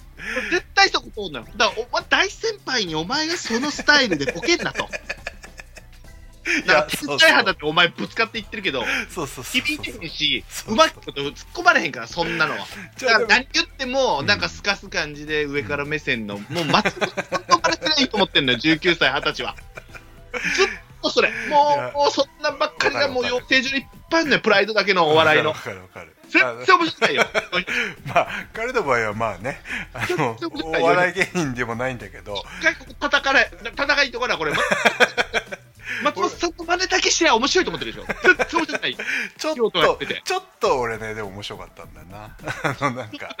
Speaker 4: 絶対そこ通んのよ。だから、お前、大先輩にお前がそのスタイルでボケんなと。
Speaker 3: い
Speaker 4: だから、
Speaker 3: そ
Speaker 4: 天
Speaker 3: う
Speaker 4: 才派だってお前ぶつかっていってるけど、
Speaker 3: そうそうそう
Speaker 4: 響いて
Speaker 3: そう
Speaker 4: るし
Speaker 3: そう、そう
Speaker 4: うまくこと突っ込まれへんから、そんなのは。
Speaker 3: じ
Speaker 4: だ
Speaker 3: ゃ
Speaker 4: か
Speaker 3: あ
Speaker 4: ら、何言っても、なんかすかす感じで上から目線の、もう松本さんとバレてないと思ってんのよ、19歳、20歳は。ずっとそれ。
Speaker 3: いや
Speaker 4: もう、もうそんなんばっかり
Speaker 3: わか
Speaker 4: が
Speaker 3: る
Speaker 4: も
Speaker 3: わ
Speaker 4: う
Speaker 3: かる
Speaker 4: 養成所にいっぱいあるのよ、プライドだけのお笑いの
Speaker 3: わ。かるわかるわ
Speaker 4: 全
Speaker 3: かる。
Speaker 4: 然面白いよ。
Speaker 3: あのまあ彼の場合はまあね、あの
Speaker 4: 全然面白いよね
Speaker 3: お笑い芸人でもないんだけど、
Speaker 4: 一回ここ叩かれ、叩いとこな、これ。松本さんの真似だけ試合面白いと思ってるでしょ。絶対面白くない。
Speaker 3: ちょっ
Speaker 4: 仕事やっ
Speaker 3: と
Speaker 4: てて
Speaker 3: ちょっと俺ねでも面白かったんだよな あのなんか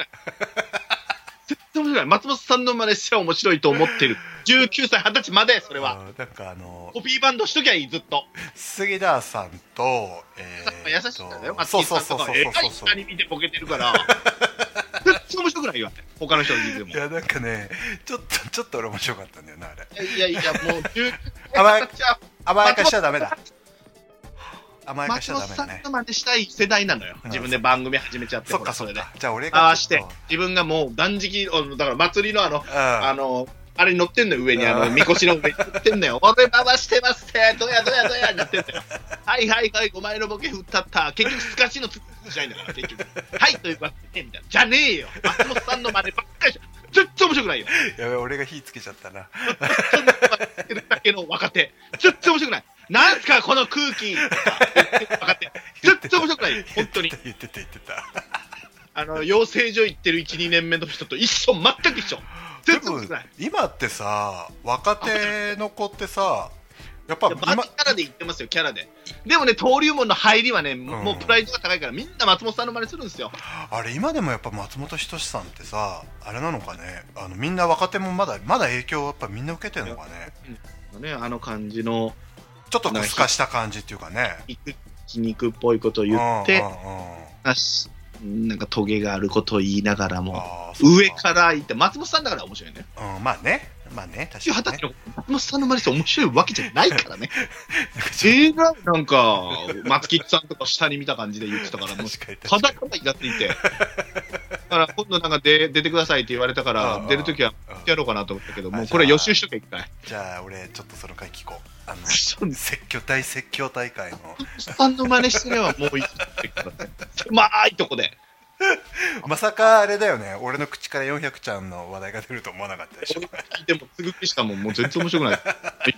Speaker 4: 絶対面白くない。松本さんの真似しては面白いと思ってる。19歳、20歳まで、それは。
Speaker 3: うんなんかあの
Speaker 4: コピーバンドしときゃいい、ずっと。
Speaker 3: 杉田さんとえーと
Speaker 4: 優しいんだよ。松
Speaker 3: そう
Speaker 4: 本
Speaker 3: そうそ
Speaker 4: さん
Speaker 3: うそう
Speaker 4: とか、
Speaker 3: そ
Speaker 4: えら
Speaker 3: う
Speaker 4: い下に見てボケて るから。絶対面白くないよ、あれ他の人に見ても
Speaker 3: い。やなんかねちょっとちょっと俺面白かったんだよなあれ
Speaker 4: いやいやいや、もう、19
Speaker 3: 甘い
Speaker 4: 歳、20歳は
Speaker 3: 甘やかしちゃダメだ甘やかし
Speaker 4: 松
Speaker 3: ちゃダメ
Speaker 4: 本さ
Speaker 3: だ
Speaker 4: ん
Speaker 3: ね
Speaker 4: の真似したい世代なのよ。
Speaker 3: うん
Speaker 4: 自分で番組始めちゃって。
Speaker 3: そっか
Speaker 4: ほ
Speaker 3: そ
Speaker 4: ら
Speaker 3: っ
Speaker 4: れで
Speaker 3: かじゃあ俺
Speaker 4: あ
Speaker 3: が
Speaker 4: あして、自分がもう断食、あのだから祭りのあの、あ
Speaker 3: あ
Speaker 4: の、あれに乗ってんのよ、上に、あ
Speaker 3: う
Speaker 4: の、
Speaker 3: ん
Speaker 4: みこしの上に乗ってんのよ。俺、ババしてますって、どやどやどやになって んのよ。はいはいはい、お前のボケ振ったった。結局、すかしのつしないんだから、結局。はい、というわけで、みたいな。じゃねえよ。松本さんの真似ばっかりじゃ。絶対面白くないよ。
Speaker 3: やべ俺が火つけちゃったな
Speaker 4: そんな真似してるだけの若手。絶対面白くない。なんすか、この空気。とか言ってる若手。絶対面白くないよ。本当に。
Speaker 3: 言ってた言ってた
Speaker 4: あの、養成所行ってる1、2年目の人と一緒、全く一緒。
Speaker 3: で
Speaker 4: 絶対
Speaker 3: も
Speaker 4: 面白くない。
Speaker 3: 今ってさ若手の子ってさやっぱ
Speaker 4: いやバ
Speaker 3: 今
Speaker 4: ーキキャラで言ってますよ、キャラで。でもね、登竜門の入りはね、もう
Speaker 3: うん
Speaker 4: もうプライドが高いから、みんな松本さんの真似するんですよ。
Speaker 3: あれ今でもやっぱ松本人志さんってさあれなのかねあのみんな若手もまだまだ影響をやっぱみんな受けてるのかね
Speaker 4: ね、あの感じの、
Speaker 3: ちょっとくすかした感じっていうかね
Speaker 4: 皮肉っぽいことを言って
Speaker 3: うん、うんうん
Speaker 4: なしなんかトゲがあることを言いながらも、
Speaker 3: あーそっか
Speaker 4: 上から言って、松本さんだから面白いね。
Speaker 3: うん、まあね、まあね、確
Speaker 4: 20
Speaker 3: かに、
Speaker 4: 歳
Speaker 3: ね。
Speaker 4: の松本さんの真似して面白いわけじゃないから ね。映画なんか、松吉さんとか下に見た感じで言ってたから、もう
Speaker 3: 確かに確か
Speaker 4: 裸になっていて。だから今度なんか出出てくださいって言われたか
Speaker 3: うんう
Speaker 4: ら
Speaker 3: ん、
Speaker 4: 出るときは
Speaker 3: に
Speaker 4: やろうかなと思ったけど、
Speaker 3: あ
Speaker 4: もう
Speaker 3: じゃあ
Speaker 4: これ予習しとけ、一回。
Speaker 3: じゃあ、俺、ちょっとその回聞こう。あ の、
Speaker 4: そうね
Speaker 3: 説教大説教大会の。
Speaker 4: スタンド真似してればもういいって言ってたね狭いとこで。
Speaker 3: まさかあれだよね、俺の口から400ちゃんの話題が出ると思わなかったでしょ。
Speaker 4: 聞いてもすぐ消したもん、もう全然面白くない。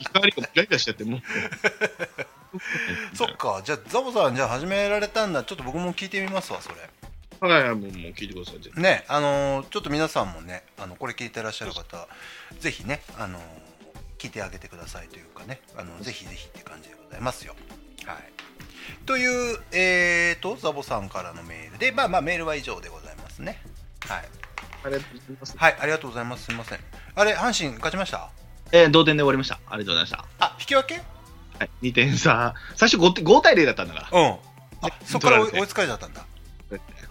Speaker 4: 怒りがイライラしちゃって、もう。
Speaker 3: そっか、じゃあ、ザボさん、じゃあ始められたんだ。ちょっと僕も聞いてみますわ、それ。
Speaker 4: はいはい、もうもう聞いてください。
Speaker 3: ね、あのーちょっと皆さんもね、あのこれ聞いてらっしゃる方、ぜひね、あのー聞いてあげてくださいというかね、あのぜひぜひって感じでございますよ。はい。という、えーと、ザボさんからのメールで、まあまあメールは以上でございますね。はい。
Speaker 4: ありがとうございます。
Speaker 3: はい、ありがとうございます。すいません。あれ、阪神勝ちました
Speaker 4: えー同点で終わりました。ありがとうございました。
Speaker 3: あ、引き分け
Speaker 4: はい、2点差。最初 5, 5対0だったんだから。
Speaker 3: うん。あ、そっから追い
Speaker 4: 取られて
Speaker 3: 追いつかれちゃったんだ。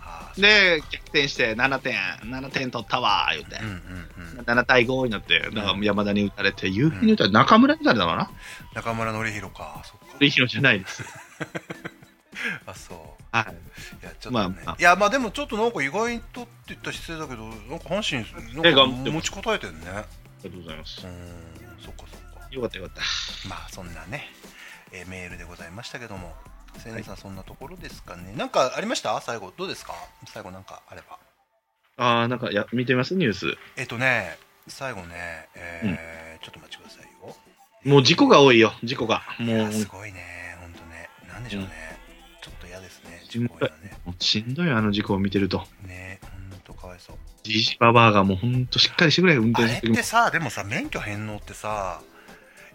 Speaker 3: あー
Speaker 4: で、逆転して7点、7点取ったわー、言うて
Speaker 3: うん。うんうん。
Speaker 4: 7対5になって、だから山田に打たれて、夕日に打たれて、中村に打たれたのかな
Speaker 3: 中村紀弘か。そっか。
Speaker 4: 夕日のじゃないです。
Speaker 3: あ、そう。
Speaker 4: はい。
Speaker 3: いやちょっとね、
Speaker 4: まあまあ
Speaker 3: いやまあでもちょっとなんか意外とって言ったら失礼だけどなんか阪神
Speaker 4: え
Speaker 3: な
Speaker 4: 頑
Speaker 3: ん
Speaker 4: 張っ
Speaker 3: か
Speaker 4: て
Speaker 3: 持
Speaker 4: ま
Speaker 3: ちこたえてるね
Speaker 4: ありがとうございま
Speaker 3: う
Speaker 4: す
Speaker 3: ー。んそっかそっか
Speaker 4: よかったよかった。
Speaker 3: まあそんなね、えーメールでございましたけども青年さんそんなところですかね、なんかありました最後どうですか最後なんかあれば
Speaker 4: ああ、なんかや、見てますニュース。
Speaker 3: えっ、とね最後ね、えーちょっと待ちくださいよ
Speaker 4: もう事故が多いよ、事故が。
Speaker 3: い
Speaker 4: も
Speaker 3: や
Speaker 4: う、
Speaker 3: すごいね本当ねなんでしょうね、ちょっと嫌ですね自分こういうのね
Speaker 4: もうしんどいよ、あの事故を見てると。
Speaker 3: ね本当かわいそう
Speaker 4: じじばばあがもうほんとしっかりしてくれ、運
Speaker 3: あ
Speaker 4: 転
Speaker 3: れっ
Speaker 4: してくれ。
Speaker 3: てさでもさ免許返納ってさ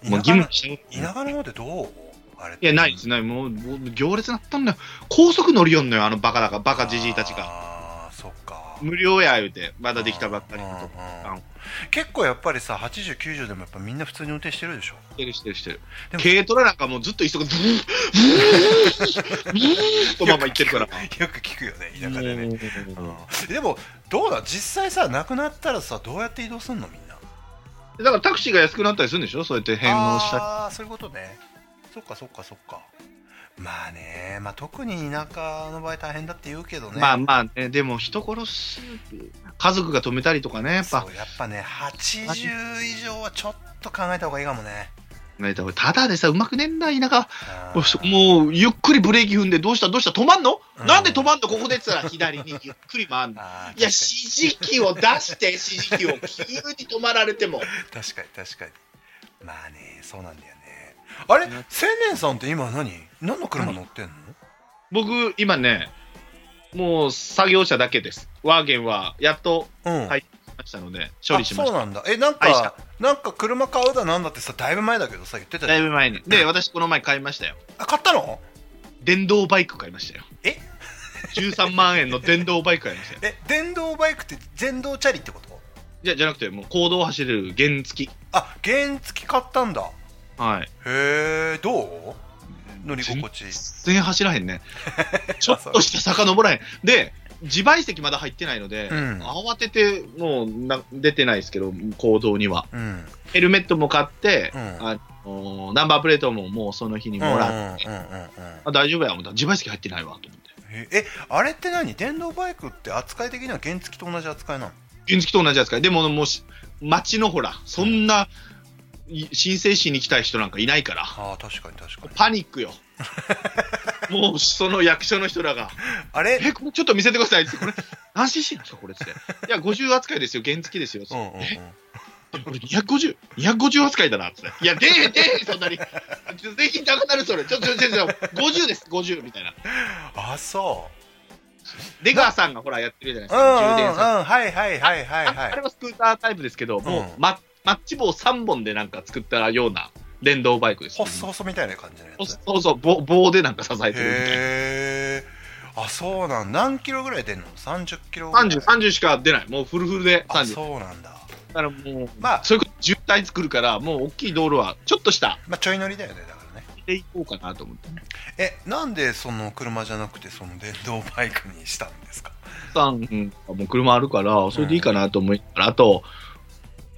Speaker 4: もう義務にしちゃ
Speaker 3: 田舎の方でどうあれ
Speaker 4: う。いや、ないです、ない。もう、もう行列なったんだよ。高速乗りよんのよ、あのバカだか、バカじじいたちが。
Speaker 3: ああそっか
Speaker 4: 無料や、言うて、まだできたばっかりのとこ。
Speaker 3: うん
Speaker 4: あ
Speaker 3: うん結構やっぱりさ8090でもやっぱみんな普通に運転してるでしょ
Speaker 4: してるしてるしてる
Speaker 3: で。も
Speaker 4: 軽トラなんかもうずっと一足、ブーブーブーとまま行ってるから。
Speaker 3: よく聞くよね田舎でね、
Speaker 4: うん
Speaker 3: うんでもどうだ実際さなくなったらさどうやって移動すんのみんな
Speaker 4: だからタクシーが安くなったりするんでしょそうやって返納したり。
Speaker 3: ああそういうことねそっかそっかそっかまあね、まあ、特に田舎の場合大変だって言うけどね
Speaker 4: まあまあね、でも人殺す、家族が止めたりとかね、やっぱ
Speaker 3: そ、うやっぱね80以上はちょっと考えた方がいいかもね
Speaker 4: ねただでさ、うまくねえんだ、田舎
Speaker 3: あ
Speaker 4: も
Speaker 3: ー
Speaker 4: うそ。もう、ゆっくりブレーキ踏んで、どうした、どうした、止まんの、
Speaker 3: うん
Speaker 4: なんで止まんの、ここでっつったら、左にゆっくり回んの。
Speaker 3: あー
Speaker 5: いや、指示器を出して、指示器を。急に止まられても。
Speaker 3: 確かに確かにまあねそうなんだよねあれ
Speaker 4: な
Speaker 3: 千年さんって今何何の車乗ってんの
Speaker 4: 僕、今ね、もう作業者だけです。ワーゲンは、やっと
Speaker 3: うん、
Speaker 4: はい、来ましたので、処理しま
Speaker 3: あ
Speaker 4: し
Speaker 3: そうな
Speaker 4: た。
Speaker 3: んだえなん
Speaker 4: 愛車
Speaker 3: かなんか車買うだなんだってさだいぶ前だけどさ言ってたじ
Speaker 4: だ
Speaker 3: ゃん
Speaker 4: いぶ前に。で、私この前買いましたよ。
Speaker 3: あ買ったの
Speaker 4: 電動バイク買いましたよ。
Speaker 3: え
Speaker 4: ?13 万円の電動バイク買いましたよ。
Speaker 3: え電動バイクって電動チャリってこと
Speaker 4: じゃじゃなくて、もう公道を走れる原付き。
Speaker 3: あ原付買ったんだ
Speaker 4: はい。
Speaker 3: へえどう乗り心地
Speaker 4: 全然走らへんね。ち ょっとした坂登らへん。で、自賠責まだ入ってないので、
Speaker 3: うん
Speaker 4: 慌ててもうな出てないですけど、行動には。
Speaker 3: うん
Speaker 4: ヘルメットも買って、
Speaker 3: うん
Speaker 4: あのナンバープレートももうその日にもらって、
Speaker 3: うんうんうんうんうん
Speaker 4: あ大丈夫や、思った自賠責入ってないわと思って。
Speaker 3: ええあれって何電動バイクって扱い的には原付と同じ扱いなの
Speaker 4: 原付と同じ扱い。でももうし、街のほら、そんな、い申請しに来た人なんかいないから、
Speaker 3: ああ確かに確かに
Speaker 4: パニッ クよ。もうその役所の人らが、
Speaker 3: あれ
Speaker 4: え、これちょっと見せてくださいって、これ、何 cc なんですか、これって。いや、50扱いですよ、原付ですよ。
Speaker 3: うんうんうん
Speaker 4: これ250、250扱いだなって。いや、出えへん、出えへん、そんなに。ちょ税金高くなる、それ。ちょ、ちょ、ちょ、ちょ、50です、50、みたいな。
Speaker 3: あそ
Speaker 4: 出川さんがほら、やってるじゃないうで
Speaker 3: うんうん
Speaker 4: すか、充電さん。
Speaker 3: うんはいはいはいはい
Speaker 4: ああ
Speaker 3: は
Speaker 4: れ
Speaker 3: い
Speaker 4: はスクータータイプですけど、もう、
Speaker 3: うん
Speaker 4: ママッチ棒3本でなんか作ったような電動バイクです、
Speaker 3: 細細みたいな感じのや
Speaker 4: そう
Speaker 3: つ
Speaker 4: そうそう棒、棒でなんか支えてるみたいな。
Speaker 3: へえあそうなん何キロぐらい出んの30キロぐらい
Speaker 4: 30、30しか出ない。もうフルフルで
Speaker 3: あ
Speaker 4: 30。だ
Speaker 3: そうなんだ
Speaker 4: からもう、
Speaker 3: まあ
Speaker 4: それこそ渋滞作るから、もう大きい道路は、ちょっとした、
Speaker 3: まあちょい乗りだよねだからね
Speaker 4: 行っていこうかなと思って。
Speaker 3: えなんでその車じゃなくてその電動バイクにしたんですか
Speaker 4: さんがもう車あるから、それでいいかなと思いながら、あと、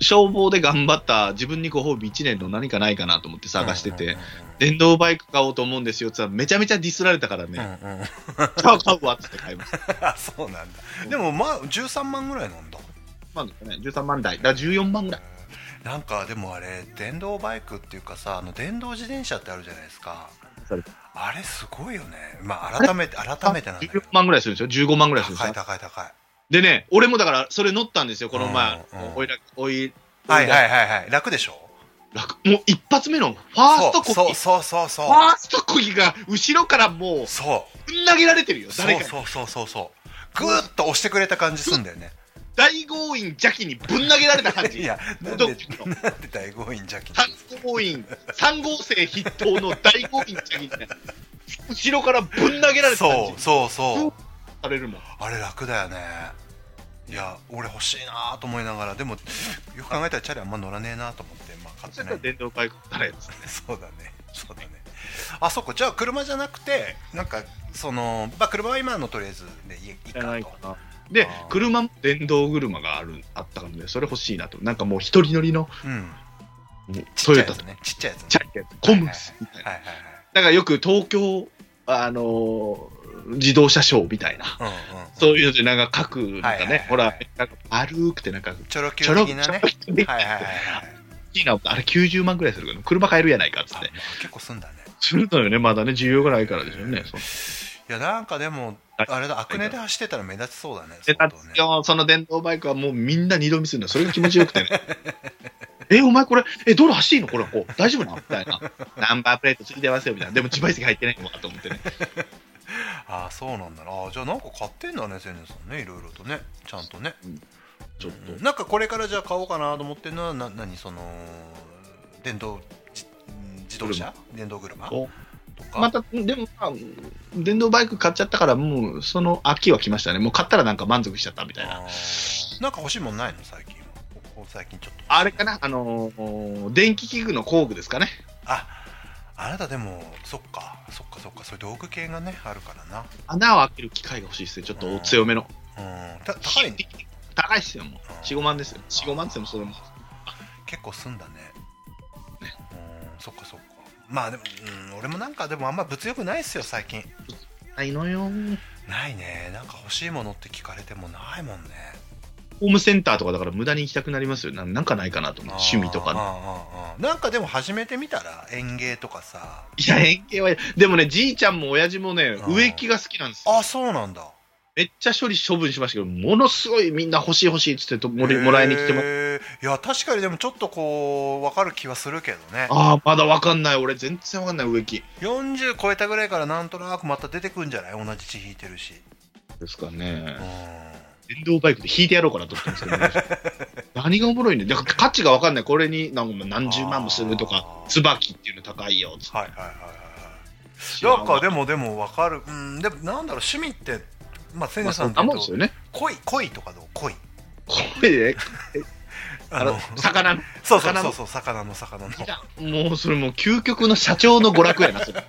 Speaker 4: 消防で頑張った自分にご褒美1年の何かないかなと思って探してて、電動バイク買おうと思うんですよって言ったら、めちゃめちゃディスられたから
Speaker 3: うんうん
Speaker 4: ね、
Speaker 3: うんうんうん
Speaker 4: じゃあ買うわっつって買いました。
Speaker 3: あそうなんだでもまあ13万ぐらいなんだ
Speaker 4: まあね、13万台、だから14万ぐらい。
Speaker 3: なんかでもあれ電動バイクっていうかさあの電動自転車ってあるじゃないですか
Speaker 4: それ
Speaker 3: あれすごいよねまあ改めて改めてなんだけど
Speaker 4: 14万ぐらいするんですよ、15万ぐらいするんです
Speaker 3: 高い
Speaker 4: よ。
Speaker 3: 高い高い
Speaker 4: でね、俺もだから、それ乗ったんですよ、この前
Speaker 3: うんうん、
Speaker 4: おいら、おい、
Speaker 3: はいはい
Speaker 4: い。
Speaker 3: はいはい楽でしょ
Speaker 4: 楽もう一発目の、ファーストコ
Speaker 3: そ
Speaker 4: ギ
Speaker 3: う。そうそうそう
Speaker 4: ファーストコギが、後ろからもう、
Speaker 3: そう
Speaker 4: ぶん投げられてるよ、
Speaker 3: そ
Speaker 4: 誰
Speaker 3: う
Speaker 4: かに。
Speaker 3: そうそうそうそうグーッと押してくれた感じすんだよね
Speaker 4: 大強引邪気にぶん投げられた感じ。
Speaker 3: いやなんで
Speaker 4: ど
Speaker 3: な
Speaker 4: っ
Speaker 3: んで
Speaker 4: ちの
Speaker 3: 大強引じゃき
Speaker 4: 三号院、三号生筆頭の大強引じゃ気に、後ろからぶん投げられた感
Speaker 3: そ
Speaker 4: じ
Speaker 3: うそうそう
Speaker 4: されるもん。
Speaker 3: あれ楽だよねいや俺欲しいなと思いながらでもよく考えたらチャリあんま乗らねえなと思ってまあ買っ
Speaker 4: そ
Speaker 3: て
Speaker 4: れ
Speaker 3: な
Speaker 4: と
Speaker 3: い
Speaker 4: 電動バイクからやつ。
Speaker 3: そうだねそうだねあそっかじゃあ車じゃなくてなんかそのまあ車は今のとりあえずでいいいいかと
Speaker 4: な。で
Speaker 3: あー、
Speaker 4: 車も電動車があるあったので、それ欲しいなと。なんかもう一人乗りの
Speaker 3: うんち
Speaker 4: ト
Speaker 3: っちゃ
Speaker 4: ヨ
Speaker 3: いや
Speaker 4: タ
Speaker 3: つねちっちゃいやつね
Speaker 4: チャリってやつコムスみたいな。
Speaker 3: はいはい
Speaker 4: だからよく東京、あのー自動車ショーみたいな。
Speaker 3: はいうんうん
Speaker 4: そういうので、なんか各、なん
Speaker 3: はいはい
Speaker 4: か
Speaker 3: はい
Speaker 4: ね、ほら、なんか丸くて、なんか、
Speaker 3: チョロ
Speaker 4: ち
Speaker 3: Q
Speaker 4: ょろ
Speaker 3: 的
Speaker 4: ちょ
Speaker 3: なね
Speaker 4: ろできて
Speaker 3: はいはいはいはい
Speaker 4: いいな、あれ90万ぐらいするから、車買えるやないかっつっ
Speaker 3: あ
Speaker 4: て。
Speaker 3: 結構すんだね
Speaker 4: するのよね、まだね、需要がないからですよね。そう
Speaker 3: いやなんかでも
Speaker 4: はい
Speaker 3: あれだアクネで走ってたら目立ちそうだね
Speaker 4: で、
Speaker 3: 相当ね
Speaker 4: その電動バイクはもうみんな二度見するのよそれが気持ちよくてね。 え、お前これ、え、道路走るのこれ、こう、大丈夫なのみたいな。ナンバープレートついてますよ、みたいな。でも自賠責入ってないわ、と思ってね。
Speaker 3: ああそうなんだなあーじゃあなんか買ってんだね千年さんねいろいろとねちゃんとね
Speaker 4: ちょっと。
Speaker 3: なんかこれからじゃあ買おうかなと思ってるのはな何その電動じ自動車電動車と
Speaker 4: お
Speaker 3: か、
Speaker 4: また、でも、まあ、電動バイク買っちゃったから、もう、その秋は来ましたね。もう買ったらなんか満足しちゃったみたいな。
Speaker 3: あーなんか欲しいもんないの最近はここ最近ちょっと
Speaker 4: あれかなあのー電気器具の工具ですかね。
Speaker 3: ああなたでもそっかそっかそっかそういう道具系がねあるからな
Speaker 4: 穴を開ける機械が欲しいですね。ちょっとお強めの。
Speaker 3: うんた高い
Speaker 4: 高いっすよ、もう。4、5万ですよ。4、5万っつってもそれも。
Speaker 3: 結構すんだねうんそっかそっかまあでも、うん、俺もなんかでもあんま物欲ないっすよ最近
Speaker 4: ないのよ。
Speaker 3: ないねなんか欲しいものって聞かれてもないもんね
Speaker 4: ホームセンターとかだから無駄に行きたくなりますよ。ななんかないかなと思って、趣味とか
Speaker 3: あ
Speaker 4: ね。
Speaker 3: あああなんかでも始めてみたら園芸とかさ
Speaker 4: いや、円形は、でもね、じいちゃんも親父もね
Speaker 3: あ、ー
Speaker 4: 植木が好きなんですよ。
Speaker 3: あそうなんだ
Speaker 4: めっちゃ処理処分しましたけど、ものすごいみんな欲しい欲しいっつってともりもらいに来てます。
Speaker 3: へえいや確かにでもちょっとこう分かる気はするけどね
Speaker 4: ああ、まだわかんない。俺全然わかんない、植木。
Speaker 3: 40超えたぐらいからなんとなくまた出てくんじゃない同じ血引いてるし
Speaker 4: ですかね
Speaker 3: う。ん
Speaker 4: 電動バイクで引いてやろうかなと思ってるんですけ ど、何がおもろいねだから価値が分かんない、これになんか何十万もするとか
Speaker 3: あ、ー
Speaker 4: 椿っていうの高いよつって
Speaker 3: はいはいはいはいなんかでもでも分かるうんでもなんだろう趣味ってまあせい
Speaker 4: ま
Speaker 3: ね
Speaker 4: あ、
Speaker 3: さ
Speaker 4: そ
Speaker 3: ん
Speaker 4: ん
Speaker 3: って言う
Speaker 4: なもん
Speaker 3: と
Speaker 4: ですよね。
Speaker 3: 恋恋とかどう恋
Speaker 4: これね、
Speaker 3: あ
Speaker 4: あ
Speaker 3: の
Speaker 4: の魚の、
Speaker 3: そうそう
Speaker 4: 魚
Speaker 3: そう
Speaker 4: の
Speaker 3: そう魚の魚 の
Speaker 4: もうそれもう究極の社長の娯楽やな、それ。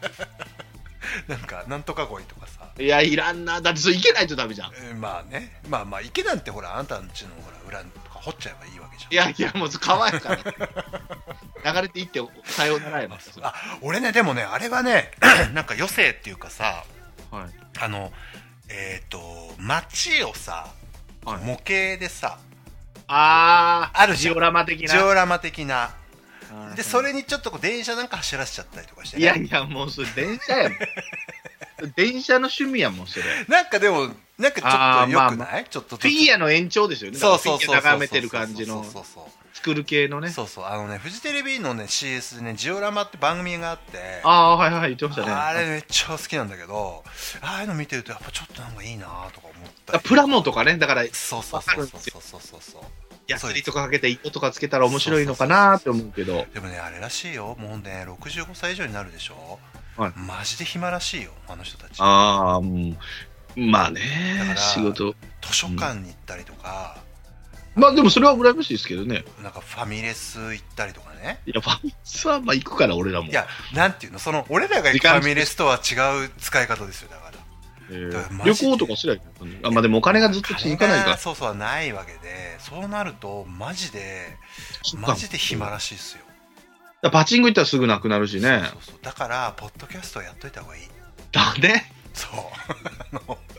Speaker 3: なんかなんとか恋とかさ
Speaker 4: いや、いらんな。だってそれいけないとダメじゃん。
Speaker 3: えーまあねまあまあ池なんてほらあんたんちのほら裏とか掘っちゃえばいいわけじゃん
Speaker 4: いやいや、もう可愛いから。流れていって、さようならやな。それ
Speaker 3: あ俺ねでもねあれはね なんか余生っていうかさ
Speaker 4: はい。
Speaker 3: あのえっ、と街をさ、
Speaker 4: はい
Speaker 3: 模型でさ
Speaker 4: あー、
Speaker 3: あるじ
Speaker 4: ジ
Speaker 3: ゃん
Speaker 4: オラマ的
Speaker 3: ジ
Speaker 4: な。
Speaker 3: オラマ的な
Speaker 4: はい
Speaker 3: でそれにちょっとこう電車なんか走らせちゃったりとかして、ね、
Speaker 4: いやいや、もうそれ電車やもん。電車の趣味やもん、それ。
Speaker 3: なんかでもなんかちょっとよくない、ちょっと
Speaker 4: フィギュアの延長ですよね。
Speaker 3: そうそうそうそう
Speaker 4: だからフィギュア眺めてる感じの
Speaker 3: そう、そうそう
Speaker 4: 作る系のね。
Speaker 3: そうそうあのねフジテレビのね CS でねジオラマって番組があって
Speaker 4: ああ、はいはい、言ってましたね。
Speaker 3: あれめっちゃ好きなんだけどああいうの見てるとやっぱちょっとなんかいいなとか思った
Speaker 4: あ
Speaker 3: り
Speaker 4: プラモとかね、だから、
Speaker 3: そうそうそうそうそうそうそうそう
Speaker 4: やすりとかかけて糸とかつけたら面白いのかなーって思うけど。
Speaker 3: でもねあれらしいよもうね65歳以上になるでしょ、
Speaker 4: はい
Speaker 3: マジで暇らしいよあの人たち
Speaker 4: ああ、うん。まあね
Speaker 3: だから、
Speaker 4: 仕事。
Speaker 3: 図書館に行ったりとか、
Speaker 4: まあでもそれは羨ましいですけどね。
Speaker 3: なんかファミレス行ったりとかね
Speaker 4: いや、ファミスはまあ行くから、俺らも。
Speaker 3: いやなんていうのその俺らが行く
Speaker 4: 時
Speaker 3: フ
Speaker 4: 間
Speaker 3: ァミレスとは違う使い方ですよだから
Speaker 4: えー
Speaker 3: だからマ
Speaker 4: 旅
Speaker 3: ジで
Speaker 4: 行とかすりゃいいけどあ、まあでもお金がずっと続かな
Speaker 3: 金
Speaker 4: いか
Speaker 3: が
Speaker 4: ら。
Speaker 3: そうそうはないわけでそうなるとマジで
Speaker 4: そっか
Speaker 3: マジで暇らしいっすよ
Speaker 4: だからパチンコ行ったらすぐなくなるしね。
Speaker 3: そうそうだからポッドキャストやっといた方がいい
Speaker 4: だね。
Speaker 3: そう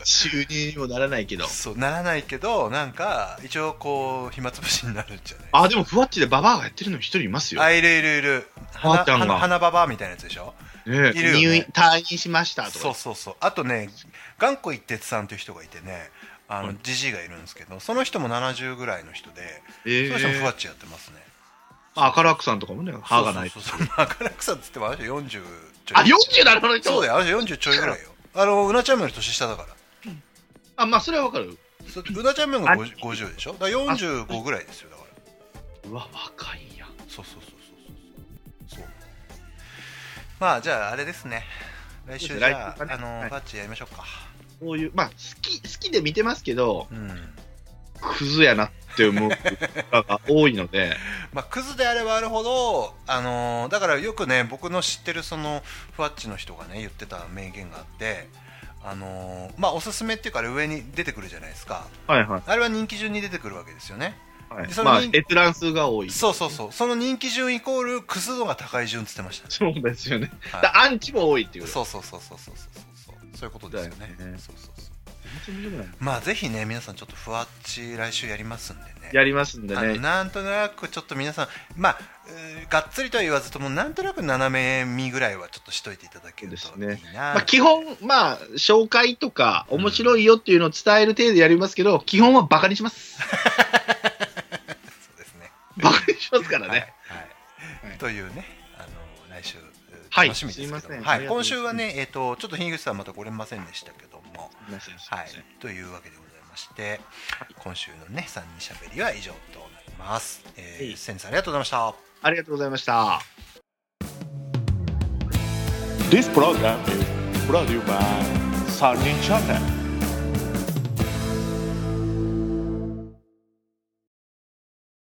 Speaker 4: 収入にもならないけど。
Speaker 3: そうならないけどなんか一応こう暇つぶしになるんじゃない
Speaker 4: あ、でもふわっちでババアがやってるの一人いますよ。
Speaker 3: あいるいるいる花
Speaker 4: ばあちゃんが
Speaker 3: 花花ババアみたいなやつでしょ
Speaker 4: ね
Speaker 3: いるよね
Speaker 4: 入院、退院しましたとか。
Speaker 3: そうそうそうあとね頑固一徹さんという人がいてねあの、
Speaker 4: はい
Speaker 3: じじいがいるんですけどその人も70ぐらいの人で、
Speaker 4: え
Speaker 3: その人もふ
Speaker 4: ー
Speaker 3: わ、っちやってますね
Speaker 4: まあ、カラクさんとかもね、歯がない。
Speaker 3: そうそうそうまあ赤楽さんっつってもあの人40ちょい
Speaker 4: あ、40なの人
Speaker 3: そうだよあの人40ちょいぐらいよあのうなちゃんより年下だから
Speaker 4: あ、まあ、それはわかる。
Speaker 3: それうなちゃんよりも 50, 50でしょだから45ぐらいですよだから
Speaker 4: うわ、若いやん。
Speaker 3: そうそうそうそうそうそうまあじゃああれですね来週じゃ
Speaker 4: 来週
Speaker 3: あ、
Speaker 4: かね
Speaker 3: あの
Speaker 4: はい
Speaker 3: バッチやりましょうか
Speaker 4: こういう、まあ、好き、好きで見てますけど、
Speaker 3: うん
Speaker 4: クズやなって思う方が多い ので、
Speaker 3: まあクズであればあるほどあのーだからよくね僕の知ってるそのふわっちの人がね言ってた名言があってあのーまあおすすめっていうかあれ上に出てくるじゃないですか
Speaker 4: はいはい。
Speaker 3: あれは人気順に出てくるわけですよね
Speaker 4: はい
Speaker 3: でそれ
Speaker 4: まあ
Speaker 3: に、
Speaker 4: 閲覧数が多い。
Speaker 3: そうそうそうその人気順イコールクズ度が高い順っつってましたね
Speaker 4: そうですよね。
Speaker 3: はい
Speaker 4: だアンチも多いっていうこと。
Speaker 3: そうそうそうそうそうそうそうそういうことですよね
Speaker 4: だよね
Speaker 3: そうそうそう
Speaker 4: う。
Speaker 3: まあぜひね皆さんちょっとふわっち来週やりますんでね
Speaker 4: やりますんで
Speaker 3: あの
Speaker 4: ね。
Speaker 3: なんとなくちょっと皆さんまあうーがっつりとは言わずともなんとなく斜め見ぐらいはちょっとしといていただけると
Speaker 4: そう
Speaker 3: いいな、
Speaker 4: ですまあ、基本、まあ、紹介とか、
Speaker 3: ん
Speaker 4: 面白いよっていうのを伝える程度やりますけど、基本はバカにします。
Speaker 3: そうですね
Speaker 4: バカにしますか
Speaker 3: はい、
Speaker 4: ら
Speaker 3: は
Speaker 4: ね。
Speaker 3: い
Speaker 4: はい
Speaker 3: というねあの来週
Speaker 4: はい
Speaker 3: 楽しみですけども
Speaker 4: すいません
Speaker 3: は
Speaker 4: あ
Speaker 3: い、
Speaker 4: りがと
Speaker 3: 今
Speaker 4: うござい
Speaker 3: 週
Speaker 4: ます
Speaker 3: はね、えっとちょっと樋口さんまた来れませんでしたけども、はい
Speaker 4: すいません、
Speaker 3: というわけでございまして今週のね3人しゃべりは以上となります、えー
Speaker 4: はい
Speaker 3: センスありがとうございました
Speaker 4: ありがとうございました。
Speaker 2: This program is brought to you by Sunny Channel.